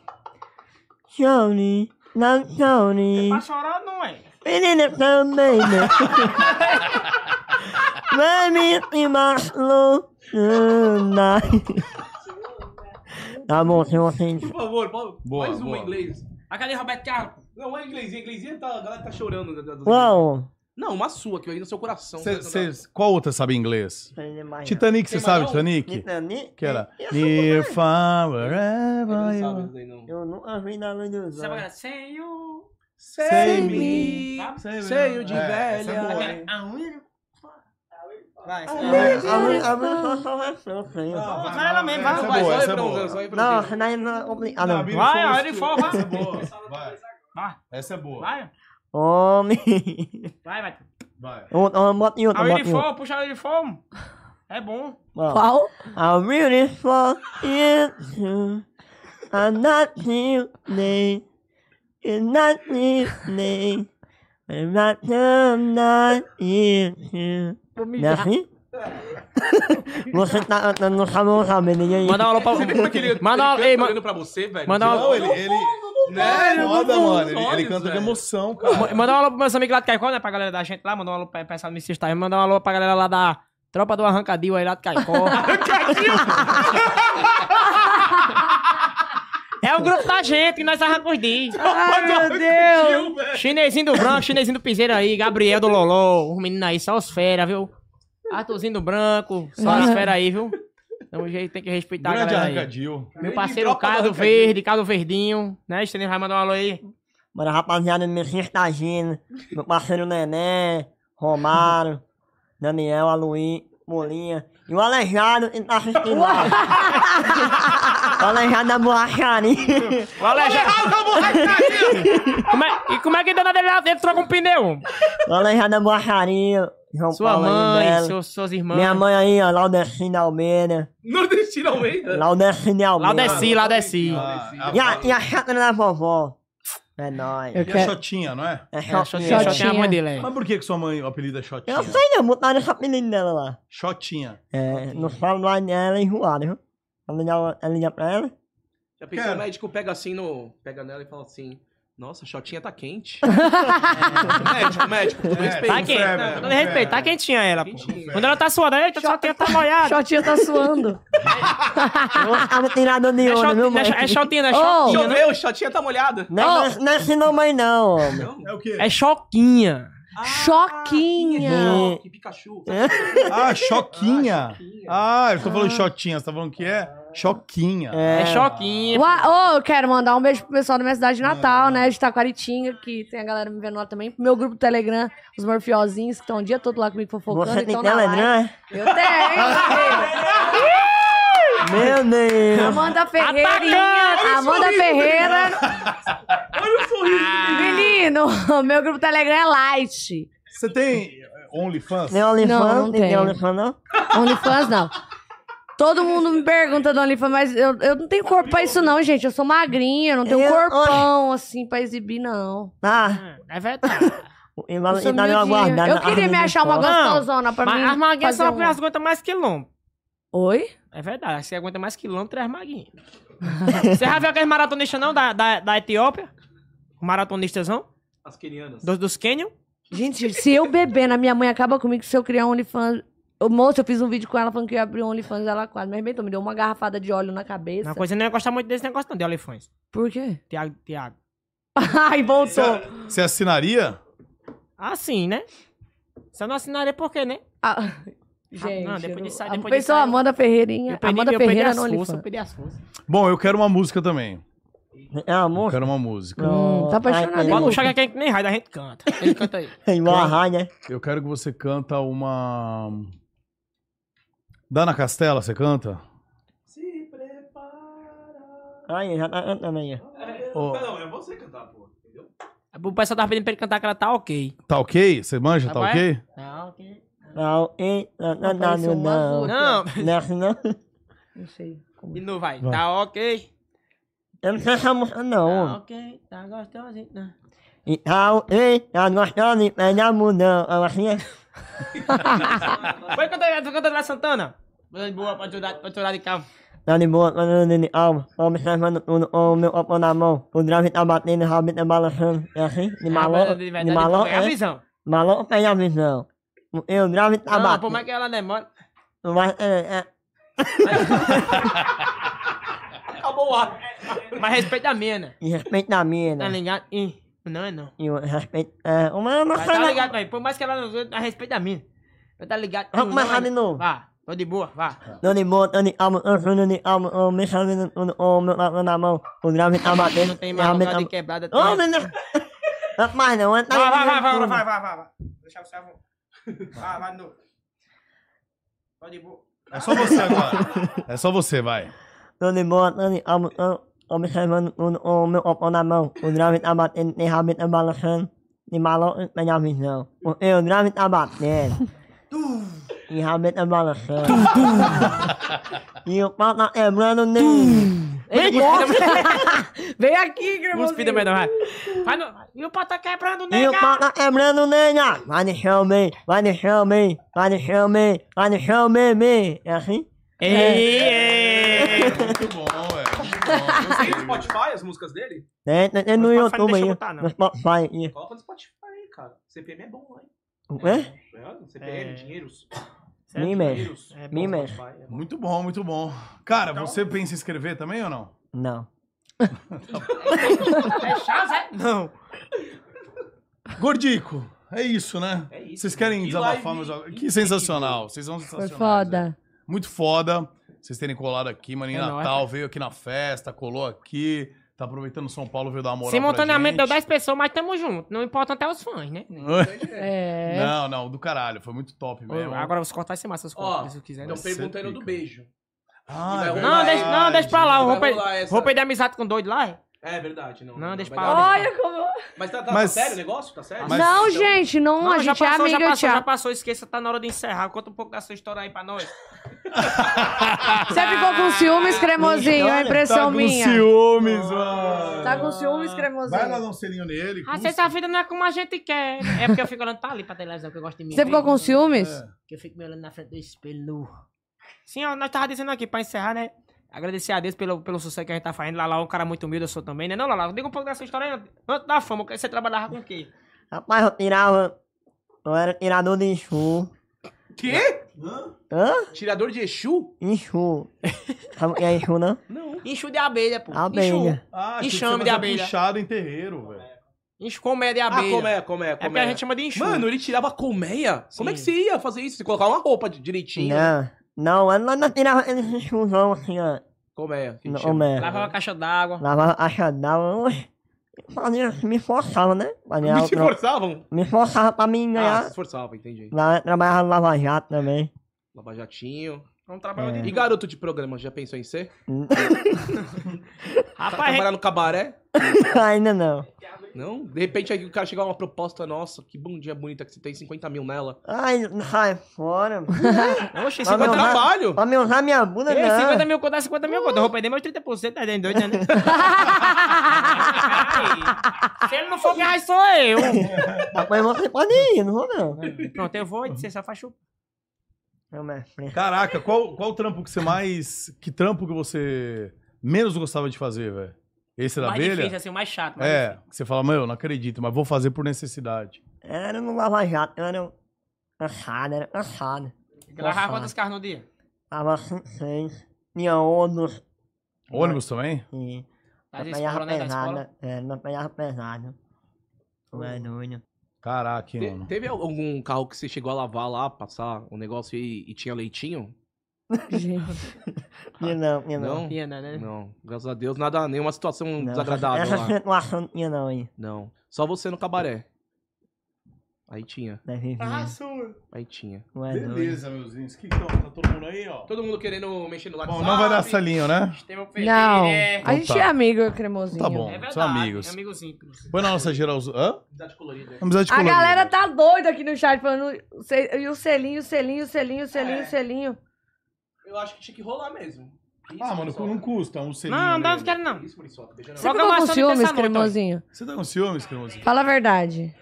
Sorry. Not sorry.
Pra chorar não é.
Menina também, né? Vai me imaginar. Tá bom, se você
Por favor, Paulo,
Boa,
mais uma
boa.
em inglês.
Aquele Roberto Carlos.
Não, é inglês. Em inglês tá, a galera tá chorando. da- da- dos ingleses.
Uau!
Não, uma sua, que eu aí no seu coração.
Cê-
Você tá-
cês- qual outra sabe inglês? Titanic, você
um?
Tem
sabe
mais
Titanic? Que era If I were ever
Não sabe
you
isso daí, não.
Eu nunca vi na luz dos
Você vai
olhos.
cantar. Say you.
Save
me,
Cheio de velha.
velha.
É, um Vai.
A luz só só vai sofrer.
Vai ela mesmo,
Essa é
vai.
boa,
só aí
essa é
pra um,
boa.
só aí pra um.
Não, não, não, obrigado.
Não,
não.
Ah, Vai,
Fomos
aí ele for,
que- Essa é
vai.
boa. Vai.
Vai.
Essa é boa.
Vai,
Homem.
vai, vai.
Vai.
Outra, uma bota em outra,
A
uma bota em outra.
uniforme, puxar o uniforme. É bom.
Ó.
Qual?
I really fall into not you name. It's not you name. I'm not I'm not you.
Vou
Não é
mijar.
assim? Você tá tá- não sabe não sabe, ninguém.
Manda uma aula pra...
Você vê como é que ele, ele
Manda uma-
canta
ei, ma-
olhando pra você, velho?
Manda uma-
Não, ele. ele né?
Velho,
Foda,
não-
mano. Ele,
não-
ele canta de
velho.
emoção, cara.
Mandar um alô pros meus amigos lá de Caicó, né? Pra galera da gente lá. Mandar um alô pra pra essa Miss Time. Mandar um alô pra galera lá da Tropa do Arrancadil aí lá de Caicó. é o grupo da gente que nós arrancamos de.
Ai, meu Deus.
Tio, velho.
Chinesinho do branco, chinesinho do piseiro aí, Gabriel do Loló, os meninos aí, só os fera, viu? Arthurzinho do branco, só as fera aí, viu? Então a gente tem que respeitar
Grande
a galera aí.
arrancadil.
Meu
Grande
parceiro
tropa do
Cado
arrancadil.
Verde, Cado Verdinho, né? Estênio vai mandar um alô aí.
Mano, rapaziada, meu sextagino, meu parceiro Nené, Romário, Daniel, Aluí, Molinha e o Aleijado que tá assistindo lá. o Aleijado da borracharia.
O Alejandro. Como é- e como é que dona dele lá dentro troca um pneu?
O Aleijado da borracharia. João
Sua
Paulo
mãe,
Belo.
seus, suas irmãs.
Minha mãe aí, ó, Laudecina Almeida.
Nordestino Almeida.
Laudecina Almeida.
Laudeci, Laudeci.
Ah,
E
a-
a, e a chata da vovó. É nóis.
Eu
e a
quero...
Xotinha, não é?
É
É,
chatinha.
Xotinha, Xotinha é a mãe
Xotinha.
dele, é.
Mas por que, que sua mãe, o apelido é Xotinha?
Eu sei não, botaram essa menina dela lá.
Xotinha.
É, não falo lá nela enjoada, viu? Ela ligar, ela ligar pra ela?
Já pensou,
Cara.
o médico pega assim no. Pega nela e fala assim. Nossa, a shotinha tá quente. médico, médico, todo
É,
respeito.
Tá quente,
Fera,
não, todo
é.
respeito, tá quentinha ela, pô.
Quentinha.
Quando ela tá suando, eita, só tem tá molhada.
Xotinha tá suando.
Eu tava tirado de
É
onda, viu,
shot-
mãe?
É shotinha, não é
Oh.
choquinha, né?
Choveu, shotinha tá molhada.
Não, é- não é ensinou mãe, não, homem.
Não?
É o quê?
É choquinha.
Choquinha.
Não, Que Pikachu.
Ah, Xoquinha.
Choquinha.
Ah, eu tô falando Xotinha. Você tá falando que é? Xoquinha.
É
É,
choquinha.
Uau, eu quero mandar um beijo pro pessoal da minha cidade de Natal, né? De Taquaritinga, que tem a galera me vendo lá também. Pro meu grupo do Telegram, os morfiozinhos, que estão o dia todo lá comigo fofocando.
você
e
tem
tão então na live.
Telegram?
Eu tenho.
Meu Deus!
Amanda Ferreirinha. Amanda Ferreira.
Olha o sorriso do
Menino, meu grupo do Telegram é light.
Você tem OnlyFans?
Tem OnlyFans?
Não, não
tem
tenho.
OnlyFans, não?
OnlyFans não. Todo mundo me pergunta do OnlyFans, mas eu, eu não tenho corpo pra isso não, gente. Eu sou magrinha, eu não tenho
Eu-
corpão, assim, pra exibir, não.
Ah,
É verdade.
e
Eu,
vai
sou
e tá meio
miudinha.
aguardado.
eu queria me achar uma gostosona pra mim
Mas as maguinhas
fazer
só
um-
que elas aguentam mais quilômetro.
Oi?
É verdade, você aguenta mais quilômetro é as maguinhas. Você já viu aqueles maratonistas não da, da, da Etiópia? Maratonistas não?
As quenianas.
Dos, dos Canyon?
Gente, se eu beber na minha mãe, acaba comigo se eu criar um OnlyFans... Ô, Moça, eu fiz um vídeo com ela falando que eu ia abrir um OnlyFans, ela quase me arrebentou, me deu uma garrafada de óleo na cabeça.
Uma coisa não ia gostar muito desse negócio não, de olifões.
Por quê?
Tiago, Tiago.
Ai, voltou.
Você assinaria?
Ah, sim, né? Você não assinaria por quê, né?
Ah, gente,
não, depois disso aí,
a
depois disso
pessoa
aí-
Amanda Ferreirinha,
Eu perdi-
Amanda
eu perdi
Ferreira
as
no
forças, eu
OnlyFans.
perdi as forças.
Bom, eu quero uma música também.
É
Eu
amor?
quero uma música.
Hum, tá apaixonada,
Ai,
hein,
Bota
louco.
o Chaga que a gente nem raio, a gente canta. Ele canta aí.
Tem uma raia.
Eu quero que você canta uma. Dana Castela, você canta?
Ai, já tá cantando aí.
Ô,
Não, é você cantar, pô.
O pessoal tava pedindo pra ele cantar aquela tá ok.
tá ok? Você manja?
Tá bom,
Tá
é?
ok?
Tá ok.
Não, e, não, não, não,
Apareceu
não,
um
não.
azul.
Não,
Não é assim, não.
Não sei. como-
e não vai.
Vai.
Tá ok.
Eu não sei essa música, não,
Tá
homem.
ok. Tá gostosinho. né?
Então, e, tá gostando de pegar mudão. É assim, é?
Foi cantar foi cantar da Santana. Coisa Boa, pode chorar, pode chorar de calma.
Tá de boa, mandando de alma, observando tudo com o meu copo na mão. O drive tá batendo, o rabinho tá balançando. É assim? De
Ah,
maluco?
de
De
verdade,
maluco,
É a
é?
visão.
Maluco pega a visão. E o drive tá
Não, por
batendo.
mais que ela demora.
Não vai- é, é.
Acabou o ar.
Mas respeita a mina.
E respeita a
Tá
mina.
ligado? Ih, não é não.
E o respeito... É, o meu não
Mas
sei
tá
não.
ligado, velho. Por mais que ela não a respeita a mina. Mas Tá ligado?
Vamos
Não é
começar de
não.
novo. Ah.
Vá, tô de boa, vá.
Tô de boa, tô de alma, eu sou de alma, eu me sabendo tudo com o meu copo na mão. O drive tá batendo,
Não tem
o
mais
rabinho
lugar de
tá-
quebrada.
Ô, menino! Não, Mas não, é...
Vai, vai, vai, vai, vai, vai, vai, vai, vai. Deixa você avô. Vai, vai, de novo. Tô de boa.
É só você agora. É só você, vai.
Tô de boa, tô de alma, eu- observando tudo com o meu copo na mão. O drive tá batendo, tem rabinho tá balançando. de maluco na minha visão. O eu grave tá batendo. E realmente tá balançando. E o pau tá quebrando nele.
Ele gosta. Vem aqui,
Cuspida, mas
Grimozinho.
não vai. Vai no- E o pau tá quebrando,
E o pau
nega.
tá quebrando nele. Vai no chão, man. Vai no chão, man. Vai no chão, man. Vai no chão, man, man. É assim?
Ei,
É,
ei.
Muito bom, velho.
Tem no Spotify as músicas dele?
É, tá tendo
No
no
Spotify não
YouTube
deixa
aí.
eu botar, não.
No Spotify aí.
Coloca no Spotify aí, cara. CPM é bom, hein?
É?
É, CPM,
É.
dinheiros.
Mime.
Dinheiros.
É bom,
Mime.
Spotify, é bom.
Muito bom, muito bom. Cara,
Então-
você pensa em escrever também ou não?
Não.
É chave, é? Não.
Gordico, é isso, né?
É isso.
Vocês querem
Que
desabafar,
live
meus amigos? Que
incrível.
sensacional. Vocês são
Foi
sensacionais. né?
foda.
Muito foda. Vocês terem colado aqui, mano, em
É nóis.
Natal, veio aqui na festa, colou aqui. Tá aproveitando São Paulo, veio dar uma moral pra
Simultaneamente deu
gente.
10 pessoas, mas tamo junto. Não importa até os fãs, né?
É.
Não, não, do caralho. Foi muito top mesmo.
Agora os cortar esse massa, os
Ó, então,
cortes, se eu quiser. né?
Estão
Vai ser
perguntando do
pica.
beijo.
Ah,
Vai
é
rolar
Não,
verdade.
deixa, não, deixa pra
Ah,
lá.
Vai
Vou, per...
rolar essa.
vou perder amizade com doido lá, é?
É verdade, não.
Não, deixa
vai
pra
dar-
lá.
Olha como.
Mas tá, tá- tá
Mas-
sério o negócio? Tá sério?
Mas-
não,
Então-
gente, não, a
já
gente
passou,
é
já
amiga,
passou, já
Thiago.
passou. Esqueça, tá na hora de encerrar. Conta um pouco da sua história aí pra nós.
Você ficou com ciúmes, cremosinho, é a
tá
impressão
com
minha.
ciúmes, mano.
Tá com ciúmes,
Vai lá
cremosinho.
dar um selinho nele.
Ah,
custa.
sexta-feira não é como a gente quer. É porque eu fico olhando pra ali pra televisão, que eu gosto de mim.
Você ficou com ciúmes?
Que eu fico me olhando na frente do espelho. Sim, ó, nós tava dizendo aqui, pra encerrar, né? Agradecer a Deus pelo, pelo sucesso que a gente tá fazendo. Lala é um cara muito humilde, eu sou também, né? Não, Lala, diga um pouco dessa história aí, antes da fama. Você trabalhava com o quê?
Rapaz, eu tirava. Eu era tirador de enxurro.
Quê?
Hã?
Tirador de Exu?
Enxurro. Sabe o que é enxurro, não?
Não.
Enxu de abelha, pô.
Abelha.
Ah, achei que
Enxame
você
de
fazia
abelha.
puxado em terreiro, velho.
Enxu colmeia de
Ah,
abelha.
como é, como é,
É porque a gente chama de enxu.
Mano, ele tirava colmeia? Como é que você ia fazer isso? Você colocava uma roupa de- direitinho? né?
Não. Não, eu não, não tirava aqueles enxurrão assim, ó.
Colmeia. que
Não,
chama.
né?
lavava a caixa d'água.
Lavava a chadava. Fazia, me forçava, né? Fazia
Me
outro-
esforçavam?
me forçava pra
Ah,
mim
se
ganhar.
esforçava, entendi.
Lá, trabalhava no Lava Jato também.
Lava jatinho.
Vamos trabalhar
É.
um de
E garoto de programa, já pensou em ser?
Rapaz,
Trabalhar no cabaré?
Ainda não.
Não? De repente aí o cara chegar uma proposta nossa, que bundinha bonita que você tem, 50 mil nela.
Ai, sai fora, mano.
Oxe,
Mas Ah, não,
50 mil.
Trabalho!
Pra me usar minha bunda,
Ei, 50
não.
mil conto, é 50 mil conto. Eu vou perder meus 30%, tá dentro doido, né? Se ele não for ganhar, sou eu.
Depois você pode ir, não vou não.
Pronto, eu vou, você só faz chupa.
Não, mas...
Caraca, qual, qual trampo que você mais. Que trampo que você menos gostava de fazer, velho? Esse
O
da
mais difícil,
abelha?
assim, o mais chato. mas-
É, que você fala, meu, não acredito, mas vou fazer por necessidade.
Era no Lava Jato, eu era cansado, era cansado.
Lavar quantos carros no dia?
Tava com seis, tinha ônibus
Ônibus também?
e
Tá
não
de
pegava
escola, né? Da escola. Hum.
pesada, é, não pegava pesada. Tu é doido.
Caraca, hein,
Te-
mano.
teve algum carro que você chegou a lavar lá, passar um negócio e, e tinha leitinho?
Gente,
E não, e não.
Ah, Não?
Ia, né, né?
Não, graças a Deus, nada, nenhuma situação
não.
desagradável Tá,
Essa
lá.
situação não tinha não, hein.
Não. Só você no cabaré. Aí tinha,
Da vizinha.
Ah,
aí tinha.
Tu é doido.
Beleza, meus índios. Que que tá? Tá todo mundo aí, ó?
Todo mundo querendo mexer no WhatsApp.
Bom, não vai dar selinho, né?
Sistema Ferreira.
Não.
É
A gente
tá.
é amigo, cremosinho.
Tá bom.
verdade. É
São amigos.
Amigos íntimos.
Põe na nossa geral. Hã?
Amizade colorida.
Amizade
A
colorida.
galera tá doida aqui no chat falando. o ce- E o selinho, o selinho, o selinho, o selinho,
É.
o selinho.
Eu acho que tinha que rolar mesmo. Isso,
Ah, mano,
Muriçoca.
não custa um selinho.
Não, não dá,
nele.
não quero não.
Isso, Muriçoca, beija na
Você
boca.
Joga
ficou com
bastante
ciúmes,
dessa noite,
cremosinho?
Você tá com ciúmes, Cremosinho?
Fala a verdade.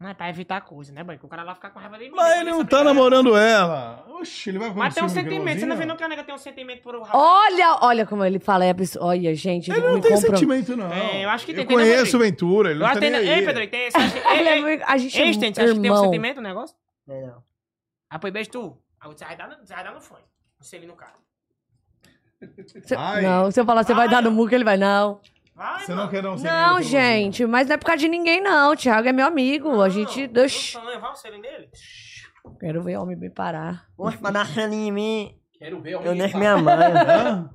Não, é pra evitar coisa, né, banho? Que o cara lá fica com raiva de mim.
Mas ele não tá namorando ela. Oxi, ele vai ficar
Mas tem
com
um
ciúme do
sentimento. Você não vê
Cremosinho?
não que a nega tem um sentimento por o rapaz.
Olha, olha como ele fala. é abs- Olha, gente, ele,
Ele não
me
tem
compra-
sentimento, não.
É, eu acho que
Eu
tem, tem
conheço o
namoro.
Ventura, ele
Eu
não
acho
tá
que tem.
nem aí.
Ei, Pedro, tem esse.
Ele é
Ei, ei,
muito- A gente é
Ei, tem,
muito
você acha que tem um
irmão.
sentimento o negócio?
Não, não.
Ah, pois beijo tu. Ah, Você vai dar no- você vai dar no fone. Você ali no carro.
Cê-
Ai.
Não, se eu falar, você vai
Ai,
dar no
ó.
muco, ele vai, não.
Vai,
Você não quer dar um selinho no
Não,
Cremosinho?
gente, mas não é por causa de ninguém, não. O Thiago é meu amigo. a gente. Oxi,
Vai o selinho nele?
quero ver o homem me parar.
Poxa, pra dar selinho tá em mim,
Quero ver
eu
alguém
deixo
tá-
minha mãe.
Hã?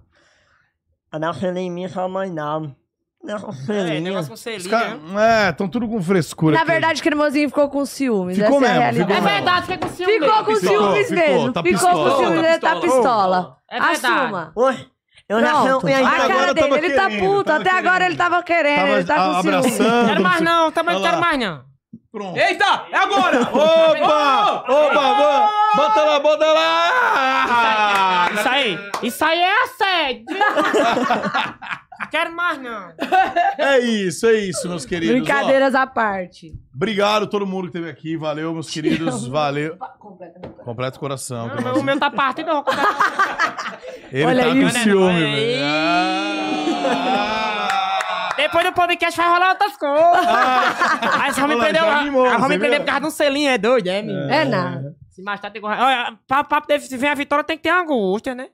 Pra dar selinho em mim, sua mãe não. Deixa um
É,
selinho.
negócio com
Os
selinho.
caras.
né?
É, estão tudo com frescura.
Na
aqui.
verdade, o cremosinho ficou com ciúmes.
Ficou
Essa é a
mesmo,
realidade.
ficou
É
mesmo.
verdade, fica com ciúme.
Ficou com
Ficou,
ciúmes
ficou,
mesmo.
tá
Ficou com
pistola,
ciúmes
tá
mesmo, tá
pistola.
pistola.
É verdade.
Assuma.
Oi, Eu já um
Pronto.
sei o
A
Até
cara
agora
dele,
tava
ele tá
querendo,
puto.
tava
Até agora
querendo.
ele tava querendo, ele
a-
tá com ciúme.
abraçando.
Quero mais não, também não
Olha lá.
quero mais não.
Pronto.
Eita, é agora!
Opa! Opa! bo-
Tá
Bota lá, bota lá!
Isso aí, isso aí é assédio. Não quero mais não.
É isso, é isso, meus queridos.
Brincadeiras à parte.
Ó, obrigado a todo mundo que esteve aqui. Valeu, meus queridos. Valeu.
Completamente.
Completo coração.
Não, mas
coração.
o meu tá partido, eu vou contar.
Ele
Olha
tá
aí,
com
né?
ciúme,
Olha aí.
velho. Ah!
Depois do podcast vai rolar outras coisas. Aí só me
Olha lá,
prendeu.
já animou,
Aí só
você
me prendeu por
viu?
causa de um selinho, é doido, é, menino?
É nada.
Se mais tarde tem que. Olha, papo, papo deve, se vem a vitória, tem que ter angústia, né?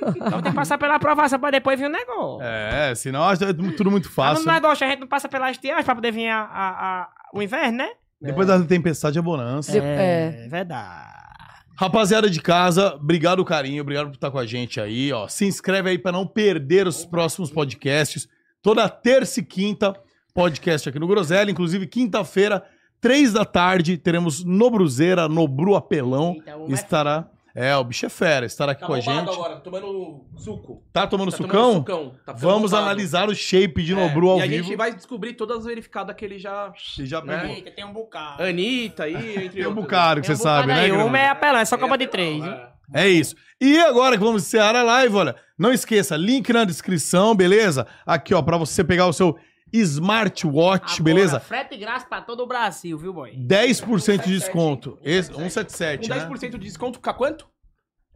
Então tem que passar pela aprovação pra depois vir o negócio.
É, senão acho que é tudo muito
Mas
fácil.
no negócio a gente não passa pela estiagem pra poder vir a, a- a- o inverno, né?
Depois da tempestade é bonança.
É.
verdade.
Rapaziada de casa, obrigado o carinho, obrigado por estar com a gente aí, ó. Se inscreve aí pra não perder os próximos podcasts. Toda terça e quinta, podcast aqui no Groselha. Inclusive, quinta-feira, três da tarde, teremos Nobruzeira, Nobru Apelão.
Eita, o mais-
Estará. É, o bicho é fera, estará aqui
Tá
com a
bombado
gente.
agora, tomando suco.
Tá tomando
Tá tomando
sucão?
sucão, tá ficando
Vamos
bombado.
analisar o shape de
É,
Nobru ao
e
vivo.
a gente vai descobrir todas as verificadas que ele já...
E já pegou.
né?
Eita, tem um bocado.
Anitta aí, entre
Tem um
outras.
bocado que você sabe, né?
Aí,
Grande?
uma é apelão, é só Copa de Três. viu?
É.
É isso. E agora que vamos encerrar a live, olha, não esqueça, link na descrição, beleza? Aqui, ó, pra você pegar o seu smartwatch,
Agora,
beleza?
Frete grátis pra todo o Brasil, viu, boy?
10% de desconto. Esse, 177,
Com
né?
10% de desconto fica quanto?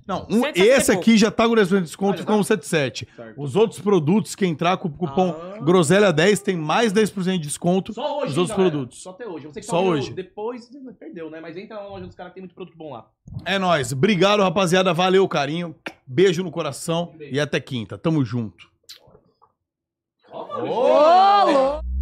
Não, um-
177
esse
e pouco.
aqui já tá com 10% de desconto,
Ah,
ficou 177.
Certo.
Os outros produtos que entrar com o cupom
Ah.
Groselha10 tem mais 10% de desconto.
Só hoje,
Os outros
galera.
produtos.
Só até hoje. Você que
Só
tá ouvindo
hoje.
Depois perdeu, né? Mas entra na loja dos caras que tem muito produto bom lá.
É nóis. Obrigado, rapaziada. Valeu o carinho. Beijo no coração
Um beijo.
e até quinta. Tamo junto.
Ô, louco!